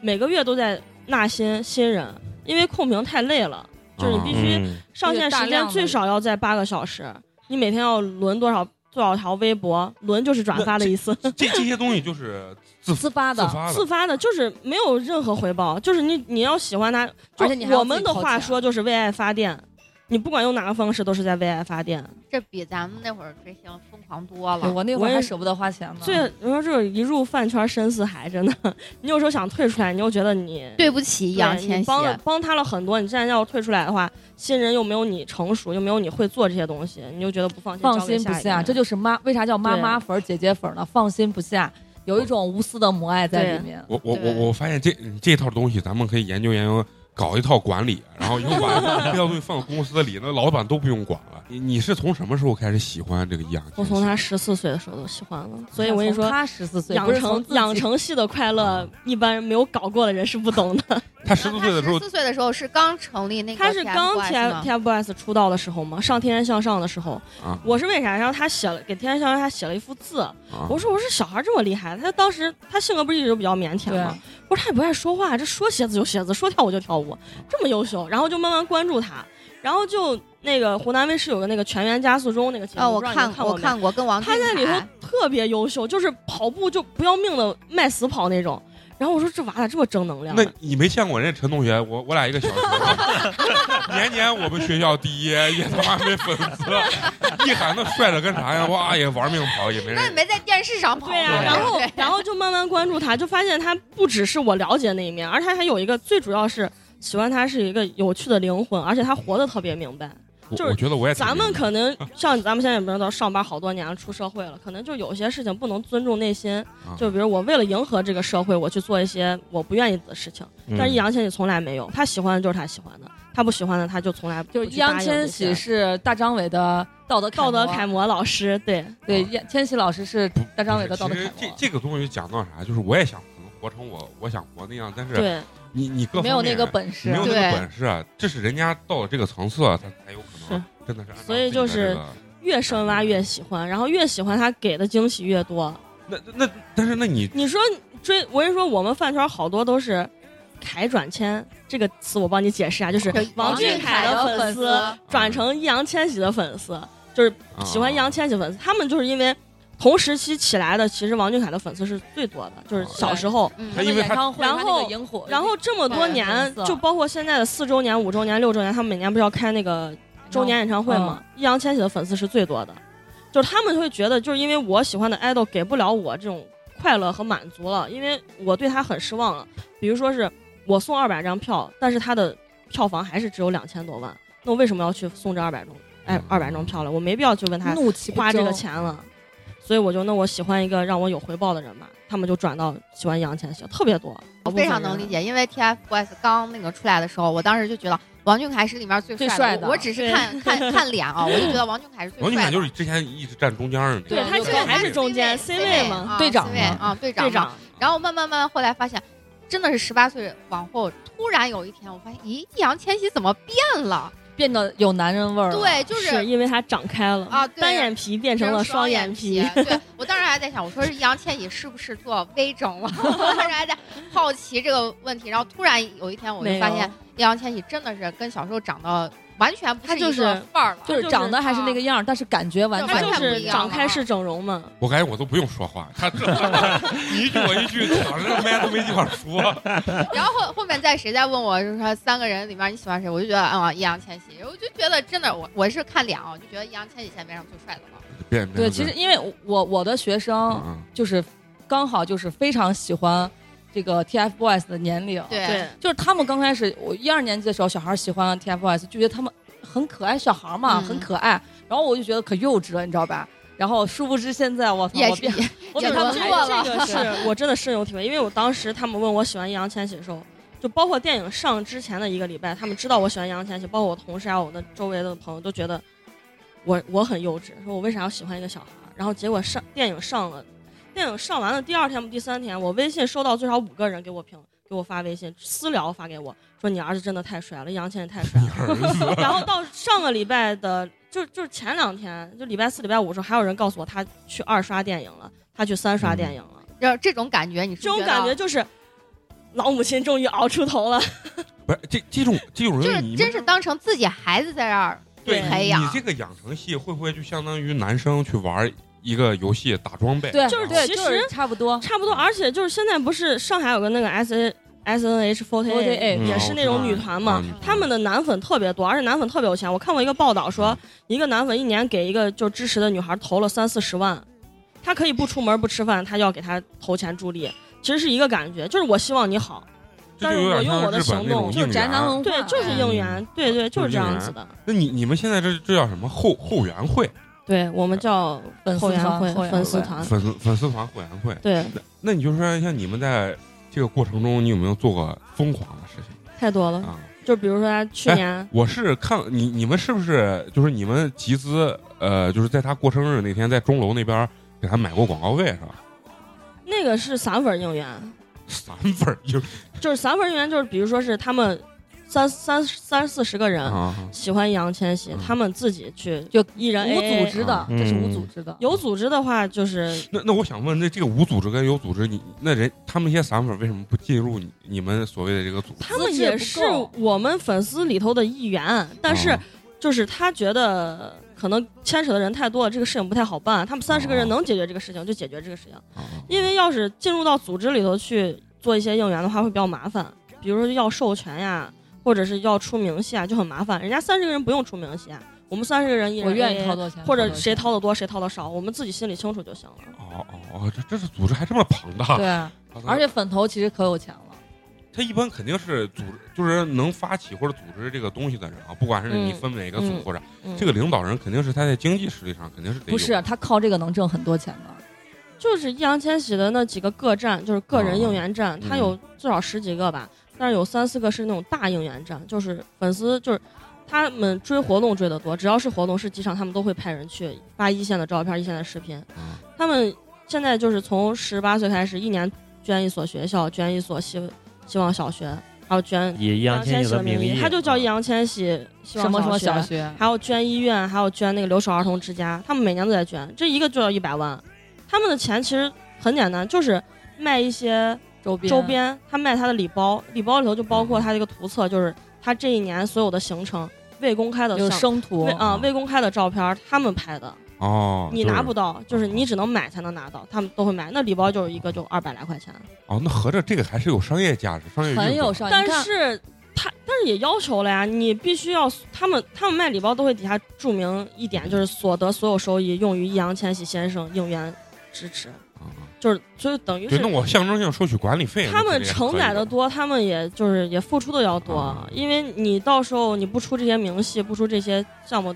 [SPEAKER 5] 每个月都在纳新新人，因为控评太累了，就是你必须
[SPEAKER 3] 嗯，
[SPEAKER 5] 上线时间最少要在八个小时，你每天要轮多少多少条微博，轮就是转发的意思，
[SPEAKER 1] 这这些东西就是自
[SPEAKER 4] 自发
[SPEAKER 1] 自
[SPEAKER 4] 的，
[SPEAKER 1] 发
[SPEAKER 5] 自
[SPEAKER 1] 的。
[SPEAKER 5] 发的，就是没有任何回报，就是你你要喜欢它，就
[SPEAKER 4] 而且你还要
[SPEAKER 5] 我们的
[SPEAKER 4] 自
[SPEAKER 5] 话
[SPEAKER 4] 己掏钱
[SPEAKER 5] 说就是为爱发电。你不管用哪个方式，都是在为爱发电。
[SPEAKER 4] 嗯
[SPEAKER 2] 这比咱们那会儿追星疯狂多
[SPEAKER 4] 对
[SPEAKER 2] 了。
[SPEAKER 4] 我那会儿还舍不得花钱呢。
[SPEAKER 5] 最你说这种一入饭圈深似海，真的， *laughs* 你有时候想退出来，你又觉得你
[SPEAKER 2] 对不起，易烊
[SPEAKER 4] 啊
[SPEAKER 5] 对
[SPEAKER 2] 千
[SPEAKER 5] 你
[SPEAKER 2] 玺，
[SPEAKER 5] 帮了帮他了很多，你现在要退出来的话，新人又没有你成熟，又没有你会做这些东西，你就觉得不放心，
[SPEAKER 4] 放
[SPEAKER 5] 交给
[SPEAKER 4] 心不
[SPEAKER 5] 下一个
[SPEAKER 4] 下，
[SPEAKER 5] 人
[SPEAKER 4] 这就是妈为啥叫妈
[SPEAKER 5] 对
[SPEAKER 4] 妈粉儿、姐姐粉儿呢？放心不下，有一种无私的母爱在里面。
[SPEAKER 1] 我我
[SPEAKER 2] 对
[SPEAKER 1] 我我发现这这套东西咱们可以研究研究，搞一套管理，然后以后把这套东西放到公司里，那老板都不用管了。你你是从什么时候开始喜欢这个易烊千玺？
[SPEAKER 5] 我从他十四岁的时候就喜欢了，所以我跟你说，
[SPEAKER 4] 他十四岁
[SPEAKER 5] 养成养，成系的快
[SPEAKER 4] 嗯
[SPEAKER 5] 乐，一般没有搞过的人是不懂的。
[SPEAKER 1] 他十四岁的时候
[SPEAKER 2] 十，四岁的时候是刚成立那个
[SPEAKER 5] 他是
[SPEAKER 2] TFBOYS
[SPEAKER 5] 刚
[SPEAKER 2] 吗
[SPEAKER 5] T TFBOYS 出道的时候嘛，上《天天向上》的时候
[SPEAKER 1] 啊，
[SPEAKER 5] 我是为啥？然后他写了给《天天向上》他写了一幅字，
[SPEAKER 1] 啊
[SPEAKER 5] 我说我说小孩这么厉害，他当时他性格不是一直比较腼腆
[SPEAKER 4] 对
[SPEAKER 5] 吗？我说他也不爱说话，这说写字就写字，说跳舞就跳舞，
[SPEAKER 1] 啊
[SPEAKER 5] 这么优秀，然后就慢慢关注他，然后就那个湖南卫视有个那个《全员加速中》那个节目，
[SPEAKER 2] 哦，
[SPEAKER 5] 不
[SPEAKER 2] 我
[SPEAKER 5] 知道你
[SPEAKER 2] 看
[SPEAKER 5] 们
[SPEAKER 2] 我
[SPEAKER 5] 看过没有
[SPEAKER 2] 看过，跟王俊
[SPEAKER 5] 他在里头
[SPEAKER 2] 凯
[SPEAKER 5] 特别优秀，就是跑步就不要命的卖死跑那种。然后我说这娃咋这么正能量啊
[SPEAKER 1] 那
[SPEAKER 5] 呢？
[SPEAKER 1] 你没见过人家陈同学，我我俩一个小学， *laughs* 年年我们学校第一，也他妈没粉丝，一喊那帅的跟啥样，哇也玩命跑，也没
[SPEAKER 2] 那你
[SPEAKER 1] 人。
[SPEAKER 2] 没在电视上跑
[SPEAKER 5] 对
[SPEAKER 2] 过
[SPEAKER 5] 呀、
[SPEAKER 1] 对
[SPEAKER 5] 然后 *laughs*
[SPEAKER 2] 对啊
[SPEAKER 5] 然后就慢慢关注他，就发现他不只是我了解那一面，而他还有一个最主要是喜欢他是一个有趣的灵魂，而且他活得特别明白。
[SPEAKER 1] 我
[SPEAKER 5] 就是
[SPEAKER 1] 我觉得我也挺
[SPEAKER 5] 咱们
[SPEAKER 1] 明白
[SPEAKER 5] 可能像咱们现在，比如说上班好多年了，出社会了，可能就有些事情不能尊重内心。
[SPEAKER 1] 啊
[SPEAKER 5] 就比如我为了迎合这个社会，我去做一些我不愿意的事情。
[SPEAKER 1] 嗯
[SPEAKER 3] 嗯
[SPEAKER 5] 但是易烊千玺从来没有，他喜欢的就是他喜欢的，他不喜欢的他就从来不
[SPEAKER 4] 就是
[SPEAKER 5] 去
[SPEAKER 4] 易烊
[SPEAKER 5] 搭应
[SPEAKER 4] 千
[SPEAKER 5] 这
[SPEAKER 4] 玺
[SPEAKER 5] 些
[SPEAKER 4] 是大张伟的道德
[SPEAKER 5] 道德
[SPEAKER 4] 楷
[SPEAKER 5] 楷
[SPEAKER 4] 模，
[SPEAKER 5] 模老师，对，
[SPEAKER 4] 对，易千玺老师是
[SPEAKER 1] 不
[SPEAKER 4] 大张伟的道
[SPEAKER 1] 不
[SPEAKER 4] 德
[SPEAKER 1] 是
[SPEAKER 4] 楷
[SPEAKER 1] 其实
[SPEAKER 4] 模。
[SPEAKER 1] 这这个东西讲到啥，就是我也想可能活成我我想活那样，但是
[SPEAKER 5] 对，
[SPEAKER 1] 你你各
[SPEAKER 4] 没有
[SPEAKER 1] 方
[SPEAKER 4] 那
[SPEAKER 1] 面
[SPEAKER 4] 个本事
[SPEAKER 1] 没，有那个
[SPEAKER 2] 对
[SPEAKER 1] 本事啊，这是人家到了这个层次，他才有可能真的是按照
[SPEAKER 5] 所
[SPEAKER 1] 自己
[SPEAKER 5] 以
[SPEAKER 1] 的
[SPEAKER 5] 就是
[SPEAKER 1] 这个
[SPEAKER 5] 越深挖越喜欢，然后越喜欢他给的惊喜越多。
[SPEAKER 1] 那那那但是那你
[SPEAKER 5] 你说追，我跟你说，我们饭圈好多都是凯转千这个词，我帮你解释啊，
[SPEAKER 2] 哦
[SPEAKER 5] 就是王俊凯的粉丝转成易烊千玺的粉丝，
[SPEAKER 1] 啊
[SPEAKER 5] 喜欢易烊千玺粉丝，他们就是因为同时期起来的，其实王俊凯的粉丝是最多的，就是小时候。
[SPEAKER 2] 嗯
[SPEAKER 1] 他因为
[SPEAKER 4] 演
[SPEAKER 1] 他
[SPEAKER 4] 唱会，
[SPEAKER 5] 然
[SPEAKER 4] 他那
[SPEAKER 5] 后
[SPEAKER 4] 个萤火，
[SPEAKER 5] 然后这么多年，就包括现在的四周年、五周年、六周年，他们每年不是要开那个周年演唱会嘛？易烊千玺的粉丝是最多的，就是他们会觉得，就是因为我喜欢的 idol 给不了我这种快乐和满足了，因为我对他很失望了。比如说是我送二百张票，但是他的票房还是只有两千多万，那我为什么要去送这二百张？哎，二百张票了，我没必要去问他
[SPEAKER 4] 怒气不
[SPEAKER 5] 花这个
[SPEAKER 4] 争
[SPEAKER 5] 钱了。所以我就那我喜欢一个让我有回报的人嘛，他们就转到喜欢易烊千玺，特别多，
[SPEAKER 2] 我非常能理解，因为 TFBOYS 刚那个出来的时候，我当时就觉得王俊凯是里面最
[SPEAKER 4] 最
[SPEAKER 2] 帅
[SPEAKER 4] 帅的
[SPEAKER 2] 我我只是
[SPEAKER 5] 对
[SPEAKER 2] 看
[SPEAKER 5] *laughs*
[SPEAKER 2] 看看脸啊，我就觉得王俊凯是最
[SPEAKER 1] 王
[SPEAKER 2] 帅
[SPEAKER 1] 俊凯
[SPEAKER 2] 的。
[SPEAKER 1] 就是之前一直站中间的那个，
[SPEAKER 5] 对他
[SPEAKER 4] 这
[SPEAKER 5] 其
[SPEAKER 4] 个
[SPEAKER 5] 实还是
[SPEAKER 1] 中
[SPEAKER 5] 中间 C 位嘛，
[SPEAKER 2] 啊
[SPEAKER 4] 队长
[SPEAKER 2] C 位
[SPEAKER 1] 嘛
[SPEAKER 2] 啊，队长
[SPEAKER 5] 队
[SPEAKER 2] 嘛。
[SPEAKER 5] 长。
[SPEAKER 2] 然后慢慢慢慢，后来发现，真的是十八岁往后，突然有一天，我发现，咦，易烊千玺怎么变了？
[SPEAKER 4] 变得有男人味儿了。
[SPEAKER 2] 对，就是
[SPEAKER 5] 是因为他长开了
[SPEAKER 2] 啊对
[SPEAKER 5] 单眼皮变成了双眼皮。 *laughs*
[SPEAKER 2] 对我当时还在想，我说是易烊千玺是不是做微整了？ *laughs* 我当时还在好奇这个问题。然后突然有一天，我就
[SPEAKER 5] 没有
[SPEAKER 2] 发现易烊千玺真的是跟小时候长得完全不
[SPEAKER 5] 他
[SPEAKER 2] 一
[SPEAKER 5] 就是
[SPEAKER 2] 个范儿了。
[SPEAKER 4] 就是长得还是那个样儿，但是感觉完
[SPEAKER 5] 他
[SPEAKER 4] 全
[SPEAKER 5] 就
[SPEAKER 4] 不
[SPEAKER 5] 是
[SPEAKER 4] 一
[SPEAKER 5] 长
[SPEAKER 4] 样。
[SPEAKER 5] 开式整容嘛，
[SPEAKER 1] 我感觉我都不用说话，他这你一句我一句，抢着麦都没地方说。
[SPEAKER 2] 然后后后面再谁再问我，就是说三个人里面你喜欢谁，我就觉得啊，易烊千玺，我就觉得真的我我是看脸啊，我就觉得易烊千玺现在面上最帅的了。
[SPEAKER 1] 别别
[SPEAKER 4] 对，其实因为我我的学生
[SPEAKER 1] 嗯
[SPEAKER 4] 就是刚好就是非常喜欢这个 TFBOYS 的年龄，，
[SPEAKER 2] 对，
[SPEAKER 5] 对，
[SPEAKER 4] 就是他们刚开始我一二年级的时候，小孩儿喜欢 TFBOYS，就觉得他们很可爱，小孩儿嘛、
[SPEAKER 2] 嗯
[SPEAKER 4] 很可爱，然后我就觉得可幼稚了，你知道吧？然后殊不知现在我操，
[SPEAKER 2] 也
[SPEAKER 4] 我
[SPEAKER 2] 是
[SPEAKER 4] 变我
[SPEAKER 2] 也
[SPEAKER 4] 比
[SPEAKER 2] 是
[SPEAKER 4] 他们
[SPEAKER 2] 我
[SPEAKER 4] 还
[SPEAKER 2] 做了 *laughs*
[SPEAKER 5] 这个是我真的深有体会，因为我当时他们问我喜欢易烊千玺的时候，就包括电影上之前的一个礼拜，他们知道我喜欢易烊千玺，包括我同事啊，我的周围的朋友都觉得我我很幼稚，说我为啥要喜欢一个小孩儿？然后结果上电影上了，电影上完了第二天、第三天，我微信收到最少五个人给我评给我发微信私聊发给我说你儿子真的太帅了，易烊千玺太帅了。然后到上个礼拜的，就就是前两天，就礼拜四、礼拜五的时候，还有人告诉我他去二刷电影了，他去三刷电影了。
[SPEAKER 2] 然后这种感觉，你是
[SPEAKER 5] 这
[SPEAKER 2] 不是
[SPEAKER 5] 种感觉就是，老母亲终于熬出头了。 *laughs*
[SPEAKER 1] 不是这这种这种
[SPEAKER 2] 就
[SPEAKER 1] 人，
[SPEAKER 2] 是
[SPEAKER 1] 你
[SPEAKER 2] 真是当成自己孩子在这儿
[SPEAKER 1] 对
[SPEAKER 2] 培
[SPEAKER 1] 你
[SPEAKER 2] 养
[SPEAKER 1] 你这个养成系会不会就相当于男生去玩一个游戏打装备？啊
[SPEAKER 4] 对，
[SPEAKER 5] 就是
[SPEAKER 4] 对，
[SPEAKER 5] 其
[SPEAKER 4] 就
[SPEAKER 5] 实
[SPEAKER 4] 是差不多。
[SPEAKER 5] 差不多，而且就是现在不是上海有个那个 S A S N H forty
[SPEAKER 4] 48
[SPEAKER 5] eight，也
[SPEAKER 1] 嗯
[SPEAKER 5] 是那种女团嘛。
[SPEAKER 1] 啊你
[SPEAKER 5] 他们的男粉特别多，而且男粉特别有钱。我看过一个报道说，一个男粉一年给一个就支持的女孩投了三四十万，他可以不出门不吃饭，他要给她投钱助力，其实是一个感觉，就是我希望你好，
[SPEAKER 1] 这就有点像日本那种
[SPEAKER 4] 就是
[SPEAKER 1] 应
[SPEAKER 4] 宅男
[SPEAKER 1] 援。
[SPEAKER 4] 文化，
[SPEAKER 5] 对，就是
[SPEAKER 1] 应
[SPEAKER 5] 应援，对对，就是这样子的。
[SPEAKER 1] 那你你们现在这这叫什么后后援会、
[SPEAKER 5] 对我们叫
[SPEAKER 4] 粉丝
[SPEAKER 5] 后援
[SPEAKER 4] 团
[SPEAKER 5] 会
[SPEAKER 4] 后援、
[SPEAKER 5] 粉丝
[SPEAKER 4] 会
[SPEAKER 5] 团，
[SPEAKER 1] 粉丝粉丝团后援会？
[SPEAKER 5] 对，
[SPEAKER 1] 那你就说像你们在这个过程中，你有没有做过疯狂的事情？
[SPEAKER 5] 太多了。
[SPEAKER 1] 啊。
[SPEAKER 5] 就比如说他去
[SPEAKER 1] 哎 *laughs*
[SPEAKER 5] 年，
[SPEAKER 1] 我是看你你们是不是就是你们集资，呃，就是在他过生日那天，在钟楼那边给他买过广告位是吧？
[SPEAKER 5] 那个是散粉应援，
[SPEAKER 1] 散粉儿就
[SPEAKER 5] 就是散粉应援，就是比如说是他们三三三四十个人。
[SPEAKER 1] 啊，
[SPEAKER 5] 喜欢易烊千玺
[SPEAKER 1] 嗯，
[SPEAKER 5] 他们自己去
[SPEAKER 4] 就
[SPEAKER 5] 一人
[SPEAKER 4] 无
[SPEAKER 5] AA
[SPEAKER 4] 组织的，
[SPEAKER 3] 嗯
[SPEAKER 4] 这是无组织的。
[SPEAKER 5] 有组织的话，就是
[SPEAKER 1] 那那我想问，那这个无组织跟有组织，你那人他们一些散粉为什么不进入你你们所谓的这个组织？
[SPEAKER 5] 他们也是
[SPEAKER 4] 资质不够
[SPEAKER 5] 我们粉丝里头的一员，但是
[SPEAKER 1] 啊
[SPEAKER 5] 就是他觉得可能牵扯的人太多了，这个事情不太好办。他们三十个人
[SPEAKER 1] 哦
[SPEAKER 5] 能解决这个事情就解决这个事情，
[SPEAKER 1] 啊
[SPEAKER 5] 因为要是进入到组织里头去做一些应援的话，会比较麻烦，比如说要授权呀，或者是要出明细啊，就很麻烦。人家三十个人不用出明细啊，我们三十个人一人
[SPEAKER 4] 我愿意
[SPEAKER 5] AA
[SPEAKER 4] 掏多少钱，
[SPEAKER 5] 或者谁掏的多谁掏的少，我们自己心里清楚就行了。
[SPEAKER 1] 哦哦哦，这这是组织还这么庞大，
[SPEAKER 4] 对，
[SPEAKER 1] 我操
[SPEAKER 4] 而且粉头其实可有钱了，
[SPEAKER 1] 他一般肯定是组织，就是能发起或者组织这个东西的人啊，不管是你
[SPEAKER 5] 嗯
[SPEAKER 1] 分哪个组
[SPEAKER 5] 嗯
[SPEAKER 1] 或者
[SPEAKER 5] 嗯啊
[SPEAKER 1] 这个领导人，肯定是他在经济实力上肯定是得有
[SPEAKER 4] 不是他靠这个能挣很多钱的。
[SPEAKER 5] 就是易烊千玺的那几个个站，就是个人应援
[SPEAKER 3] 哦
[SPEAKER 5] 站，他
[SPEAKER 3] 嗯
[SPEAKER 5] 有至少十几个吧，但是有三四个是那种大应援站，就是粉丝就是他们追活动追得多，只要是活动是机场，他们都会派人去发一线的照片、一线的视频。
[SPEAKER 1] 啊
[SPEAKER 5] 他们现在就是从十八岁开始，一年捐一所学校，捐一所希希望小学，还有捐
[SPEAKER 3] 以易
[SPEAKER 5] 易
[SPEAKER 3] 烊千玺
[SPEAKER 5] 玺的
[SPEAKER 3] 名啊
[SPEAKER 5] 义，他就叫易烊千玺希
[SPEAKER 4] 什
[SPEAKER 5] 望
[SPEAKER 4] 么什么
[SPEAKER 5] 小
[SPEAKER 4] 小
[SPEAKER 5] 学，
[SPEAKER 4] 学，
[SPEAKER 5] 还有捐医院，还有捐那个留守儿童之家，他们每年都在捐，这一个就要一百万。他们的钱其实很简单，就是卖一些
[SPEAKER 4] 周边
[SPEAKER 5] 周边，他卖他的礼包，礼包里头就包括他这个图册，就是他这一年所有的行程未公开的
[SPEAKER 4] 有
[SPEAKER 5] 相
[SPEAKER 4] 生图
[SPEAKER 5] 未，啊、未公开的照片，他们拍的，
[SPEAKER 1] 哦，
[SPEAKER 5] 你
[SPEAKER 1] 就是
[SPEAKER 5] 拿不到，就是你只能买才能拿到，他们都会买。那礼包就是一个就二百来块钱，
[SPEAKER 1] 哦，那合着这个还是有商业价值，商业
[SPEAKER 4] 很
[SPEAKER 1] 运作啊
[SPEAKER 4] 有上，
[SPEAKER 5] 但
[SPEAKER 4] 啊你看
[SPEAKER 5] 是他但是也要求了呀，你必须要他们他们卖礼包都会底下注明一点，就是所得所有收益用于易烊千玺先生应援支持，
[SPEAKER 1] 啊啊
[SPEAKER 5] 就是所以等于
[SPEAKER 1] 对，
[SPEAKER 5] 是
[SPEAKER 1] 那我象征性收取管理费，那
[SPEAKER 5] 他
[SPEAKER 1] 肯
[SPEAKER 5] 们
[SPEAKER 1] 定是
[SPEAKER 5] 承
[SPEAKER 1] 可以
[SPEAKER 5] 载的多，他们也就是也付出的要多
[SPEAKER 1] 啊，
[SPEAKER 5] 因为你到时候你不出这些明细，不出这些项目，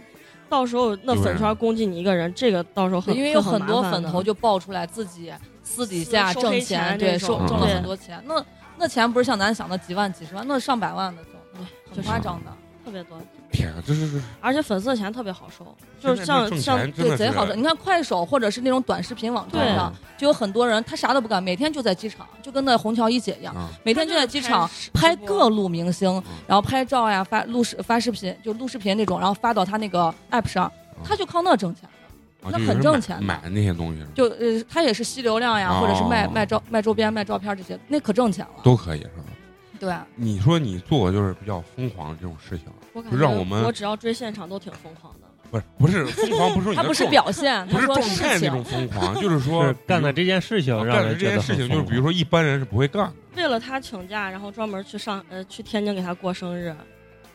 [SPEAKER 5] 到时候那
[SPEAKER 1] 有
[SPEAKER 5] 粉
[SPEAKER 1] 人
[SPEAKER 5] 圈攻击你一个人，这个到时候很
[SPEAKER 4] 因为
[SPEAKER 5] 会
[SPEAKER 4] 有
[SPEAKER 5] 很
[SPEAKER 4] 很多
[SPEAKER 5] 麻烦
[SPEAKER 4] 粉
[SPEAKER 5] 的
[SPEAKER 4] 头就爆出来自己私底
[SPEAKER 5] 私
[SPEAKER 4] 下
[SPEAKER 5] 收
[SPEAKER 4] 挣
[SPEAKER 5] 黑钱
[SPEAKER 4] 对，
[SPEAKER 5] 那
[SPEAKER 4] 收
[SPEAKER 5] 种
[SPEAKER 4] 挣了
[SPEAKER 1] 对
[SPEAKER 4] 很多钱，那那钱不是像咱想的几万几十万，那上百万的挣，
[SPEAKER 5] 就
[SPEAKER 4] 很
[SPEAKER 5] 是
[SPEAKER 4] 夸张的。
[SPEAKER 5] 特别多，
[SPEAKER 1] 天啊，这是
[SPEAKER 5] 而且粉丝的钱特别好收，就是像
[SPEAKER 1] 现在这挣钱
[SPEAKER 5] 像
[SPEAKER 1] 真
[SPEAKER 4] 对，
[SPEAKER 1] 的
[SPEAKER 4] 贼
[SPEAKER 1] 是
[SPEAKER 4] 好挣。你看快手或者是那种短视频网站
[SPEAKER 5] 对
[SPEAKER 4] 上
[SPEAKER 1] 啊，
[SPEAKER 4] 就有很多人，他啥都不干，每天就在机场，就跟那虹桥一姐一
[SPEAKER 5] 嗯
[SPEAKER 4] 样，
[SPEAKER 1] 啊，
[SPEAKER 4] 每天就在机场拍各路明星
[SPEAKER 1] 嗯，
[SPEAKER 4] 然后拍照呀，发录视发视频，就录视频那种，然后发到他那个 app 上，
[SPEAKER 1] 嗯
[SPEAKER 4] 他就靠那挣钱。
[SPEAKER 1] 啊
[SPEAKER 4] 那
[SPEAKER 1] 就有
[SPEAKER 4] 很
[SPEAKER 1] 人
[SPEAKER 4] 挣
[SPEAKER 1] 买
[SPEAKER 4] 钱的
[SPEAKER 1] 买那些东西是吧
[SPEAKER 4] 就呃，他也是吸流量呀，
[SPEAKER 1] 哦
[SPEAKER 4] 或者是卖卖照卖周边、卖照片这些，那可挣钱了。
[SPEAKER 1] 都可以是吧？
[SPEAKER 4] 对，啊
[SPEAKER 1] 你说你做过就是比较疯狂的这种事情，
[SPEAKER 5] 我感
[SPEAKER 1] 就
[SPEAKER 5] 觉
[SPEAKER 1] 让我们
[SPEAKER 5] 我只要追现场都挺疯狂的。
[SPEAKER 1] 不是不是疯狂，不是你
[SPEAKER 4] 他
[SPEAKER 1] 的
[SPEAKER 4] 不是
[SPEAKER 1] 状
[SPEAKER 4] 表现，
[SPEAKER 1] 不
[SPEAKER 4] 他
[SPEAKER 1] 是
[SPEAKER 4] 说
[SPEAKER 1] 状态
[SPEAKER 4] 事
[SPEAKER 1] 那种疯
[SPEAKER 4] 情。
[SPEAKER 1] 狂，就是说
[SPEAKER 3] 是干的这件事情
[SPEAKER 1] 啊
[SPEAKER 3] 让
[SPEAKER 1] 干的
[SPEAKER 3] 人
[SPEAKER 1] 这
[SPEAKER 3] 觉得
[SPEAKER 1] 件事
[SPEAKER 3] 很
[SPEAKER 1] 情，就是
[SPEAKER 3] 疯
[SPEAKER 1] 比如说一般人是不会干的。
[SPEAKER 5] 为了他请假，然后专门去上呃去天津给他过生日，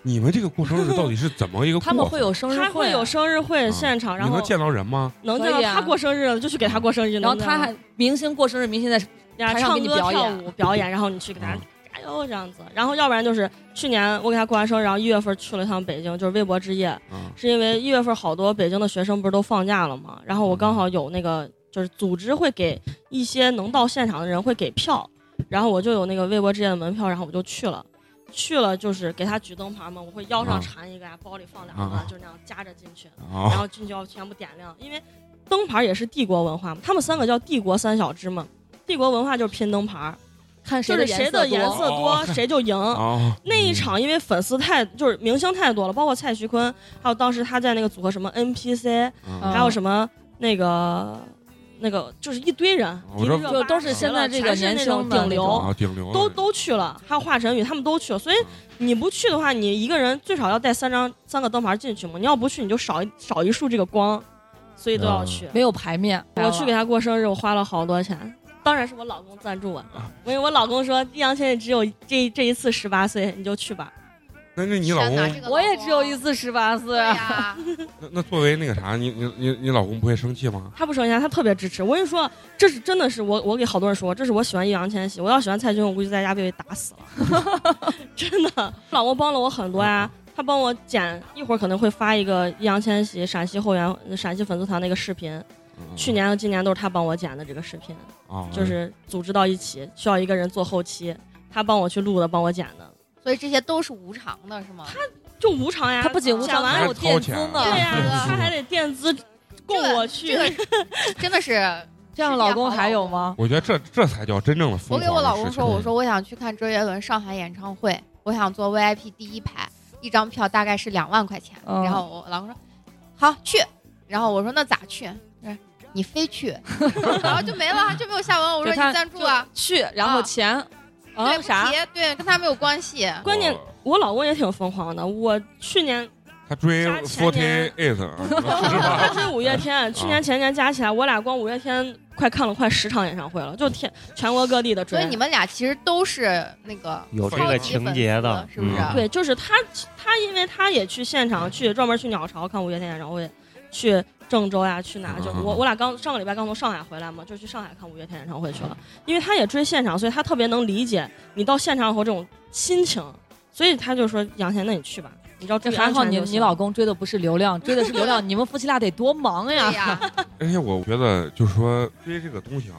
[SPEAKER 1] 你们这个过生日到底是怎么一个过法？
[SPEAKER 4] 他们会啊有生日
[SPEAKER 5] 他会有生日会
[SPEAKER 1] 嗯
[SPEAKER 5] 现场，然
[SPEAKER 1] 你
[SPEAKER 5] 后
[SPEAKER 1] 能见嗯到人吗？
[SPEAKER 5] 能
[SPEAKER 4] 可
[SPEAKER 5] 见到
[SPEAKER 4] 以啊
[SPEAKER 5] 他过生日了就去给他过生日，
[SPEAKER 4] 然后
[SPEAKER 5] 能
[SPEAKER 4] 他
[SPEAKER 5] 见到
[SPEAKER 4] 还明星过生日，明星在
[SPEAKER 5] 呀，
[SPEAKER 4] 台上给
[SPEAKER 5] 唱
[SPEAKER 4] 你
[SPEAKER 5] 歌、
[SPEAKER 4] 表
[SPEAKER 5] 跳
[SPEAKER 4] 演
[SPEAKER 5] 舞、
[SPEAKER 4] *laughs*
[SPEAKER 5] 表演，然后你去给大家
[SPEAKER 1] 嗯
[SPEAKER 5] 加油这样子。然后要不然就是去年我给他过完生日，然后一月份去了趟北京，就是微博之夜，
[SPEAKER 1] 啊
[SPEAKER 5] 是因为一月份好多北京的学生不是都放假了嘛，然后
[SPEAKER 1] 嗯
[SPEAKER 5] 我刚好有那个就是组织会给一些能到现场的人会给票，然后我就有那个微博之夜的门票，然后我就去了。去了就是给他举灯牌嘛，我会腰
[SPEAKER 1] 啊
[SPEAKER 5] 上缠一个呀，包里放两个
[SPEAKER 1] 啊，
[SPEAKER 5] 就是那样夹着进去。然
[SPEAKER 1] 啊
[SPEAKER 5] 后进去要全部点亮，因为灯牌也是帝国文化嘛，他们三个叫帝国三小只嘛。帝国文化就是拼灯牌，
[SPEAKER 4] 看
[SPEAKER 5] 就
[SPEAKER 4] 的
[SPEAKER 5] 是谁的颜
[SPEAKER 4] 颜
[SPEAKER 5] 色
[SPEAKER 4] 多。
[SPEAKER 5] 多
[SPEAKER 1] 哦 *laughs*
[SPEAKER 5] 谁就赢。
[SPEAKER 1] 啊！
[SPEAKER 5] 那一场因为粉丝太就是明星太多了，包括蔡徐坤，还有当时他在那个组合什么 NPC，
[SPEAKER 1] 啊
[SPEAKER 5] 还有什么那个那个就是一堆人，
[SPEAKER 1] 我知道
[SPEAKER 4] 就都是现在这个年轻的
[SPEAKER 5] 顶流
[SPEAKER 4] 那
[SPEAKER 1] 啊，顶流
[SPEAKER 5] 都
[SPEAKER 1] 的
[SPEAKER 5] 都去了，还有华晨宇他们都去了，所以
[SPEAKER 1] 嗯
[SPEAKER 5] 你不去的话，你一个人最少要带三张三个灯牌进去嘛，你要不去你就少一少一束这个光，所以都要去。
[SPEAKER 1] 嗯
[SPEAKER 4] 没有牌面。
[SPEAKER 5] 我去给
[SPEAKER 4] 他
[SPEAKER 5] 他过生日，我花了好多钱，当然是我老公赞助我
[SPEAKER 1] 啊，
[SPEAKER 5] 因为我老公说易烊千玺只有这这一次十八岁，你就去吧。
[SPEAKER 1] 那那你老
[SPEAKER 2] 天
[SPEAKER 1] 公
[SPEAKER 2] 哪这个
[SPEAKER 4] 我也
[SPEAKER 2] 老
[SPEAKER 4] 只有
[SPEAKER 2] 公
[SPEAKER 4] 一次十八岁
[SPEAKER 2] 对，呀，
[SPEAKER 4] *laughs*
[SPEAKER 1] 那那作为那个啥，你你你你老公不会生气吗？
[SPEAKER 5] 他不生气，他特别支持。我跟你说，这是真的是我，我给好多人说，这是我喜欢易烊千玺。我要喜欢蔡徐坤，我估计在家被打死了。
[SPEAKER 4] *laughs*
[SPEAKER 5] 真的，老公帮了我很多呀，他帮我剪，一会儿可能会发一个易烊千玺陕西后援、陕西粉丝团那个视
[SPEAKER 4] 哦
[SPEAKER 5] 频。
[SPEAKER 1] 嗯
[SPEAKER 5] 去年和今年都是他帮我剪的这个视频，
[SPEAKER 1] 啊，
[SPEAKER 4] 嗯
[SPEAKER 5] 就是组织到一起，需要一个人做后期，他帮我去录的，帮我剪的。
[SPEAKER 2] 所以这些都是无偿的，是吗？
[SPEAKER 5] 就无偿呀。
[SPEAKER 4] 他不仅无
[SPEAKER 5] 讲
[SPEAKER 4] 偿，
[SPEAKER 5] 完
[SPEAKER 4] 还啊
[SPEAKER 5] 了
[SPEAKER 4] 有
[SPEAKER 5] 我
[SPEAKER 4] 垫资
[SPEAKER 1] 啊
[SPEAKER 4] 呢。
[SPEAKER 2] 还
[SPEAKER 5] 对呀、
[SPEAKER 1] 对
[SPEAKER 5] 他还得垫资供我去。
[SPEAKER 2] 这个真的是，
[SPEAKER 4] *laughs* 这样老公还有吗？
[SPEAKER 1] 我觉得这这才叫真正的
[SPEAKER 2] 我
[SPEAKER 1] 疯狂的事
[SPEAKER 2] 给
[SPEAKER 1] 情。嗯
[SPEAKER 2] 我老公说，我说我想去看周杰伦上海演唱会，我想坐 VIP 第一排，一张票大概是两万块钱。
[SPEAKER 4] 嗯
[SPEAKER 2] 然后我老公说好去，然后我说那咋去？他说你非去， *laughs* 然后就没了，就没有下文。我说
[SPEAKER 4] 就他
[SPEAKER 2] 你赞助啊，
[SPEAKER 4] 去，然后钱，啊
[SPEAKER 2] 对，不
[SPEAKER 4] 啥？
[SPEAKER 2] 提，对，跟他没有关系。
[SPEAKER 5] 关键
[SPEAKER 1] 哇
[SPEAKER 5] 我老公也挺疯狂的，我去年
[SPEAKER 1] 他追
[SPEAKER 5] 加前
[SPEAKER 1] Forty
[SPEAKER 5] 年
[SPEAKER 2] *laughs*
[SPEAKER 1] Eight，
[SPEAKER 3] 啊
[SPEAKER 5] *laughs* 他追五月天，去年前年加起来，我俩光五月天快看了快十场演唱会了，就天全国各地的追。
[SPEAKER 2] 所以你们俩其实都是那个
[SPEAKER 3] 有这
[SPEAKER 2] 超
[SPEAKER 3] 个
[SPEAKER 2] 级
[SPEAKER 3] 情
[SPEAKER 2] 粉
[SPEAKER 3] 节
[SPEAKER 2] 丝
[SPEAKER 3] 的，
[SPEAKER 2] 是不是
[SPEAKER 3] 嗯
[SPEAKER 5] 对，就是他，他因为他也去现场去专门去鸟巢看五月天演唱会，去郑州呀，去哪？就
[SPEAKER 1] 嗯
[SPEAKER 5] 我我俩刚上个礼拜刚从上海回来嘛，就去上海看五月天演唱会去了。因为他也追现场，所以他特别能理解你到现场以后这种心情，所以他就说杨贤，那你去吧，你知
[SPEAKER 4] *laughs*
[SPEAKER 5] 道
[SPEAKER 4] 这还好你你老公追的不是流量，追的是流量。
[SPEAKER 5] *laughs*
[SPEAKER 4] 你们夫妻俩得多忙呀
[SPEAKER 2] 对！
[SPEAKER 5] 啊
[SPEAKER 2] 呀，
[SPEAKER 1] 而且我觉得就是说追这个东西啊，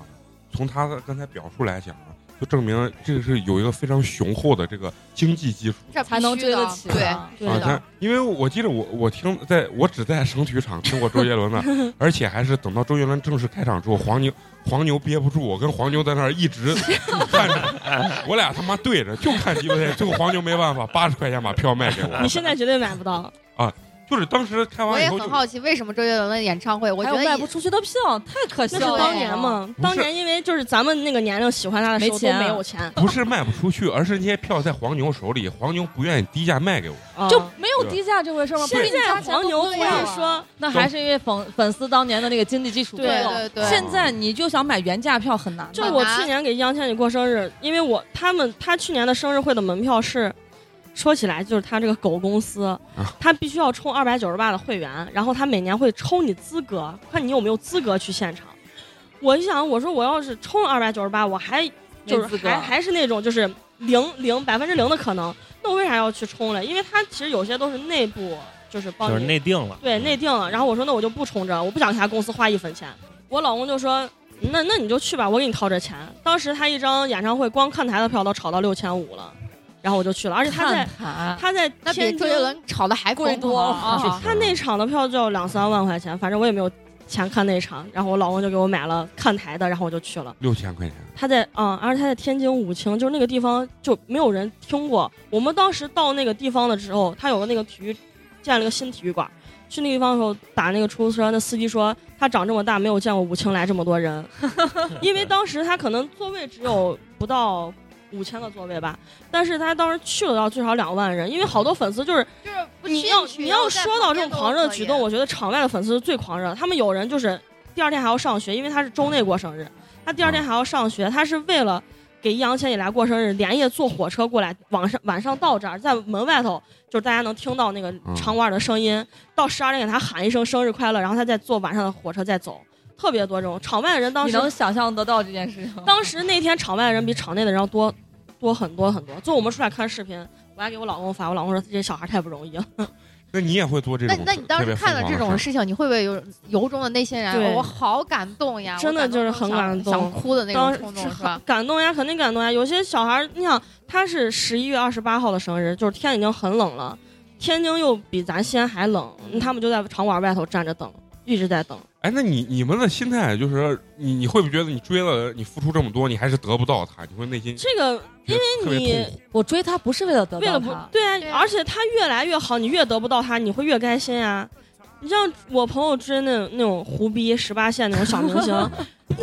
[SPEAKER 1] 从他的刚才表述来讲啊，就证明这个是有一个非常雄厚的这个经济基础。
[SPEAKER 2] 这必
[SPEAKER 4] *laughs* 才能
[SPEAKER 2] 须
[SPEAKER 4] 追得
[SPEAKER 2] 的
[SPEAKER 4] 起
[SPEAKER 2] 对，
[SPEAKER 4] 啊
[SPEAKER 5] 对
[SPEAKER 1] 啊，
[SPEAKER 5] 的
[SPEAKER 1] 他因为我记得我我听在我只在省体育场听过周杰伦
[SPEAKER 2] *laughs*
[SPEAKER 1] 的，而且还是等到周杰伦正式开场之后，黄牛黄牛憋不住，我跟黄牛在那儿一直看着，我俩他妈对着就看鸡巴天，最后黄牛没办法，八十块钱把票卖给我
[SPEAKER 2] *laughs*
[SPEAKER 5] 你，现在绝对买不到，
[SPEAKER 1] 就是当时开
[SPEAKER 2] 我
[SPEAKER 1] 完以
[SPEAKER 2] 也
[SPEAKER 1] 后
[SPEAKER 2] 很
[SPEAKER 1] 就
[SPEAKER 2] 好奇为什么周杰伦的演唱会，我
[SPEAKER 4] 还
[SPEAKER 2] 觉
[SPEAKER 4] 有
[SPEAKER 2] 得
[SPEAKER 4] 卖
[SPEAKER 2] 也
[SPEAKER 4] 不出去的票，太可惜
[SPEAKER 5] 那
[SPEAKER 4] 了。
[SPEAKER 5] 是当年嘛，
[SPEAKER 1] 不
[SPEAKER 5] 当
[SPEAKER 1] 是
[SPEAKER 5] 年因为就是咱们那个年龄喜欢他的时
[SPEAKER 4] 没
[SPEAKER 5] 候都
[SPEAKER 4] 钱
[SPEAKER 5] 没有钱，
[SPEAKER 1] 不是卖不出去，而是那些票在黄牛手里，黄牛不愿意低价卖给我。
[SPEAKER 5] 啊
[SPEAKER 4] 就没有低价这回事吗？
[SPEAKER 5] 现
[SPEAKER 4] 不是你
[SPEAKER 5] 在
[SPEAKER 4] 加钱
[SPEAKER 5] 黄牛
[SPEAKER 4] 都
[SPEAKER 5] 不
[SPEAKER 4] 不要啊
[SPEAKER 5] 是说
[SPEAKER 4] 那还是因为粉粉丝当年的那个经济基础不够。
[SPEAKER 5] 对
[SPEAKER 2] 对对
[SPEAKER 4] 现在你就想买原价票很难吧。
[SPEAKER 5] 就
[SPEAKER 2] 很
[SPEAKER 5] 我
[SPEAKER 2] 难
[SPEAKER 5] 去年给易烊千玺过生日，因为我他们他去年的生日会的门票是，说起来就是他这个狗公
[SPEAKER 3] 啊
[SPEAKER 5] 司，他必须要充二百九十八的会员，然后他每年会抽你资格，看你有没有资格去现场。我一想，我说我要是充二百九十八，我还就
[SPEAKER 4] 没资
[SPEAKER 5] 是
[SPEAKER 4] 格
[SPEAKER 5] 还还是那种就是零零百分之零的可能，那我为啥要去充嘞？因为他其实有些都是内部就是帮
[SPEAKER 3] 就是
[SPEAKER 5] 你
[SPEAKER 3] 内定了。
[SPEAKER 2] 嗯
[SPEAKER 5] 对，内定了。然后我说那我就不充这，我不想给他公司花一分钱。我老公就说那那你就去吧，我给你掏这钱。当时他一张演唱会光看台的票都炒到六千五了，然后我就去了，而且他
[SPEAKER 4] 看
[SPEAKER 5] 在
[SPEAKER 4] 盘，
[SPEAKER 5] 他在
[SPEAKER 2] 那比
[SPEAKER 5] 天
[SPEAKER 2] 周
[SPEAKER 5] 津，
[SPEAKER 2] 杰伦炒的还
[SPEAKER 4] 贵
[SPEAKER 2] 疯
[SPEAKER 4] 多
[SPEAKER 2] 狂
[SPEAKER 4] 了
[SPEAKER 5] *laughs*
[SPEAKER 2] 啊！
[SPEAKER 5] 他那场的票就要两三万块钱，反正我也没有钱看那场。然后我老公就给我买了看台的，然后我就去了。
[SPEAKER 1] 六千块钱，
[SPEAKER 5] 他在嗯，而且他在天津武清，就是那个地方就没有人听过。我们当时到那个地方的时候，他有个那个体育，建了个新体育馆。去那个地方的时候，打那个出租车，那司机说他长这么大没有见过武清来这么多人，因为当时他可能座位只有不到五千个座位吧，但是他当时去了要最少两万人，因为好多粉丝就是
[SPEAKER 2] 就是不
[SPEAKER 5] 你
[SPEAKER 2] 进
[SPEAKER 5] 要
[SPEAKER 2] 去
[SPEAKER 5] 你要
[SPEAKER 2] 然后在
[SPEAKER 5] 说
[SPEAKER 2] 旁
[SPEAKER 5] 到这
[SPEAKER 2] 边
[SPEAKER 5] 种
[SPEAKER 2] 都
[SPEAKER 5] 狂热的
[SPEAKER 2] 可
[SPEAKER 5] 举
[SPEAKER 2] 以
[SPEAKER 5] 动，我觉得场外的粉丝是最狂热的。他们有人就是第二天还要上学，因为他是周内过生日，他第二天还要上学，他是为了给易烊千玺来过生日，连夜坐火车过来，晚上晚上到这儿，在门外头就是大家能听到那个
[SPEAKER 1] 嗯
[SPEAKER 5] 场馆的声音，到十二点给他喊一声生日快乐，然后他再坐晚上的火车再走，特别多这种。场外的人当
[SPEAKER 4] 你
[SPEAKER 5] 时
[SPEAKER 4] 能想象得到这件事情吗？
[SPEAKER 5] 当时那天场外的人比场内的人要多多很多很多，就我们出来看视频。我还给我老公发，我老公说这小孩太不容易了。
[SPEAKER 1] 那你也会做这
[SPEAKER 2] 那
[SPEAKER 1] 种？
[SPEAKER 2] 那你当时看了这种
[SPEAKER 1] 事，
[SPEAKER 2] 事情，你会不会有由衷的内心然
[SPEAKER 5] 对
[SPEAKER 2] 我好感动呀！
[SPEAKER 5] 真
[SPEAKER 2] 我
[SPEAKER 5] 的
[SPEAKER 2] 感动
[SPEAKER 5] 就是很
[SPEAKER 2] 想
[SPEAKER 5] 感动
[SPEAKER 2] 想哭的那种
[SPEAKER 5] 当时
[SPEAKER 2] 冲动
[SPEAKER 5] 是
[SPEAKER 2] 是吧？
[SPEAKER 5] 感动呀，肯定感动呀。有些小孩儿，你想他是十一月二十八号的生日，就是天已经很冷了，天津又比咱西安还冷，他们就在场馆外头站着等，一直在等。
[SPEAKER 1] 哎，那你你们的心态就是，你你会不会觉得你追了，你付出这么多，你还是得不到他，你会内心
[SPEAKER 5] 这个
[SPEAKER 1] 因为特别
[SPEAKER 5] 你
[SPEAKER 1] 痛苦？
[SPEAKER 4] 我追他不是为了得
[SPEAKER 5] 为了
[SPEAKER 4] 到
[SPEAKER 5] 不
[SPEAKER 4] 他，
[SPEAKER 5] 对啊，
[SPEAKER 2] 对
[SPEAKER 5] 而且他越来越好，你越得不到他，你会越开心呀。你像我朋友追那种那种胡逼十八线那种小明星，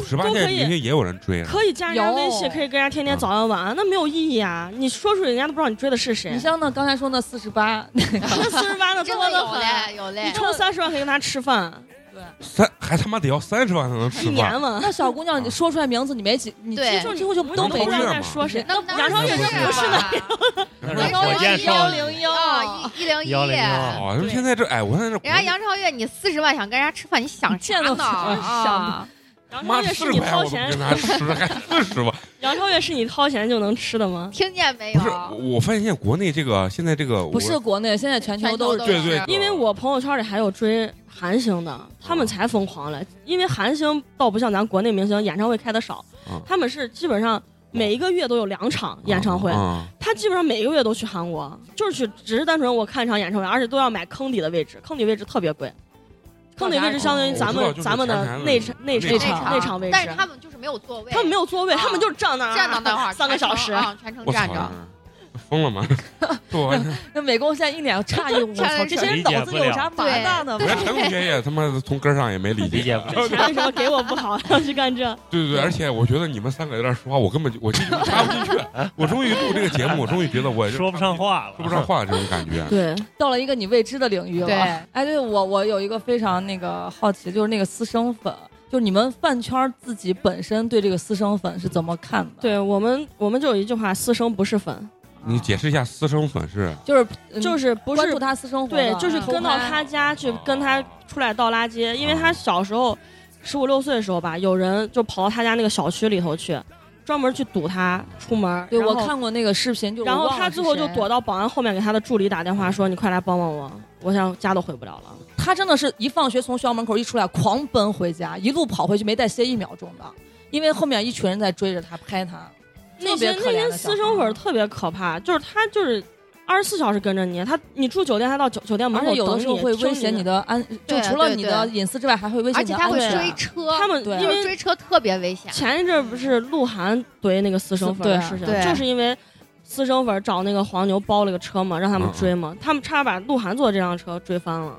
[SPEAKER 1] 十八
[SPEAKER 5] 都
[SPEAKER 1] 线
[SPEAKER 5] 可以
[SPEAKER 1] 明星也有人追啊了，
[SPEAKER 5] 可以加人家微信，
[SPEAKER 4] 有
[SPEAKER 5] 可以跟人家天天
[SPEAKER 1] 嗯
[SPEAKER 5] 早安晚安，那没有意义啊！你说出来人家都不知道你追的是谁。
[SPEAKER 4] 你像那刚才说那四十八，
[SPEAKER 5] 那四十八的
[SPEAKER 2] *laughs* 真
[SPEAKER 5] 多
[SPEAKER 2] 的
[SPEAKER 5] 得
[SPEAKER 2] 有
[SPEAKER 5] 很，
[SPEAKER 2] 嘞，有嘞
[SPEAKER 5] 你。充三十万可以跟他吃饭，
[SPEAKER 1] 三还他妈得要三十万才能
[SPEAKER 5] 一
[SPEAKER 1] 吃
[SPEAKER 5] 年
[SPEAKER 1] 饭。
[SPEAKER 5] 嘛。
[SPEAKER 4] 那小姑娘你说出来名字，你没几，你
[SPEAKER 2] 对
[SPEAKER 4] 记住哎之后就
[SPEAKER 5] 我
[SPEAKER 4] 都
[SPEAKER 5] 都
[SPEAKER 1] 不
[SPEAKER 4] 没
[SPEAKER 5] 不知
[SPEAKER 1] 知
[SPEAKER 5] 道
[SPEAKER 1] 道
[SPEAKER 4] 记。
[SPEAKER 5] 在说谁。
[SPEAKER 2] 那
[SPEAKER 4] 杨超越
[SPEAKER 2] 是
[SPEAKER 4] 真不是
[SPEAKER 2] 吧？
[SPEAKER 5] 哎
[SPEAKER 1] 嗯
[SPEAKER 3] 那是火箭
[SPEAKER 4] 幺
[SPEAKER 3] 少女
[SPEAKER 4] 零幺
[SPEAKER 5] *laughs*
[SPEAKER 2] 啊，一一零一
[SPEAKER 3] 101
[SPEAKER 1] 哦，
[SPEAKER 5] 对
[SPEAKER 1] 现在这哎，我看这国
[SPEAKER 2] 人家
[SPEAKER 1] 内
[SPEAKER 2] 杨超越，你四十万想跟人家吃饭，你想啥
[SPEAKER 4] 见
[SPEAKER 2] 呢？
[SPEAKER 4] 了
[SPEAKER 2] 啊，
[SPEAKER 5] 杨超
[SPEAKER 1] 妈
[SPEAKER 5] 越
[SPEAKER 1] 四
[SPEAKER 5] 是
[SPEAKER 1] 十
[SPEAKER 5] 你
[SPEAKER 1] 块钱
[SPEAKER 5] 掏
[SPEAKER 1] 我都不
[SPEAKER 5] 钱 *laughs*
[SPEAKER 1] 跟，他吃，还四十万？
[SPEAKER 5] 杨超越是你掏钱就能吃的
[SPEAKER 2] *laughs*
[SPEAKER 5] 吗？
[SPEAKER 2] 听见没
[SPEAKER 1] 不是，
[SPEAKER 2] 有？
[SPEAKER 1] 我发现现在国内这个现在这个
[SPEAKER 4] 不是
[SPEAKER 1] 我
[SPEAKER 4] 国内，现在全球都是
[SPEAKER 2] 全球都
[SPEAKER 1] 对对，
[SPEAKER 5] 因为我朋友圈里还有追韩星的，他
[SPEAKER 1] 哦
[SPEAKER 5] 们才疯狂嘞。因为韩星倒不像咱国内明星演唱会开的少
[SPEAKER 1] 嗯，
[SPEAKER 5] 他们是基本上每一个月都有两场演唱会，
[SPEAKER 1] 嗯
[SPEAKER 5] 他基本上每个月都去韩国，就是去，只是单纯我看一场演唱会，而且都要买坑底的位置，坑底位置特别贵，坑底位置相当于咱们、
[SPEAKER 1] 我知道就是
[SPEAKER 5] 咱们
[SPEAKER 1] 前台
[SPEAKER 5] 的
[SPEAKER 1] 的
[SPEAKER 5] 内
[SPEAKER 1] 那
[SPEAKER 5] 场内
[SPEAKER 4] 那
[SPEAKER 5] 场
[SPEAKER 4] 场
[SPEAKER 5] 内场位置，
[SPEAKER 2] 但是他们就是没有座位，
[SPEAKER 5] 他们没有座位，
[SPEAKER 2] 啊
[SPEAKER 5] 他们就是站那儿
[SPEAKER 2] 站到那儿
[SPEAKER 5] *laughs* 三个小时
[SPEAKER 2] 全，程啊，全程
[SPEAKER 1] 我
[SPEAKER 2] 站
[SPEAKER 1] 操
[SPEAKER 2] 着。，
[SPEAKER 1] 疯了吗？
[SPEAKER 5] *laughs*
[SPEAKER 1] 对，
[SPEAKER 4] 那美工现在一脸诧异，我
[SPEAKER 2] 差
[SPEAKER 4] 操，
[SPEAKER 2] 点
[SPEAKER 4] 这些人脑子有啥麻大的
[SPEAKER 1] 我
[SPEAKER 4] 吗
[SPEAKER 1] 这？陈同学也他妈从根儿上也没理
[SPEAKER 3] 理解不了。
[SPEAKER 5] 钱为什么给我不好， *laughs* 要去干这？
[SPEAKER 1] 对对对，而且我觉得你们三个有点说话，我根本就我进去插不进去。我终于录这个节目，我终于觉得我
[SPEAKER 3] 说不上，话了，
[SPEAKER 1] 说不上话这种感觉。
[SPEAKER 5] 对，
[SPEAKER 4] 到了一个你未知的领域了。
[SPEAKER 2] 对
[SPEAKER 4] 哎，对我我有一个非常那个好奇，就是那个私生粉，就是你们饭圈自己本身对这个私生粉是怎么看的？
[SPEAKER 5] 对我们我们就有一句话，私生不是粉，
[SPEAKER 1] 你解释一下私生粉是？
[SPEAKER 4] 就是
[SPEAKER 5] 就是是不
[SPEAKER 4] 嗯关
[SPEAKER 5] 是
[SPEAKER 4] 注他私生活的，嗯
[SPEAKER 5] 对，就是
[SPEAKER 2] 偷
[SPEAKER 5] 跟到
[SPEAKER 4] 拍
[SPEAKER 5] 他家去跟他出来倒垃圾，因为他小时候十五六岁的时候吧，有人就跑到他家那个小区里头去，专门去堵他出门。
[SPEAKER 4] 对
[SPEAKER 5] 然
[SPEAKER 4] 我
[SPEAKER 5] 后。
[SPEAKER 4] 看过那个视频，就
[SPEAKER 5] 然后
[SPEAKER 4] 我忘了
[SPEAKER 5] 他
[SPEAKER 4] 是
[SPEAKER 5] 最后就
[SPEAKER 4] 谁
[SPEAKER 5] 躲到保安后面，给他的助理打电话说：“你快来帮帮我，我想家都回不了了。
[SPEAKER 4] 他真的是一放学从学校门口一出来，狂奔回家，一路跑回去没带歇一秒钟的，因为后面一群人在追着他拍他。
[SPEAKER 5] 那
[SPEAKER 4] 特
[SPEAKER 5] 些
[SPEAKER 4] 别
[SPEAKER 5] 那
[SPEAKER 4] 可怜
[SPEAKER 5] 些
[SPEAKER 4] 的小
[SPEAKER 5] 私生
[SPEAKER 4] 孩
[SPEAKER 5] 粉特别可怕，就是他就是二十四小时跟着你，他你住酒店，他到酒酒店门
[SPEAKER 4] 而
[SPEAKER 5] 口
[SPEAKER 4] 且有的时候
[SPEAKER 5] 等
[SPEAKER 4] 会
[SPEAKER 5] 听
[SPEAKER 4] 威胁你
[SPEAKER 5] 的。
[SPEAKER 4] 的安，就
[SPEAKER 2] 对
[SPEAKER 4] 除了
[SPEAKER 2] 对
[SPEAKER 4] 你
[SPEAKER 2] 对
[SPEAKER 4] 的隐私之外，还会威胁
[SPEAKER 2] 而
[SPEAKER 4] 你
[SPEAKER 2] 且
[SPEAKER 4] 的
[SPEAKER 2] 他
[SPEAKER 4] 安
[SPEAKER 2] 会
[SPEAKER 4] 全。啊
[SPEAKER 2] 追车，
[SPEAKER 5] 啊他们
[SPEAKER 4] 对
[SPEAKER 5] 因
[SPEAKER 2] 就是
[SPEAKER 5] 为
[SPEAKER 2] 追车特别危险。
[SPEAKER 5] 前一阵儿不是鹿晗怼那个私生粉的
[SPEAKER 4] 是
[SPEAKER 5] 事情
[SPEAKER 2] 对，
[SPEAKER 5] 就是因为私生粉找那个黄牛包了个车嘛，让他们
[SPEAKER 1] 嗯嗯
[SPEAKER 5] 追嘛，他们差点把鹿晗坐这辆车追翻了。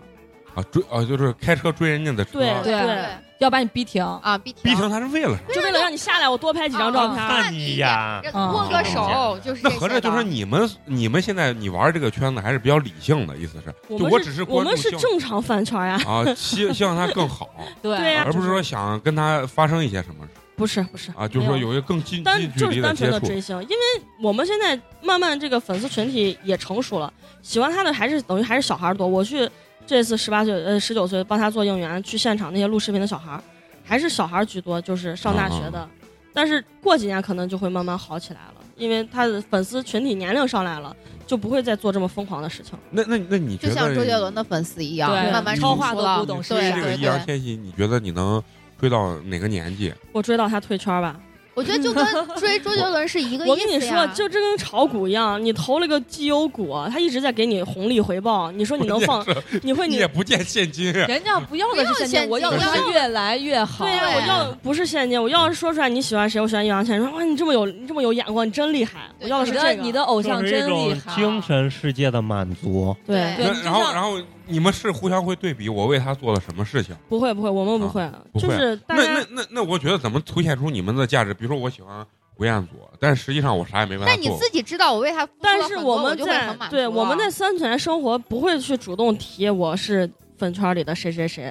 [SPEAKER 1] 啊追啊，就是开车追人家的车，啊
[SPEAKER 5] 对
[SPEAKER 4] 对
[SPEAKER 5] 对，
[SPEAKER 4] 要把你逼停。
[SPEAKER 2] 啊，逼
[SPEAKER 1] 逼
[SPEAKER 2] 停，
[SPEAKER 1] 成他是为了什么？
[SPEAKER 5] 就为了让你嗯下来，我多拍几张照片
[SPEAKER 3] 啊
[SPEAKER 5] 儿。
[SPEAKER 3] 看你一眼
[SPEAKER 2] 这
[SPEAKER 4] 啊
[SPEAKER 2] 握个手就是这
[SPEAKER 1] 那
[SPEAKER 2] 些的。
[SPEAKER 1] 合着就是你们你们现在你玩这个圈子还是比较理性的，意思是？
[SPEAKER 5] 我
[SPEAKER 1] 就
[SPEAKER 5] 们
[SPEAKER 1] 我
[SPEAKER 5] 是
[SPEAKER 1] 只是
[SPEAKER 5] 我
[SPEAKER 1] 关注
[SPEAKER 5] 们是
[SPEAKER 1] 性
[SPEAKER 5] 正常饭圈呀，
[SPEAKER 1] 啊，希希望他更好，啊
[SPEAKER 4] 对
[SPEAKER 5] *laughs* 对呀
[SPEAKER 1] 而不是说想跟他发生一些什么
[SPEAKER 5] 不是不是，
[SPEAKER 1] 啊，就是说有一个更近
[SPEAKER 5] 单
[SPEAKER 1] 近距
[SPEAKER 5] 就
[SPEAKER 1] 离
[SPEAKER 5] 是单纯
[SPEAKER 1] 接
[SPEAKER 5] 的
[SPEAKER 1] 触。
[SPEAKER 5] 追星，因为我们现在慢慢这个粉丝群体也成熟了，喜欢他的还是等于还是小孩儿多。我去这次十八岁呃十九岁帮他做应援，去现场那些录视频的小孩儿，还是小孩儿居多，就是上大学的。
[SPEAKER 1] 啊
[SPEAKER 5] 但是过几年可能就会慢慢好起来了，因为他的粉丝群体年龄上来了，就不会再做这么疯狂的事情。
[SPEAKER 1] 那那那你觉得
[SPEAKER 2] 就像周杰伦的粉丝一样，
[SPEAKER 4] 对
[SPEAKER 2] 慢慢
[SPEAKER 4] 超
[SPEAKER 2] 成
[SPEAKER 4] 话
[SPEAKER 2] 熟
[SPEAKER 4] 的
[SPEAKER 2] 了
[SPEAKER 4] 古。董事
[SPEAKER 1] 追
[SPEAKER 2] 对
[SPEAKER 1] 这个
[SPEAKER 2] 对
[SPEAKER 1] 易烊
[SPEAKER 2] 对
[SPEAKER 1] 千玺，你觉得你能追到哪个年纪？
[SPEAKER 5] 我追到他退圈儿吧，
[SPEAKER 2] 我觉得就跟追周杰伦是一个意思呀。
[SPEAKER 5] 我跟你说，就这跟炒股一样，你投了个绩优股，他一直在给你红利回报，你说你能放，你会
[SPEAKER 1] 你
[SPEAKER 5] 你
[SPEAKER 1] 也不见现金啊！
[SPEAKER 4] 人家不要的是现金，我要的是越来越好。啊
[SPEAKER 5] 对呀、
[SPEAKER 2] 对啊
[SPEAKER 5] 我要的不是现
[SPEAKER 1] 嗯
[SPEAKER 5] 金，我要是说出来你喜欢谁，我喜欢易烊千玺，说哇你这么有你这么有眼光，你真厉害，
[SPEAKER 2] 对
[SPEAKER 5] 我要的
[SPEAKER 4] 你
[SPEAKER 5] 是
[SPEAKER 4] 的
[SPEAKER 5] 这
[SPEAKER 4] 你
[SPEAKER 5] 个。
[SPEAKER 4] 的偶像
[SPEAKER 3] 就是一
[SPEAKER 4] 真厉
[SPEAKER 3] 种
[SPEAKER 4] 害，
[SPEAKER 3] 精神世界的满足。
[SPEAKER 5] 对，
[SPEAKER 4] 对
[SPEAKER 1] 那
[SPEAKER 4] 你就
[SPEAKER 1] 然后
[SPEAKER 4] 像
[SPEAKER 1] 然后你们是互相会对比，我为他做了什么事情？
[SPEAKER 5] 不会不会，我们不会，
[SPEAKER 1] 啊不会
[SPEAKER 5] 就是大
[SPEAKER 1] 那
[SPEAKER 5] 家
[SPEAKER 1] 那那那，我觉得怎么凸显出你们的价值？比如说我喜欢吴彦祖，但实际上我啥也没为他
[SPEAKER 2] 但你
[SPEAKER 1] 做。
[SPEAKER 2] 自己知道我为他付出了
[SPEAKER 5] 但
[SPEAKER 2] 很
[SPEAKER 5] 是
[SPEAKER 2] 多
[SPEAKER 5] 我
[SPEAKER 2] 我
[SPEAKER 5] 们
[SPEAKER 2] 就会
[SPEAKER 5] 在
[SPEAKER 2] 很满足
[SPEAKER 5] 对
[SPEAKER 2] 啊
[SPEAKER 5] 我们在三次元生活不会去主动提我是粉圈里的谁谁谁，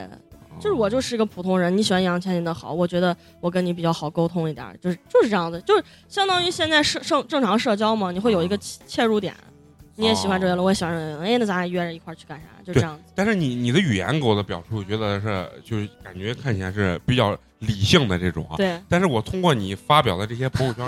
[SPEAKER 5] 就是
[SPEAKER 1] 哦嗯
[SPEAKER 5] 我就是一个普通人，你喜欢易烊千玺的好，我觉得我跟你比较好沟通一点，就是就是这样的，就是相当于现在社正正常社交嘛，你会有一个切切入点，你也喜欢周杰伦，我也喜欢周杰伦，哎，那咱俩约着一块儿去干啥？就这
[SPEAKER 1] 哦对
[SPEAKER 5] 样子。
[SPEAKER 1] 但是你你的语言给我的表述，我觉得是就是感觉看起来是比较理性的这种啊。
[SPEAKER 5] 对，
[SPEAKER 1] 但是我通过你发表的这些朋友圈，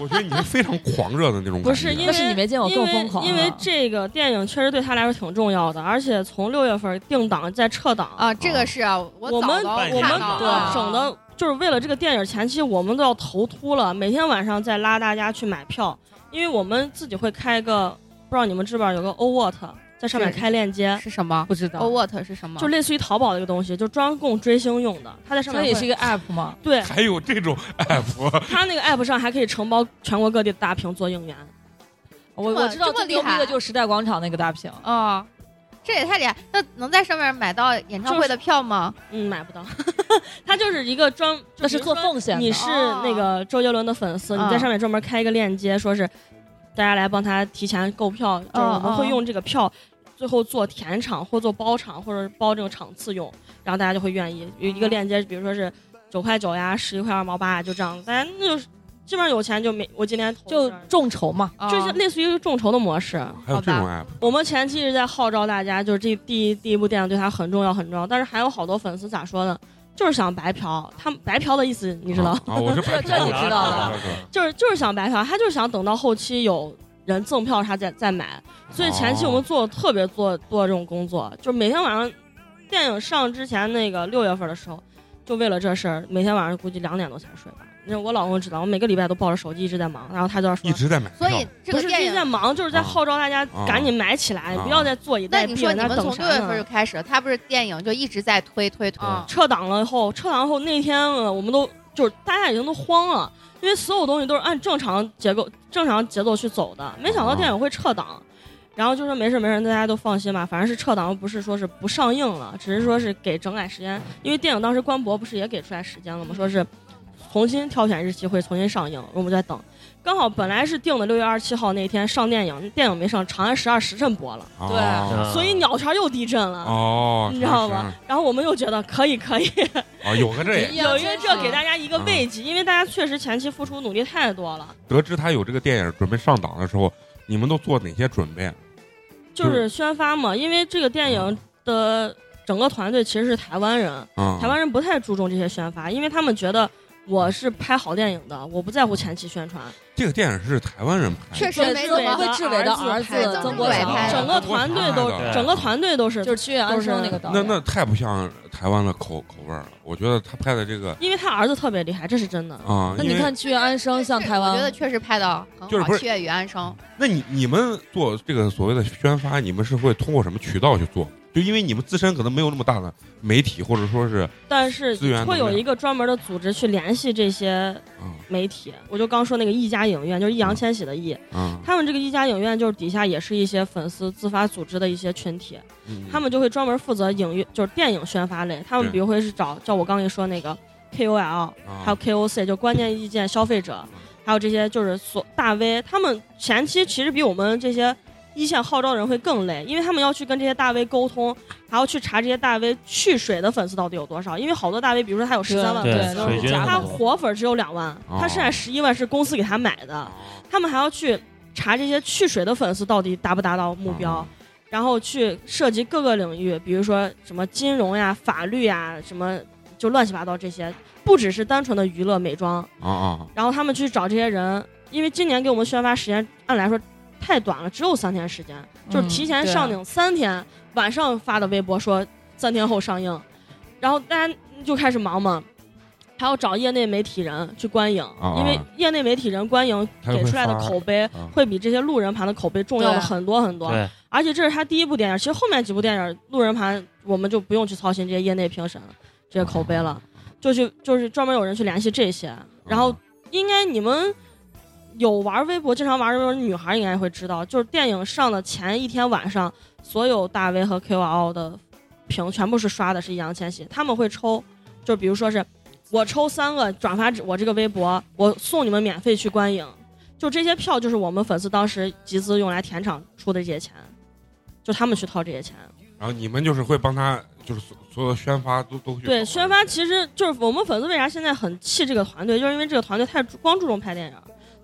[SPEAKER 1] 我觉得你是非常狂热的那种感觉。
[SPEAKER 5] 不是
[SPEAKER 4] 但
[SPEAKER 5] 因为
[SPEAKER 4] 是你没见我
[SPEAKER 5] 因
[SPEAKER 4] 更
[SPEAKER 5] 为
[SPEAKER 4] 疯狂
[SPEAKER 5] 因为这个电影确实对他来说挺重要的，而且从六月份定档再撤档
[SPEAKER 2] 啊，，这个是啊，我
[SPEAKER 5] 我们
[SPEAKER 2] 早都
[SPEAKER 5] 我
[SPEAKER 2] 看
[SPEAKER 5] 们
[SPEAKER 2] 到
[SPEAKER 5] 对
[SPEAKER 1] 啊
[SPEAKER 2] 了啊
[SPEAKER 5] 整的就是为了这个电影前期我们都要头秃了，每天晚上再拉大家去买票，因为我们自己会开一个，不知道你们知不知道有个 O What 在上面
[SPEAKER 2] 是
[SPEAKER 5] 开链接，
[SPEAKER 2] 是什么
[SPEAKER 4] 不知道
[SPEAKER 2] ？O，what 哦是什么？
[SPEAKER 5] 就类似于淘宝的一个东西，就专供追星用的，它在上
[SPEAKER 4] 这
[SPEAKER 5] 面
[SPEAKER 4] 也是一
[SPEAKER 5] 会
[SPEAKER 4] 个 app 嘛。
[SPEAKER 5] 对
[SPEAKER 1] 还有这种 app，
[SPEAKER 5] 它那个 app 上还可以承包全国各地的大屏做应援。
[SPEAKER 4] 我
[SPEAKER 2] 这么
[SPEAKER 4] 我知道
[SPEAKER 2] 这么
[SPEAKER 4] 最牛逼
[SPEAKER 2] 厉害
[SPEAKER 4] 的就是时代广场那个大屏，
[SPEAKER 2] 啊，这也太厉害！那能在上面买到演唱会的票吗？
[SPEAKER 5] 嗯，买不到， *laughs* 它就是一个专，
[SPEAKER 4] 那
[SPEAKER 5] 就是
[SPEAKER 4] 做
[SPEAKER 5] 比如说
[SPEAKER 4] 奉献的。
[SPEAKER 5] 你是那个周杰伦的粉丝，
[SPEAKER 2] 哦
[SPEAKER 5] 你在上面专门开一个链接，说是大家来帮他提前购票，就是我们会用这个票，最后做填场或做包场或者包这种场次用，然后大家就会愿意有一个链接，比如说是九块九呀，十一块二毛八呀，就这样，大家那就是基本上有钱就没，我今天投
[SPEAKER 4] 就
[SPEAKER 5] 这儿
[SPEAKER 4] 众筹嘛，
[SPEAKER 2] 啊
[SPEAKER 5] 就是类似于众筹的模式。
[SPEAKER 1] 还有这种 app，
[SPEAKER 5] 我们前期一直在号召大家，就是这第一第一部电影对他很重要很重要，但是还有好多粉丝咋说呢？就是想白嫖，他们白嫖的意思你知道？
[SPEAKER 1] 啊？我是白
[SPEAKER 4] 这这你知道
[SPEAKER 1] 啊
[SPEAKER 4] 了
[SPEAKER 5] 就是就是想白嫖，他就是想等到后期有人赠票，他再再买。所以前期
[SPEAKER 1] 哦
[SPEAKER 5] 我们做的特别做做这种工作，就是每天晚上电影上之前那个六月份的时候，就为了这事儿，每天晚上估计两点多才睡吧，那我老公知道，我每个礼拜都抱着手机一直在忙，然后他就要说
[SPEAKER 1] 一，直在买票，
[SPEAKER 2] 所以这
[SPEAKER 5] 不
[SPEAKER 2] 个
[SPEAKER 5] 是一
[SPEAKER 2] 电
[SPEAKER 5] 直在
[SPEAKER 2] 影，
[SPEAKER 5] 忙，就是在
[SPEAKER 1] 啊
[SPEAKER 5] 号召大家
[SPEAKER 1] 啊
[SPEAKER 5] 赶紧买起来，
[SPEAKER 1] 啊
[SPEAKER 5] 不要再坐以
[SPEAKER 2] 那
[SPEAKER 5] 待
[SPEAKER 2] 你
[SPEAKER 5] 毙
[SPEAKER 2] 说
[SPEAKER 5] 了，
[SPEAKER 2] 你
[SPEAKER 5] 那
[SPEAKER 2] 们从
[SPEAKER 5] 等啥
[SPEAKER 2] 六月份就
[SPEAKER 5] 呢？
[SPEAKER 2] 开始，它不是电影就一直在推推推，
[SPEAKER 3] 对
[SPEAKER 2] 嗯
[SPEAKER 5] 撤档了以后，撤档后那天呃我们都就是大家已经都慌了，因为所有东西都是按正常结构、正常节奏去走的，没想到电影会撤档。然后就说没事没事，大家都放心吧，反正是撤档，又不是说是不上映了，只是说是给整改时间。因为电影当时官博不是也给出来时间了吗？说是重新挑选日期会重新上映，我们在等。刚好本来是定的六月二十七号那天上电影，电影没上，《长安十二时辰》播了，
[SPEAKER 4] 对
[SPEAKER 1] 哦
[SPEAKER 3] 啊
[SPEAKER 5] 所以鸟巢又地震了，
[SPEAKER 1] 哦，
[SPEAKER 5] 啊你知道
[SPEAKER 1] 是
[SPEAKER 5] 吗？？然后我们又觉得可以可以，
[SPEAKER 1] 是哦，有个这
[SPEAKER 4] 哎呀
[SPEAKER 5] 有一个这给大家一个
[SPEAKER 1] 嗯
[SPEAKER 5] 慰藉，因为大家确实前期付出努力太多了，
[SPEAKER 1] 得知他有这个电影准备上档的时候，你们都做哪些准备？啊
[SPEAKER 5] 就是宣发嘛。因为这个电影的整个团队其实是台湾人，
[SPEAKER 1] 嗯，
[SPEAKER 5] 台湾人不太注重这些宣发，因为他们觉得我是拍好电影的，我不在乎前期宣传。
[SPEAKER 1] 这个电影是台湾人拍的，
[SPEAKER 2] 确实
[SPEAKER 4] 对
[SPEAKER 2] 没
[SPEAKER 4] 志
[SPEAKER 2] 怎
[SPEAKER 4] 伟
[SPEAKER 2] 么
[SPEAKER 5] 的
[SPEAKER 4] 魏志伟的
[SPEAKER 5] 儿
[SPEAKER 4] 儿
[SPEAKER 5] 子
[SPEAKER 4] 子
[SPEAKER 5] 拍的
[SPEAKER 4] 曾国
[SPEAKER 2] 对拍
[SPEAKER 1] 哎
[SPEAKER 2] 的
[SPEAKER 4] 祥，
[SPEAKER 5] 整个团队都
[SPEAKER 1] 拍
[SPEAKER 3] 的，
[SPEAKER 5] 整个团队都是
[SPEAKER 4] 就，是屈原安生那个导
[SPEAKER 1] 那
[SPEAKER 4] 演。
[SPEAKER 1] 那太不像台湾的口口味儿了。我觉得他拍的这个
[SPEAKER 5] 因为他儿子特别厉害，这是真的。
[SPEAKER 1] 啊，
[SPEAKER 4] 那
[SPEAKER 1] 因
[SPEAKER 4] 你
[SPEAKER 1] 为
[SPEAKER 4] 看屈原安生像台湾，
[SPEAKER 2] 我觉得确实拍的很
[SPEAKER 1] 就是不
[SPEAKER 2] 好。
[SPEAKER 1] 是
[SPEAKER 2] 七月与安生，
[SPEAKER 1] 那你你们做这个所谓的宣发，你们是会通过什么渠道去做？就因为你们自身可能没有那么大的媒体，或者说是
[SPEAKER 5] 但是
[SPEAKER 1] 资源能
[SPEAKER 5] 会有
[SPEAKER 1] 量
[SPEAKER 5] 一个专门的组织去联系这些
[SPEAKER 1] 啊
[SPEAKER 5] 媒体。我就刚说那个易家影院，就是易烊
[SPEAKER 1] 嗯
[SPEAKER 5] 千玺的易，
[SPEAKER 1] 啊，
[SPEAKER 5] 他们这个一家影院就是底下也是一些粉丝自发组织的一些群体，
[SPEAKER 1] 嗯
[SPEAKER 5] 他们就会专门负责影院，就是电影宣发类。他们
[SPEAKER 1] 对
[SPEAKER 5] 比如会是找，叫我刚跟你说那个 KOL，
[SPEAKER 1] 啊
[SPEAKER 5] 还有 KOC，就关键意见消费者，还有这些就是所大 V，他们前期其实比我们这些一线号召人会更累，因为他们要去跟这些大 V 沟通，还要去查这些大 V 去水的粉丝到底有多少，因为好多大 V，比如说他有十三万
[SPEAKER 4] 对
[SPEAKER 5] 粉
[SPEAKER 3] 对
[SPEAKER 5] 丝，
[SPEAKER 4] 都
[SPEAKER 3] 水
[SPEAKER 4] 是
[SPEAKER 3] 军
[SPEAKER 4] 假
[SPEAKER 5] 他
[SPEAKER 4] 的
[SPEAKER 5] 活粉只有两万，他剩
[SPEAKER 1] 哦
[SPEAKER 5] 下十一万是公司给他买的。
[SPEAKER 1] 啊
[SPEAKER 5] 他们还要去查这些去水的粉丝到底达不达到目标，
[SPEAKER 1] 啊
[SPEAKER 5] 然后去涉及各个领域，比如说什么金融呀、法律呀，什么就乱七八糟这些，不只是单纯的娱乐美妆。
[SPEAKER 1] 啊啊，
[SPEAKER 5] 然后他们去找这些人，因为今年给我们宣发时间按来说太短了，只有三天时间，就是提前上映三天，晚上发的微博说三天后上映，然后大家就开始忙嘛。还要找业内媒体人去观影，
[SPEAKER 1] 啊
[SPEAKER 5] 因为业内媒体人观影
[SPEAKER 1] 他就
[SPEAKER 5] 给
[SPEAKER 1] 会
[SPEAKER 5] 出来的
[SPEAKER 1] 发
[SPEAKER 5] 口碑
[SPEAKER 1] 啊
[SPEAKER 5] 会比这些路人盘的口碑重要的
[SPEAKER 4] 对
[SPEAKER 5] 很多很多。
[SPEAKER 3] 对，
[SPEAKER 5] 而且这是他第一部电影，其实后面几部电影路人盘我们就不用去操心这些业内评审了这些口碑
[SPEAKER 1] 啊
[SPEAKER 5] 了，就去就是专门有人去联系这些。然后应该你们有玩微博、经常玩微博的女孩应该会知道，就是电影上的前一天晚上，所有大 V 和 KOL 的屏全部是刷的是易烊千玺，他们会抽，就比如说是我抽三个转发我这个微博，我送你们免费去观影。就这些票，就是我们粉丝当时集资用来填场出的这些钱，就他们去掏这些钱。
[SPEAKER 1] 然后你们就是会帮他，就是所所有的宣发都都去
[SPEAKER 5] 对，
[SPEAKER 1] 搞
[SPEAKER 5] 宣发其实就是我们粉丝为啥现在很气这个团队，就是因为这个团队太注光注重拍电影，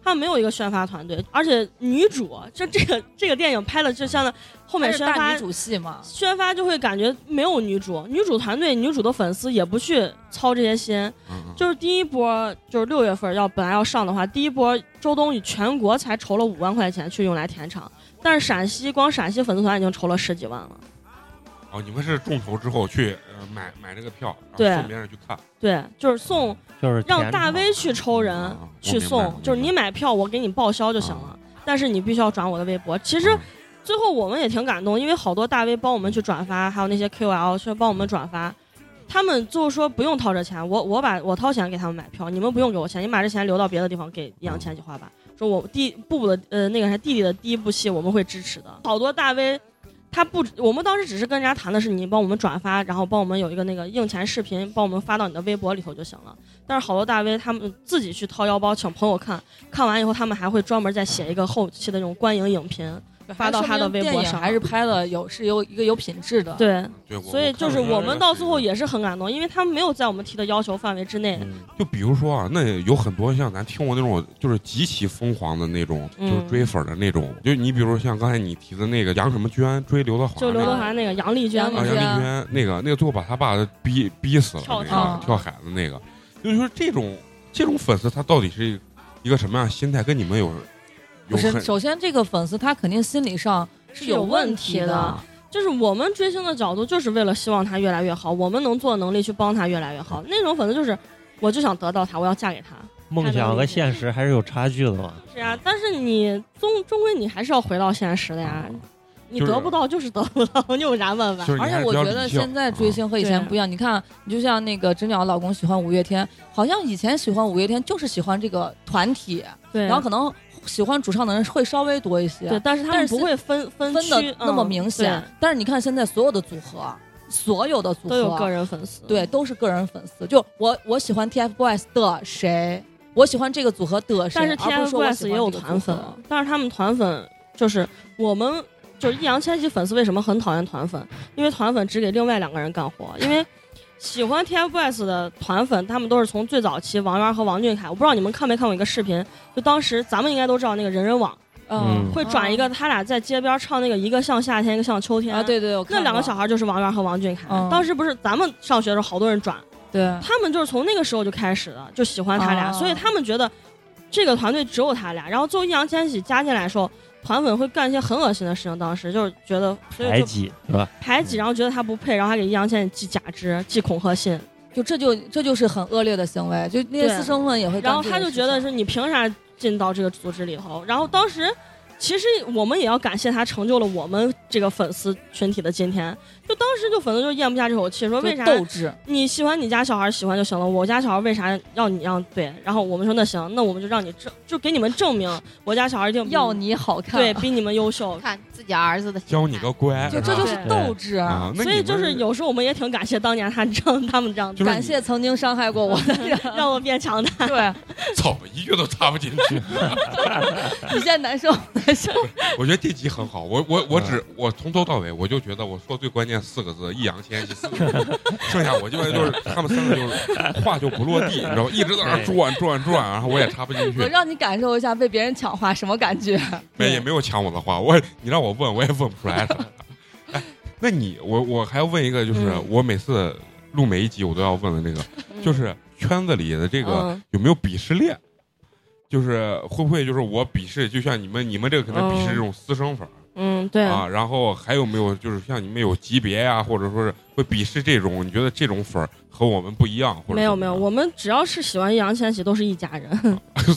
[SPEAKER 5] 他们没有一个宣发团队，而且女主这这个这个电影拍的就像那
[SPEAKER 4] 他
[SPEAKER 5] 后面
[SPEAKER 4] 是
[SPEAKER 5] 宣
[SPEAKER 4] 大
[SPEAKER 5] 发
[SPEAKER 4] 女主戏嘛，
[SPEAKER 5] 宣发就会感觉没有女主，女主团队女主的粉丝也不去操这些心，
[SPEAKER 1] 嗯嗯
[SPEAKER 5] 就是第一波就是六月份要本来要上的话，第一波周冬雨全国才筹了五万块钱去用来填场，但是陕西光陕西粉丝团已经筹了十几万了。
[SPEAKER 1] 哦，你们是众筹之后去呃买买这个票，然后
[SPEAKER 5] 对
[SPEAKER 1] 送别人去看，
[SPEAKER 5] 对，就是送
[SPEAKER 3] 就是
[SPEAKER 5] 让
[SPEAKER 3] 甜
[SPEAKER 5] 大
[SPEAKER 3] 的
[SPEAKER 5] V 去抽人
[SPEAKER 1] 啊我
[SPEAKER 5] 去
[SPEAKER 1] 明白我
[SPEAKER 5] 送
[SPEAKER 1] 明，
[SPEAKER 5] 就是
[SPEAKER 1] 白
[SPEAKER 5] 你买票我给你报销就行了，但是你必须要转我的微博。其实
[SPEAKER 1] 嗯
[SPEAKER 5] 最后我们也挺感动，因为好多大 V 帮我们去转发，还有那些 KOL 去帮我们转发。他们最后说不用掏这钱，我我把我掏钱给他们买票，你们不用给我钱，你把这钱留到别的地方给易烊千玺花吧。说我第布布的呃那个啥弟弟的第一部戏我们会支持的，好多大 V 他不，我们当时只是跟人家谈的是你帮我们转发，然后帮我们有一个那个硬钱视频，帮我们发到你的微博里头就行了。但是好多大 V 他们自己去掏腰包请朋友看，看完以后他们还会专门再写一个后期的那种观影影评。发到他的微博
[SPEAKER 4] 电影
[SPEAKER 5] 上
[SPEAKER 4] 还是拍的有是有一个有品质的。
[SPEAKER 5] 对，
[SPEAKER 1] 嗯对，我
[SPEAKER 5] 所以
[SPEAKER 1] 我看
[SPEAKER 5] 就是
[SPEAKER 1] 了
[SPEAKER 5] 我们到最后
[SPEAKER 1] 这个
[SPEAKER 5] 也是很感动，因为他们没有在我们提的要求范围之内。
[SPEAKER 3] 嗯
[SPEAKER 1] 就比如说啊，那有很多像咱听过那种就是极其疯狂的那种，
[SPEAKER 5] 嗯
[SPEAKER 1] 就是追粉的那种。就你比如像刚才你提的那个杨什么娟追刘德华那
[SPEAKER 5] 就
[SPEAKER 1] 个，
[SPEAKER 5] 刘德华那个杨丽娟
[SPEAKER 4] 杨
[SPEAKER 5] 嘛
[SPEAKER 1] 啊，
[SPEAKER 4] 丽
[SPEAKER 1] 杨丽娟那个那个最后把他爸逼逼死了，
[SPEAKER 5] 跳
[SPEAKER 1] 那
[SPEAKER 5] 海
[SPEAKER 1] 个跳海的那个，就是说这种这种粉丝他到底是一个什么样的心态，跟你们有
[SPEAKER 4] 不
[SPEAKER 1] 有
[SPEAKER 4] 是，
[SPEAKER 1] 很
[SPEAKER 4] 首先这个粉丝他肯定心理上是有问题
[SPEAKER 5] 是有问，就是我们追星的角度，就是为了希望他越来越好，我们能做的能力去帮他越来越好。那种粉丝就是，我就想得到他，我要嫁给他，
[SPEAKER 3] 梦想和现实还是有差距的嘛。
[SPEAKER 5] 是啊，但是你终终归你还是要回到现实的
[SPEAKER 4] 啊
[SPEAKER 5] 呀，你
[SPEAKER 1] 就是
[SPEAKER 5] 得不到就是得不到，你 *laughs* 有啥办法
[SPEAKER 1] 就？是
[SPEAKER 4] 而
[SPEAKER 1] 你还
[SPEAKER 4] 且
[SPEAKER 1] 是
[SPEAKER 4] 我
[SPEAKER 1] 比较
[SPEAKER 4] 觉
[SPEAKER 1] 理
[SPEAKER 4] 得
[SPEAKER 1] 性
[SPEAKER 4] 现在追
[SPEAKER 1] 啊
[SPEAKER 4] 星和以前不一样，你看，你就像那个知鸟老公喜欢五月天，好像以前喜欢五月天就是喜欢这个团体，
[SPEAKER 5] 对，
[SPEAKER 4] 然后可能喜欢主唱的人会稍微多一些，
[SPEAKER 5] 对，但是他
[SPEAKER 4] 但
[SPEAKER 5] 们
[SPEAKER 4] 是
[SPEAKER 5] 不会分分
[SPEAKER 4] 分的
[SPEAKER 5] 区
[SPEAKER 4] 那么
[SPEAKER 5] 嗯
[SPEAKER 4] 明显。但是你看现在所有的组合，所有的组
[SPEAKER 5] 对
[SPEAKER 4] 合
[SPEAKER 5] 都有个人粉丝，
[SPEAKER 4] 对，都是个人粉丝。就我我喜欢 TFBOYS 的谁，我喜欢这个组合的谁，
[SPEAKER 5] 但是
[SPEAKER 4] 而不说我喜
[SPEAKER 5] TFBOYS
[SPEAKER 4] 欢
[SPEAKER 5] 也有
[SPEAKER 4] 这个
[SPEAKER 5] 团
[SPEAKER 4] 组
[SPEAKER 5] 粉
[SPEAKER 4] 合，
[SPEAKER 5] 但是他们团粉就是我们就是易烊千玺粉丝为什么很讨厌团粉？因为团粉只给另外两个人干活，因为。喜欢 TFBOYS 的团粉，他们都是从最早期王源和王俊凯，我不知道你们看没看过一个视频，就当时咱们应该都知道那个人人网
[SPEAKER 3] 嗯
[SPEAKER 5] 会转一个他俩在街边唱那个一个像夏天一个像秋天
[SPEAKER 4] 啊，对对，我
[SPEAKER 5] 那
[SPEAKER 4] 看
[SPEAKER 5] 两个
[SPEAKER 4] 过
[SPEAKER 5] 小孩就是王源和王俊凯。
[SPEAKER 4] 嗯
[SPEAKER 5] 当时不是咱们上学的时候好多人转，
[SPEAKER 4] 对
[SPEAKER 5] 他们就是从那个时候就开始的，就喜欢他俩，
[SPEAKER 4] 哦
[SPEAKER 5] 所以他们觉得这个团队只有他俩。然后最后易烊千玺加进来的时候，团粉会干一些很恶心的事情，当时就是觉得，所
[SPEAKER 3] 排
[SPEAKER 5] 以就
[SPEAKER 3] 挤是吧？
[SPEAKER 5] 排挤，然后觉得他不配，然后还给易烊千玺寄假肢、寄恐吓信，
[SPEAKER 4] 就这就这就是很恶劣的行为，就那些
[SPEAKER 5] 对
[SPEAKER 4] 私生哎饭也会干
[SPEAKER 5] 然后
[SPEAKER 4] 这
[SPEAKER 5] 他
[SPEAKER 4] 个
[SPEAKER 5] 就
[SPEAKER 4] 事
[SPEAKER 5] 觉得
[SPEAKER 4] 情
[SPEAKER 5] 说你凭啥进到这个组织里头？然后当时其实我们也要感谢他成就了我们这个粉丝群体的今天。就当时就粉丝就咽不下这口气，说
[SPEAKER 4] 就
[SPEAKER 5] 为啥
[SPEAKER 4] 斗志，
[SPEAKER 5] 你喜欢你家小孩喜欢就行了，我家小孩为啥要你让对？然后我们说那行，那我们就让你证，就给你们证明我家小孩一定比
[SPEAKER 4] 要你好看，
[SPEAKER 5] 嗯对比你们优秀。
[SPEAKER 2] 看自己儿子的心态，
[SPEAKER 1] 哦教你个乖，
[SPEAKER 4] 就
[SPEAKER 1] 吧
[SPEAKER 4] 这就是
[SPEAKER 5] 对
[SPEAKER 4] 斗志。
[SPEAKER 1] 啊，那
[SPEAKER 5] 所
[SPEAKER 1] 你
[SPEAKER 5] 以
[SPEAKER 1] 们
[SPEAKER 5] 就是
[SPEAKER 1] *laughs*
[SPEAKER 5] 有时候我们也挺感谢当年他这样他们这样
[SPEAKER 1] 就是
[SPEAKER 4] 感谢曾经伤害过我的
[SPEAKER 5] *laughs*
[SPEAKER 4] 人，
[SPEAKER 5] 让我变强大。
[SPEAKER 4] 对，
[SPEAKER 1] 怎么一句都插不进去。
[SPEAKER 4] 你现在难受难受。
[SPEAKER 1] 我觉得这集很好，我我我只我从头到尾我就觉得我说最关键四个字易烊千玺四个字，剩下我基本上就是他们三个就是话就不落地，你知道吗？一直在那儿转转转，然后我也插不进
[SPEAKER 4] 我
[SPEAKER 1] 去，
[SPEAKER 4] 让你感受一下被别人抢话什么感觉。
[SPEAKER 1] 没也没有抢我的话，我你让我问我也问不出来 *laughs* 了。哎，那你我我还要问一个，就是、
[SPEAKER 5] 嗯
[SPEAKER 1] 我每次录每一集我都要问的这个，
[SPEAKER 4] 嗯
[SPEAKER 1] 就是圈子里的这
[SPEAKER 5] 这
[SPEAKER 1] 个、有没有鄙视链？就是会不会就是我鄙视，就像你们你们这个可能鄙视这种私生粉儿、
[SPEAKER 5] 嗯，对，
[SPEAKER 1] 啊，然后还有没有就是像你们有级别呀、或者说是会鄙视这种？你觉得这种粉儿和我们不一样？或者
[SPEAKER 5] 没有
[SPEAKER 1] 怎么
[SPEAKER 5] 没有，
[SPEAKER 1] 样，
[SPEAKER 5] 我们只要是喜欢易烊千玺都是一家
[SPEAKER 1] *laughs*
[SPEAKER 5] 人。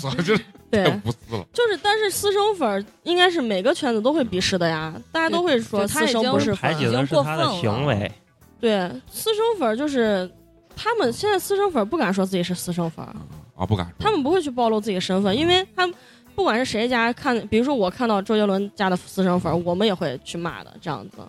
[SPEAKER 1] 操，这
[SPEAKER 5] 对
[SPEAKER 1] 太，无私了。
[SPEAKER 5] 就是但是私生粉儿应该是每个圈子都会鄙视的呀，大家都会说
[SPEAKER 4] 对就他
[SPEAKER 5] 私
[SPEAKER 4] 已
[SPEAKER 5] 生
[SPEAKER 4] 经
[SPEAKER 5] 不
[SPEAKER 3] 不
[SPEAKER 5] 是粉
[SPEAKER 3] 排
[SPEAKER 5] 儿
[SPEAKER 3] 挤
[SPEAKER 4] 已
[SPEAKER 3] 的
[SPEAKER 4] 经
[SPEAKER 3] 是
[SPEAKER 4] 过
[SPEAKER 3] 他的
[SPEAKER 4] 分
[SPEAKER 3] 行
[SPEAKER 4] 了
[SPEAKER 3] 为，
[SPEAKER 5] 对，私生粉儿就是他们现在私生粉儿不敢说自己是私生粉儿，
[SPEAKER 1] 啊，不敢说。
[SPEAKER 5] 他们不会去暴露自己身份，因为他们不管是谁家看，比如说我看到周杰伦家的私生粉儿，我们也会去骂的，这样子。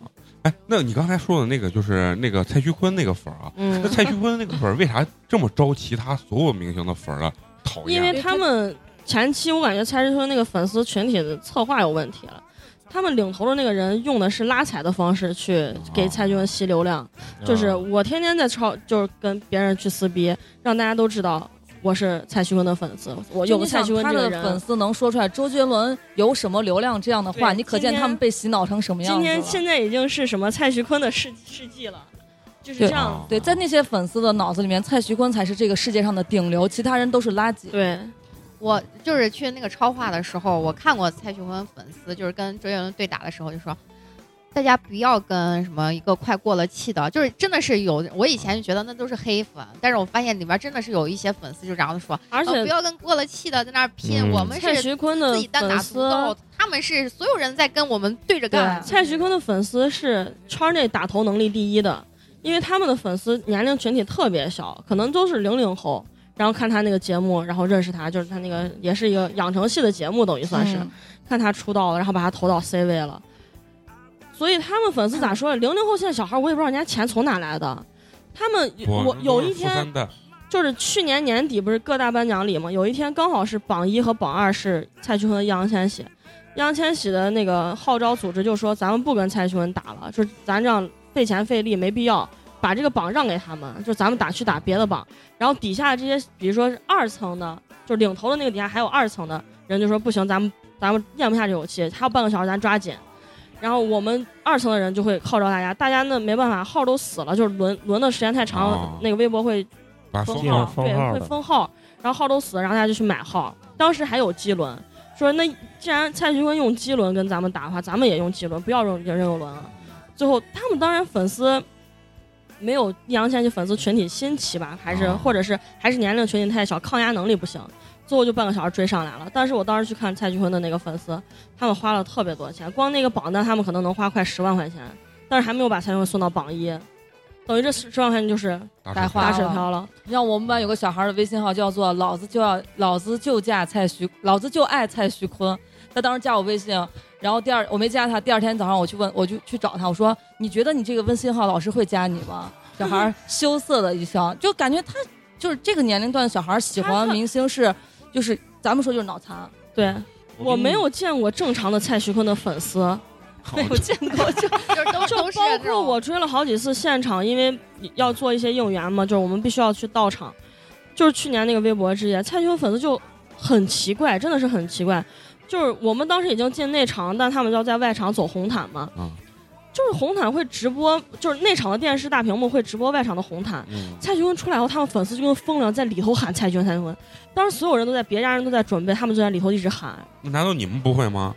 [SPEAKER 1] 哎，那你刚才说的那个就是那个蔡徐坤那个粉儿啊，
[SPEAKER 4] *laughs*
[SPEAKER 5] 嗯
[SPEAKER 1] 那，蔡徐坤那个粉儿为啥这么招其他所有明星的粉儿啊？讨
[SPEAKER 5] 因
[SPEAKER 1] 厌，
[SPEAKER 5] 为他们前期我感觉蔡徐坤那个粉丝群体的策划有问题了。他们领头的那个人用的是拉踩的方式去给蔡徐坤吸流量，
[SPEAKER 4] 嗯
[SPEAKER 5] 就是
[SPEAKER 3] 啊
[SPEAKER 5] 我天天在超，就是跟别人去撕逼，让大家都知道我是蔡徐坤的粉丝， *laughs* 我
[SPEAKER 4] 就
[SPEAKER 5] 有
[SPEAKER 4] 你
[SPEAKER 5] 个
[SPEAKER 4] 想
[SPEAKER 5] 蔡徐坤
[SPEAKER 4] 他
[SPEAKER 5] 这个
[SPEAKER 4] 的
[SPEAKER 5] 人。
[SPEAKER 4] 粉丝能说出来周杰伦有什么流量这样的话，
[SPEAKER 5] 对
[SPEAKER 4] 你可
[SPEAKER 5] 今
[SPEAKER 4] 见他
[SPEAKER 5] 天
[SPEAKER 4] 们被洗脑成什么样
[SPEAKER 5] 今
[SPEAKER 4] 子
[SPEAKER 5] 天
[SPEAKER 4] 了
[SPEAKER 5] 现在已经是什么蔡徐坤的事事迹了，就是
[SPEAKER 4] 对
[SPEAKER 5] 这样。
[SPEAKER 4] 对，在那些粉丝的脑子里面，蔡徐坤才是这个世界上的顶流，其他人都是垃圾。
[SPEAKER 5] 对，
[SPEAKER 2] 我就是去那个超话的时候，我看过蔡徐坤粉丝就是跟周杰伦对打的时候，就说大家不要跟什么一个快过了气的，就是真的是有。我以前就觉得那都是黑粉，但是我发现里边真的是有一些粉丝就这样说，
[SPEAKER 5] 而
[SPEAKER 2] 而
[SPEAKER 5] 且
[SPEAKER 2] 啊不要跟过了气的在那儿拼，
[SPEAKER 3] 嗯
[SPEAKER 2] 我们
[SPEAKER 5] 蔡
[SPEAKER 2] 是
[SPEAKER 5] 徐坤的
[SPEAKER 2] 自己单打
[SPEAKER 5] 粉
[SPEAKER 2] 独
[SPEAKER 5] 丝，
[SPEAKER 2] 斗，他们是所有人在跟我们对着干。
[SPEAKER 4] 对
[SPEAKER 5] 蔡徐坤的粉丝是圈内打头能力第一的，因为他们的粉丝年龄群体特别小，可能都是零零后。然后看他那个节目，然后认识他，就是他那个也是一个养成系的节目，等于算是、
[SPEAKER 4] 嗯
[SPEAKER 5] 看他出道了，然后把他投到 C 位了。所以他们粉丝咋说？零零后现在小孩，我也不知道人家钱从哪来的。他们我有一天就是去年年底不是各大颁奖礼嘛，有一天刚好是榜一和榜二是蔡徐坤和易烊千玺，易烊千玺的那个号召组织就说咱们不跟蔡徐坤打了，就是咱这样费钱费力没必要，把这个榜让给他们，就咱们打去打别的榜。然后底下这些比如说是二层的，就领头的那个底下还有二层的人就说不行，咱们咱们咽不下这口气，还有半个小时咱抓紧。然后我们二层的人就会号召大家，大家那没办法，号都死了，就是轮轮的时间太长了，
[SPEAKER 1] 哦
[SPEAKER 5] 那个微博会
[SPEAKER 1] 把
[SPEAKER 5] 封
[SPEAKER 1] 啊封
[SPEAKER 3] 号封
[SPEAKER 5] 对，
[SPEAKER 3] 号
[SPEAKER 5] 会
[SPEAKER 3] 的
[SPEAKER 5] 封号，然后号都死了，然后大家就去买号。当时还有机轮，说那既然蔡徐坤用机轮跟咱们打的话，咱们也用机轮，不要用任任用轮了。最后他们当然粉丝没有易烊千玺粉丝群体新奇吧，还是、
[SPEAKER 1] 啊
[SPEAKER 5] 或者是还是年龄群体太小，抗压能力不行，最后就半个小时追上来了。但是我当时去看蔡徐坤的那个粉丝，他们花了特别多钱，光那个榜单他们可能能花快十万块钱，但是还没有把蔡徐坤送到榜一，等于这十万块钱就是
[SPEAKER 1] 打
[SPEAKER 4] 白
[SPEAKER 1] 水
[SPEAKER 4] 花
[SPEAKER 5] 打
[SPEAKER 1] 漂
[SPEAKER 5] 水漂了。
[SPEAKER 4] 你像我们班有个小孩儿的微信号叫做“老子就要老子就嫁蔡徐老子就爱蔡徐坤”，他当时加我微信，然后第二我没加他，第二天早上我去问，我就去找他，我说：“你觉得你这个微信号老师会加你吗？”小孩儿羞涩的一笑，就感觉他就是这个年龄段的小孩儿喜
[SPEAKER 5] 他
[SPEAKER 4] 欢
[SPEAKER 5] 特
[SPEAKER 4] 明星是就是咱们说就是脑残，
[SPEAKER 5] 对我
[SPEAKER 3] 跟你
[SPEAKER 5] 没有见过正常的蔡徐坤的粉丝，
[SPEAKER 4] 没
[SPEAKER 1] 哦
[SPEAKER 4] 有见过就
[SPEAKER 2] 就是都
[SPEAKER 5] *laughs* 就
[SPEAKER 2] 都是
[SPEAKER 5] 包
[SPEAKER 2] 那
[SPEAKER 5] 括
[SPEAKER 2] 种
[SPEAKER 5] 我追了好几次现场，因为要做一些应援嘛，就是我们必须要去到场。就是去年那个微博之夜，蔡徐坤粉丝就很奇怪，真的是很奇怪。就是我们当时已经进内场，但他们要在外场走红毯嘛，
[SPEAKER 1] 嗯
[SPEAKER 5] 就是红毯会直播，就是内场的电视大屏幕会直播外场的红毯。
[SPEAKER 1] 嗯，
[SPEAKER 5] 蔡徐坤出来后，他们粉丝就跟疯了，在里头喊蔡徐坤，蔡徐坤。当时所有人都在，别家人都在准备，他们就在里头一直喊。
[SPEAKER 1] 那难道你们不会吗？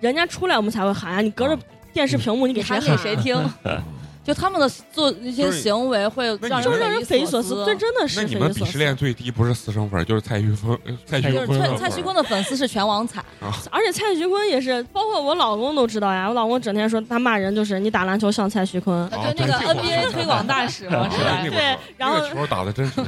[SPEAKER 5] 人家出来我们才会喊呀、你隔着
[SPEAKER 1] 啊
[SPEAKER 5] 电视屏幕，你给
[SPEAKER 4] 你
[SPEAKER 5] 谁
[SPEAKER 4] 喊给
[SPEAKER 5] 喊
[SPEAKER 4] *laughs*
[SPEAKER 5] 啊？
[SPEAKER 4] 谁听？
[SPEAKER 1] 嗯
[SPEAKER 4] 就他们的做一些
[SPEAKER 1] 就是
[SPEAKER 4] 行为会让
[SPEAKER 1] 就
[SPEAKER 5] 就是
[SPEAKER 4] 让
[SPEAKER 5] 是让
[SPEAKER 4] 人
[SPEAKER 5] 人
[SPEAKER 4] 匪
[SPEAKER 5] 匪
[SPEAKER 4] 夷
[SPEAKER 5] 夷
[SPEAKER 4] 所
[SPEAKER 5] 所
[SPEAKER 4] 思
[SPEAKER 5] 思，。这真的是
[SPEAKER 1] 那你
[SPEAKER 5] 匪
[SPEAKER 1] 们
[SPEAKER 5] 夷
[SPEAKER 1] 鄙
[SPEAKER 5] 所
[SPEAKER 1] 视
[SPEAKER 5] 思。
[SPEAKER 1] 链最低不是私生粉，就是蔡徐坤，呃蔡徐
[SPEAKER 3] 就是
[SPEAKER 1] 坤
[SPEAKER 4] 就是
[SPEAKER 1] 粉
[SPEAKER 4] 蔡蔡徐坤的粉丝是全网踩，
[SPEAKER 5] 而且蔡徐坤也是，包括我老公都知道呀。我老公整天说他骂人就是你打篮球像蔡徐坤，
[SPEAKER 1] 哦对这
[SPEAKER 4] 对那个
[SPEAKER 1] 个我哦
[SPEAKER 4] NBA 推
[SPEAKER 1] *laughs*
[SPEAKER 4] 广大使嘛，是吧
[SPEAKER 1] 那？个
[SPEAKER 5] 对
[SPEAKER 1] 球
[SPEAKER 5] 然后
[SPEAKER 1] 那个球打的真是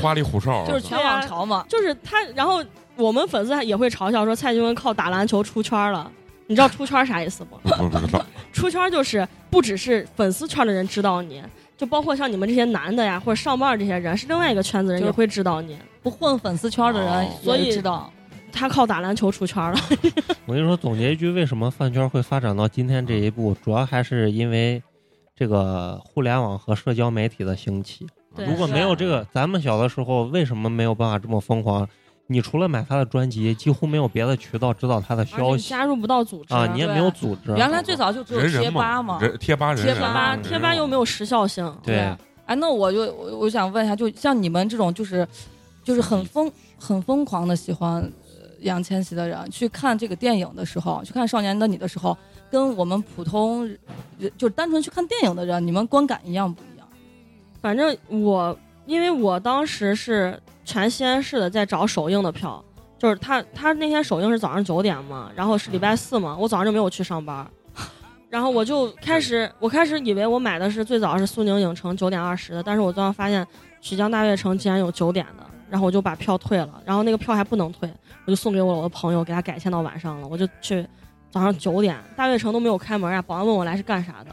[SPEAKER 4] *laughs*
[SPEAKER 1] 花里胡哨，啊
[SPEAKER 4] 就是全
[SPEAKER 5] 啊
[SPEAKER 4] 网潮嘛。
[SPEAKER 5] 就是他。然后我们粉丝还也会嘲笑说蔡徐坤靠打篮球出圈了。你知道出圈啥意思不？
[SPEAKER 1] 不不
[SPEAKER 4] *laughs*
[SPEAKER 1] 不，
[SPEAKER 5] *laughs* 出圈就是不只是粉丝圈的人知道你，就包括像你们这些男的呀，或者上班这些人，是另外一个圈子人
[SPEAKER 4] 就是
[SPEAKER 5] 也会知道你。
[SPEAKER 4] 不混粉丝圈的人
[SPEAKER 1] 哦，
[SPEAKER 5] 所以
[SPEAKER 4] 知道
[SPEAKER 5] 他靠打篮球出圈了，
[SPEAKER 3] 我跟你说，总结一句，为什么饭圈会发展到今天这一步，主要还是因为这个互联网和社交媒体的兴起。
[SPEAKER 5] 对啊
[SPEAKER 3] 如果没
[SPEAKER 4] 啊
[SPEAKER 3] 有这个，咱们小的时候为什么没有办法这么疯狂？你除了买他的专辑，几乎没有别的渠道知道他的
[SPEAKER 5] 而且
[SPEAKER 3] 消
[SPEAKER 5] 你
[SPEAKER 3] 息
[SPEAKER 5] 加入不到组织
[SPEAKER 3] 啊，你也没有组织。
[SPEAKER 4] 原来最早就只有
[SPEAKER 1] 人
[SPEAKER 4] 贴
[SPEAKER 1] 人
[SPEAKER 4] 吧嘛。
[SPEAKER 1] 人嗯贴吧人
[SPEAKER 4] 贴
[SPEAKER 1] 人
[SPEAKER 5] 贴
[SPEAKER 4] 吧
[SPEAKER 5] 吧，贴吧又没有时效性。
[SPEAKER 3] 对，
[SPEAKER 4] 哎，那我就我我想问一下，就像你们这种就是就是很疯很疯狂的喜欢呃易烊千玺的人，去看这个电影的时候，去看《少年的你》的时候，跟我们普通人就是单纯去看电影的人，你们观感一样不一样？
[SPEAKER 5] 反正我，因为我当时是全西安市的，在找首映的票，就是他他那天首映是早上九点嘛，然后是礼拜四嘛，我早上就没有去上班，然后我就开始，我开始以为我买的是最早是苏宁影城九点二十的，但是我最后发现曲江大悦城竟然有九点的，然后我就把票退了，然后那个票还不能退，我就送给我的朋友，给他改签到晚上了，我就去早上九点，大悦城都没有开门啊，保安问我来是干啥的。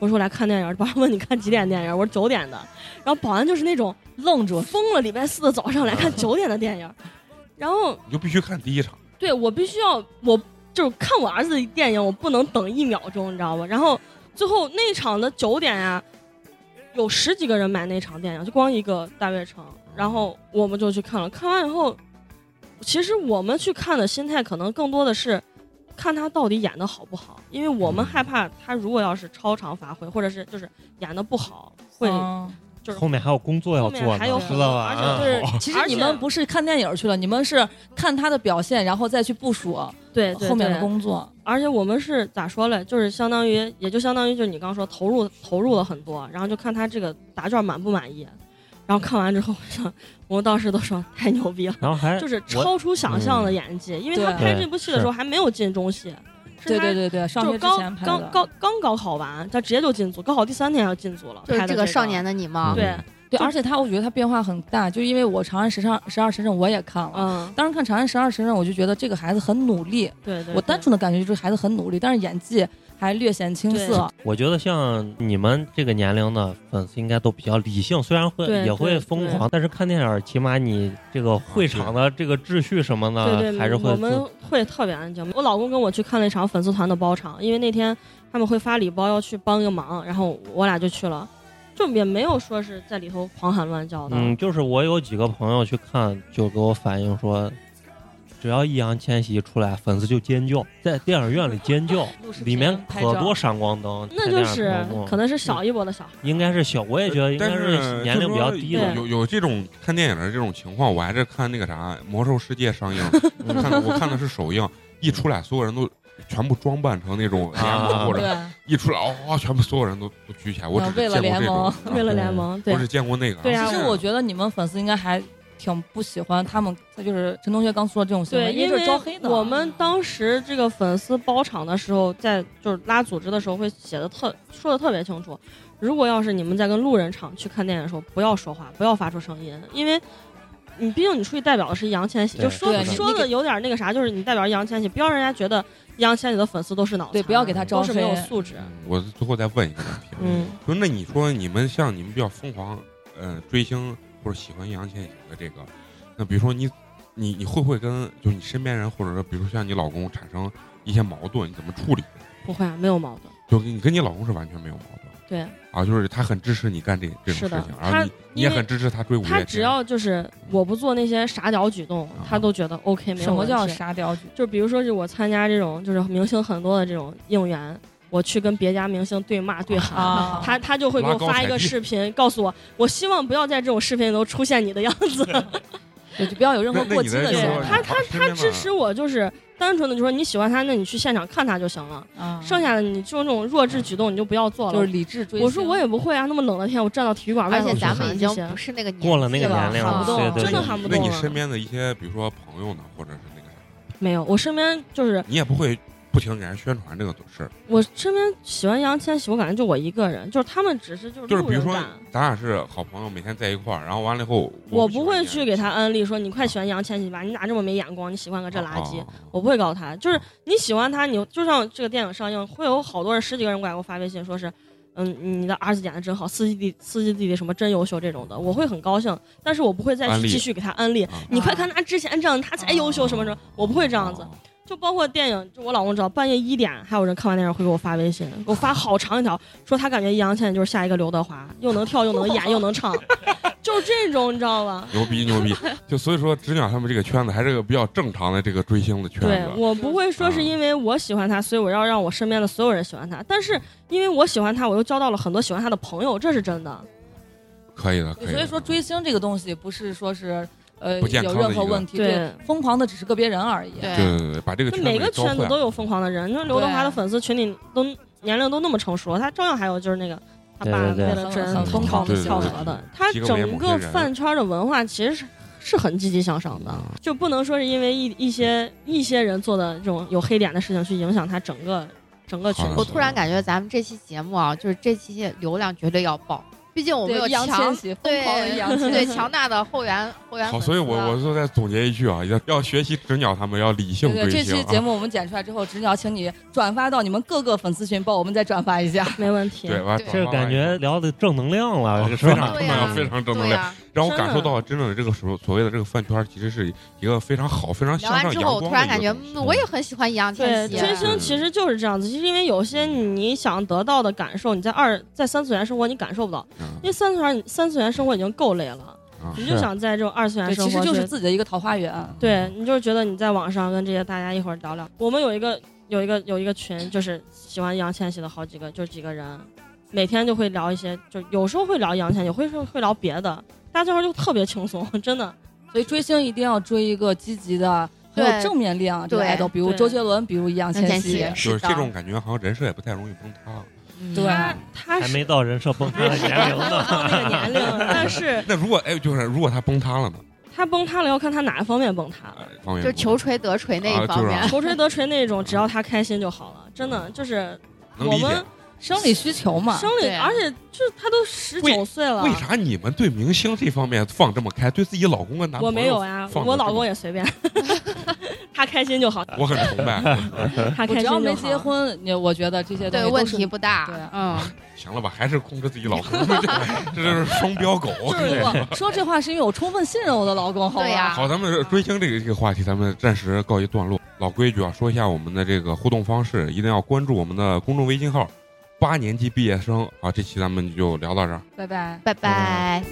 [SPEAKER 5] 我说我来看电影，保安问你看几点电影？我说九点的。然后保安就是那种
[SPEAKER 4] 愣住，
[SPEAKER 5] 疯了，礼拜四的早上来看九点的电影，然后
[SPEAKER 1] 你就必须看第一场，
[SPEAKER 5] 对我必须要我就是看我儿子的电影，我不能等一秒钟，你知道吧？然后最后那场的九点呀、有十几个人买那场电影，就光一个大悦城，然后我们就去看了。看完以后，其实我们去看的心态可能更多的是看他到底演的好不好，因为我们害怕他如果要是超常发挥，或者是就是演的不好，会
[SPEAKER 1] 哦
[SPEAKER 4] 嗯
[SPEAKER 5] 就是
[SPEAKER 3] 后面还有工作要
[SPEAKER 5] 后面
[SPEAKER 3] 做呢，
[SPEAKER 5] 还有
[SPEAKER 3] 知
[SPEAKER 5] 很
[SPEAKER 3] 道
[SPEAKER 5] 多
[SPEAKER 3] 吧？
[SPEAKER 5] 而且
[SPEAKER 3] 啊
[SPEAKER 4] 就是其实
[SPEAKER 5] 而
[SPEAKER 4] 你
[SPEAKER 5] 且
[SPEAKER 4] 们不是看电影去了，你们是看他的表现，然后再去部署
[SPEAKER 5] 对对
[SPEAKER 4] 后面的
[SPEAKER 5] 对
[SPEAKER 4] 工作。
[SPEAKER 5] 而且我们是咋说嘞？就是相当于，也就相当于就是你刚说投入投入了很多，然后就看他这个答卷满不满意。然后看完之后，我想，我们当时都说太牛逼了，
[SPEAKER 3] 然后还
[SPEAKER 5] 就是
[SPEAKER 3] 哎我
[SPEAKER 5] 超出想象的演技，因为他
[SPEAKER 4] 对
[SPEAKER 5] 拍这部戏的时候还没有进中戏，是
[SPEAKER 4] 对
[SPEAKER 5] 他
[SPEAKER 4] 对对对，上学
[SPEAKER 5] 就是
[SPEAKER 4] 之
[SPEAKER 5] 高
[SPEAKER 4] 前拍的
[SPEAKER 5] 刚。刚刚高考完，他直接就进组，高考第三天要进组了，
[SPEAKER 2] 就是
[SPEAKER 5] 拍的
[SPEAKER 2] 这
[SPEAKER 5] 个
[SPEAKER 2] 个
[SPEAKER 5] 嗯
[SPEAKER 2] 少年的你吗？
[SPEAKER 5] 对，
[SPEAKER 4] 对，
[SPEAKER 5] 就
[SPEAKER 4] 而且他我觉得他变化很大，就因为我《长安十上十二时辰》我也看了，
[SPEAKER 5] 嗯，
[SPEAKER 4] 当时看《长安十二时辰》，我就觉得这个孩子很努力。
[SPEAKER 5] 对对，
[SPEAKER 4] 我单
[SPEAKER 5] 对
[SPEAKER 4] 纯的感觉就是孩子很努力，但是演技还略显青涩。
[SPEAKER 3] 我觉得像你们这个年龄的粉丝应该都比较理性，虽然会
[SPEAKER 5] 对
[SPEAKER 3] 也会
[SPEAKER 5] 对
[SPEAKER 3] 疯狂，但是看电影起码你这个会场的这个秩序什么
[SPEAKER 5] 对
[SPEAKER 3] 的
[SPEAKER 5] 对，
[SPEAKER 3] 还是会
[SPEAKER 5] 我们会特别安静。我老公跟我去看了一场粉丝团的包场，因为那天他们会发礼包要去帮个忙，然后我俩就去了，就也没有说是在里头狂喊乱叫的。
[SPEAKER 3] 嗯，就是我有几个朋友去看，就给我反映说，只要易烊千玺出来，粉丝就尖叫，在电影院里尖
[SPEAKER 5] *laughs*
[SPEAKER 3] 叫
[SPEAKER 4] 录视，频
[SPEAKER 3] 里面
[SPEAKER 4] 拍照
[SPEAKER 3] 可多闪光灯。
[SPEAKER 5] 那就
[SPEAKER 3] 在
[SPEAKER 5] 是
[SPEAKER 3] 电影屏幕
[SPEAKER 5] 可能是小一波的小孩，
[SPEAKER 3] 应该是小，我也觉得应该
[SPEAKER 1] 但是
[SPEAKER 3] 年龄比较低
[SPEAKER 1] 就
[SPEAKER 3] 的
[SPEAKER 1] 是说有有有这种看电影的这种情况，我还
[SPEAKER 4] *laughs*
[SPEAKER 1] 是看那个啥《魔兽世界》上映，我看我看的是首映，一出来所有人都全部装扮成那种联盟
[SPEAKER 3] 啊
[SPEAKER 1] 或者
[SPEAKER 4] 对，
[SPEAKER 1] 一出来，哦，哇全部所有人都都举起来。我只
[SPEAKER 4] 嗯
[SPEAKER 1] 是
[SPEAKER 4] 为了
[SPEAKER 1] 见过
[SPEAKER 4] 联
[SPEAKER 1] 这种
[SPEAKER 4] 盟，
[SPEAKER 1] 啊
[SPEAKER 5] 为了联盟，对
[SPEAKER 1] 我只见过那个。
[SPEAKER 5] 对啊
[SPEAKER 4] 其实我觉得你们粉丝应该还挺不喜欢他们，他就是陈同学刚说的这种行
[SPEAKER 5] 对，
[SPEAKER 4] 为，
[SPEAKER 5] 因
[SPEAKER 4] 这
[SPEAKER 5] 为
[SPEAKER 4] 是招黑的。
[SPEAKER 5] 我们当时这个粉丝包场的时候，在就是拉组织的时候会写的特说的特别清楚。如果要是你们在跟路人场去看电影的时候，不要说话，不要发出声音，因为你毕竟你出去代表的是易烊千玺，
[SPEAKER 3] 对
[SPEAKER 5] 就说
[SPEAKER 4] 对
[SPEAKER 3] 你
[SPEAKER 5] 说的有点那个啥，就是你代表易烊千玺，不要让人家觉得易烊千玺的粉丝都是脑残，
[SPEAKER 4] 对不要给他招
[SPEAKER 5] 都是没有
[SPEAKER 4] 黑
[SPEAKER 5] 素质。
[SPEAKER 1] 嗯我最后再问一个问题，
[SPEAKER 5] 嗯，
[SPEAKER 1] 就那你说你们像你们比较疯狂，呃，追星或者喜欢易烊千玺的这个，那比如说你，你你会不会跟就是你身边人，或者说比如说像你老公产生一些矛盾，你怎么处理？
[SPEAKER 5] 不会啊，没有矛盾。
[SPEAKER 1] 就你跟你老公是完全没有矛盾
[SPEAKER 5] 对
[SPEAKER 1] 啊，就是他很支持你干这这种事
[SPEAKER 5] 是的
[SPEAKER 1] 情，然后
[SPEAKER 5] 他
[SPEAKER 1] 你你也
[SPEAKER 5] 因为
[SPEAKER 1] 很支持他追五月
[SPEAKER 5] 他
[SPEAKER 1] 天。
[SPEAKER 5] 只要就是我不做那些傻屌举动，他都觉得 OK，没有
[SPEAKER 4] 什么
[SPEAKER 5] 问题
[SPEAKER 4] 叫沙雕剧？
[SPEAKER 5] 就比如说是我参加这种就是明星很多的这种应援，我去跟别家明星对骂对喊。
[SPEAKER 4] 啊
[SPEAKER 5] 他他就会给我发一个视频，告诉我，我希望不要在这种视频里头出现你的样子。
[SPEAKER 4] 对，就不要有任
[SPEAKER 1] 那
[SPEAKER 4] 何
[SPEAKER 1] 那
[SPEAKER 4] 过
[SPEAKER 1] 你
[SPEAKER 4] 激
[SPEAKER 1] 的
[SPEAKER 4] 的
[SPEAKER 1] 就是
[SPEAKER 4] 行
[SPEAKER 1] 说
[SPEAKER 4] 为。
[SPEAKER 5] 他他
[SPEAKER 1] 身边
[SPEAKER 5] 他
[SPEAKER 1] 的
[SPEAKER 5] *laughs* 支持我，就是单纯的就说你喜欢他，那你去现场看他就行了，
[SPEAKER 4] 啊
[SPEAKER 5] 剩下的你就这种弱智举动你就不要做
[SPEAKER 4] 就是
[SPEAKER 5] 了。
[SPEAKER 4] 理智追星。
[SPEAKER 5] 我说我也不会啊，那么冷的天我站到体育馆外
[SPEAKER 2] 而
[SPEAKER 5] 头
[SPEAKER 2] 且
[SPEAKER 5] 去
[SPEAKER 2] 咱们
[SPEAKER 5] 喊
[SPEAKER 2] 已
[SPEAKER 5] 这
[SPEAKER 2] 经
[SPEAKER 5] 些
[SPEAKER 2] 不，是那个年
[SPEAKER 3] 过了那个
[SPEAKER 2] 纪
[SPEAKER 3] 年龄
[SPEAKER 4] 了
[SPEAKER 3] 了，
[SPEAKER 4] 不动
[SPEAKER 3] 对对
[SPEAKER 5] 真的
[SPEAKER 3] 对，
[SPEAKER 5] 喊不
[SPEAKER 1] 那
[SPEAKER 5] 动
[SPEAKER 1] 你
[SPEAKER 5] 了
[SPEAKER 1] 身。边的一些，比如说朋友呢，或者是那个啥，
[SPEAKER 5] 没有，我身边就是
[SPEAKER 1] 你也不会不停给人宣传这个事儿。
[SPEAKER 5] 我身边喜欢易烊千玺，我感觉就我一个人，就是他们只是就是
[SPEAKER 1] 就是
[SPEAKER 5] 路
[SPEAKER 1] 比如
[SPEAKER 5] 人
[SPEAKER 1] 说
[SPEAKER 5] 感
[SPEAKER 1] 咱俩是好朋友，每天在一块儿，然后完了以后，
[SPEAKER 5] 我
[SPEAKER 1] 不
[SPEAKER 5] 不会去给他安利说你
[SPEAKER 1] 啊
[SPEAKER 5] 快喜欢易烊千玺吧，你咋这么没眼光？你喜欢个
[SPEAKER 1] 他
[SPEAKER 5] 这垃圾。
[SPEAKER 1] 哦
[SPEAKER 5] 我不会告诉他，就是你喜欢他，你就像这个电影上映，会有好多人，十几个人过来给我发微信，说是，嗯，你的儿子演的真好，司机弟司机弟弟什么真优秀这种的，我会很高兴，但是我不会再
[SPEAKER 1] 安
[SPEAKER 5] 去
[SPEAKER 1] 利
[SPEAKER 5] 继续给他安利。
[SPEAKER 1] 啊
[SPEAKER 5] 你快看他之前这样，他才优秀什么什么，我不会这样子。
[SPEAKER 1] 哦
[SPEAKER 5] 就包括电影，就我老公知道，半夜一点还有人看完电影会给我发微信，给我发好长一条，说他感觉易烊千玺就是下一个刘德华，又能跳又能演又能唱，就这种你知道吧？
[SPEAKER 1] 牛逼
[SPEAKER 5] *laughs*
[SPEAKER 1] 牛逼！就所以说，直鸟他们这个圈子还是个比较正常的这个追星的圈
[SPEAKER 5] 对
[SPEAKER 1] 子。
[SPEAKER 5] 我不会说是因为我喜欢他，所以我要让我身边的所有人喜欢他，但是因为我喜欢他，我又交到了很多喜欢他的朋友，这是真的。
[SPEAKER 1] 可以的，可以的。
[SPEAKER 4] 所以说追星这个东西不是说是呃
[SPEAKER 1] 不健
[SPEAKER 4] 有
[SPEAKER 1] 康的
[SPEAKER 4] 任何
[SPEAKER 1] 一个
[SPEAKER 4] 问题，
[SPEAKER 5] 对
[SPEAKER 4] 对，疯狂的只是个别人而已。
[SPEAKER 2] 对
[SPEAKER 1] 对对对对，把这个
[SPEAKER 5] 就
[SPEAKER 1] 圈
[SPEAKER 5] 每
[SPEAKER 1] 给
[SPEAKER 5] 个
[SPEAKER 1] 搞
[SPEAKER 5] 圈子
[SPEAKER 1] 坏
[SPEAKER 5] 都
[SPEAKER 1] 了
[SPEAKER 5] 有疯狂的人，你说刘德华的粉丝群里都年龄都那么成熟，他照样还有就是那个他爸
[SPEAKER 3] 对对对
[SPEAKER 5] 为了追
[SPEAKER 4] 很
[SPEAKER 1] 疯狂地跳
[SPEAKER 5] 跳河
[SPEAKER 1] 河
[SPEAKER 5] 的，他
[SPEAKER 1] 几个为
[SPEAKER 5] 整
[SPEAKER 1] 某
[SPEAKER 5] 个
[SPEAKER 1] 些人
[SPEAKER 5] 饭圈的文化其实是是很积极向上
[SPEAKER 1] 嗯
[SPEAKER 5] 的，就不能说是因为一一些一些人做的这种有黑点的事情去影响他整个整个群
[SPEAKER 1] 好的
[SPEAKER 2] 我
[SPEAKER 5] 体。
[SPEAKER 2] 突然感觉咱们这期节目啊，就是这期流量绝对要爆，毕竟我们有
[SPEAKER 4] 对，易烊千
[SPEAKER 2] 强
[SPEAKER 4] 玺疯
[SPEAKER 2] 对
[SPEAKER 4] 狂的易烊千玺，
[SPEAKER 2] 对强大的后援后援
[SPEAKER 1] 好，
[SPEAKER 2] 粉丝啊。
[SPEAKER 1] 所以我我就再总结一句啊，要要学习直鸟他们，要理性
[SPEAKER 4] *laughs* 对对，
[SPEAKER 1] 追
[SPEAKER 4] 这
[SPEAKER 1] 星
[SPEAKER 4] 期
[SPEAKER 1] 啊。
[SPEAKER 4] 节目我们剪出来之后，直鸟请你转发到你们各个粉丝群，帮我们再转发一下。
[SPEAKER 5] 没问题，
[SPEAKER 1] 对，完
[SPEAKER 2] 对
[SPEAKER 3] 这感觉聊的正能量
[SPEAKER 1] 啊
[SPEAKER 3] 了，
[SPEAKER 1] 非
[SPEAKER 3] 是
[SPEAKER 1] 常正
[SPEAKER 3] 吧？
[SPEAKER 1] 能
[SPEAKER 2] 对呀
[SPEAKER 1] 量，非常正能
[SPEAKER 2] 对啊
[SPEAKER 1] 量，
[SPEAKER 2] 呀，
[SPEAKER 1] 让我
[SPEAKER 5] 真的
[SPEAKER 1] 感受到真的这个所所谓的这个饭圈其实是一个非常好、非常
[SPEAKER 2] 聊
[SPEAKER 1] 向
[SPEAKER 2] 完
[SPEAKER 1] 上、
[SPEAKER 2] 之
[SPEAKER 1] 阳
[SPEAKER 2] 后，
[SPEAKER 1] 光的一
[SPEAKER 2] 我突
[SPEAKER 1] 个
[SPEAKER 2] 然感觉，
[SPEAKER 1] 东西
[SPEAKER 2] 嗯，我也很喜欢易烊
[SPEAKER 5] 对，
[SPEAKER 2] 千
[SPEAKER 4] 啊
[SPEAKER 2] 玺。
[SPEAKER 5] 追星其实就是这样子，其实因为有些
[SPEAKER 1] 嗯
[SPEAKER 5] 你想得到的感受，你在二在三次元生活你感受不到，
[SPEAKER 1] 嗯
[SPEAKER 5] 因为三次元三次元生活已经够累了，
[SPEAKER 1] 啊
[SPEAKER 5] 你就想在这种二次元
[SPEAKER 4] 对，
[SPEAKER 5] 生
[SPEAKER 4] 其
[SPEAKER 5] 活
[SPEAKER 4] 实
[SPEAKER 5] 去，
[SPEAKER 4] 就是自己的一个桃花源。啊
[SPEAKER 5] 对
[SPEAKER 4] 嗯
[SPEAKER 5] 你就是觉得你在网上跟这些大家一会儿聊聊。我们有一个有一个有一个群，就是喜欢易烊千玺的好几个，就几个人，每天就会聊一些，就有时候会聊易烊千玺，有会说会聊别的，大家这会儿就特别轻松，真的。
[SPEAKER 4] 所以追星一定要追一个积极的、很有
[SPEAKER 2] 对
[SPEAKER 4] 正面力量的这个
[SPEAKER 2] 对
[SPEAKER 4] idol，比如
[SPEAKER 5] 对
[SPEAKER 4] 周杰伦，比如易烊千玺
[SPEAKER 2] 易烊千。玺
[SPEAKER 1] 就是
[SPEAKER 2] 是的
[SPEAKER 1] 这种感觉，好像人设也不太容易崩塌。
[SPEAKER 2] 嗯
[SPEAKER 4] 对
[SPEAKER 5] 他他
[SPEAKER 3] 还没
[SPEAKER 5] 是
[SPEAKER 3] 到人设崩塌的年龄呢。
[SPEAKER 5] 到那个
[SPEAKER 1] *laughs*
[SPEAKER 5] 年龄，但是
[SPEAKER 1] 那如果哎，就是如果他崩塌了呢？
[SPEAKER 5] 他崩塌了，要看他哪一方面崩塌了。
[SPEAKER 1] 方圆
[SPEAKER 2] 就
[SPEAKER 1] 不
[SPEAKER 2] 求锤得锤那
[SPEAKER 1] 啊
[SPEAKER 2] 一方
[SPEAKER 1] 就是
[SPEAKER 2] 面
[SPEAKER 1] 啊。
[SPEAKER 5] 求锤得锤那种，只要他开心就好了。真的就是
[SPEAKER 1] 嗯能
[SPEAKER 5] 我
[SPEAKER 1] 理
[SPEAKER 5] 们
[SPEAKER 1] 解。
[SPEAKER 4] 生理需求嘛
[SPEAKER 5] 生。理，
[SPEAKER 2] 对
[SPEAKER 5] 而且就是他都十九岁了
[SPEAKER 1] 为，啥你们对明星这方面放这么开，对自己老公跟男朋友
[SPEAKER 5] 我没有啊呀，
[SPEAKER 1] 放着
[SPEAKER 5] 我
[SPEAKER 1] 这
[SPEAKER 5] 老
[SPEAKER 1] 么
[SPEAKER 5] 公也
[SPEAKER 1] *laughs*
[SPEAKER 5] 随便， *laughs* 他开心就好，
[SPEAKER 1] 我很崇拜。
[SPEAKER 5] 他
[SPEAKER 4] 我
[SPEAKER 5] 开
[SPEAKER 4] 只
[SPEAKER 5] 心就
[SPEAKER 4] 要
[SPEAKER 5] 好。
[SPEAKER 4] 没结婚，你我觉得这些东
[SPEAKER 2] 对，
[SPEAKER 4] 西
[SPEAKER 2] 问
[SPEAKER 4] 都是
[SPEAKER 2] 题不大
[SPEAKER 1] 啊
[SPEAKER 4] 对。
[SPEAKER 2] 嗯，
[SPEAKER 1] 行了吧，还是控制自己老公， *laughs* 这这是双标狗。
[SPEAKER 4] 就是我说这话是因为我充分信任我的老公，好吧
[SPEAKER 2] 对呀
[SPEAKER 1] 好，咱们追星这个这个话题，咱们暂时告一段落。老规矩啊，说一下我们的这个互动方式，一定要关注我们的公众微信号“八年级毕业生”。好，这期咱们就聊到这儿。
[SPEAKER 4] 拜拜。
[SPEAKER 1] 嗯
[SPEAKER 2] 拜拜。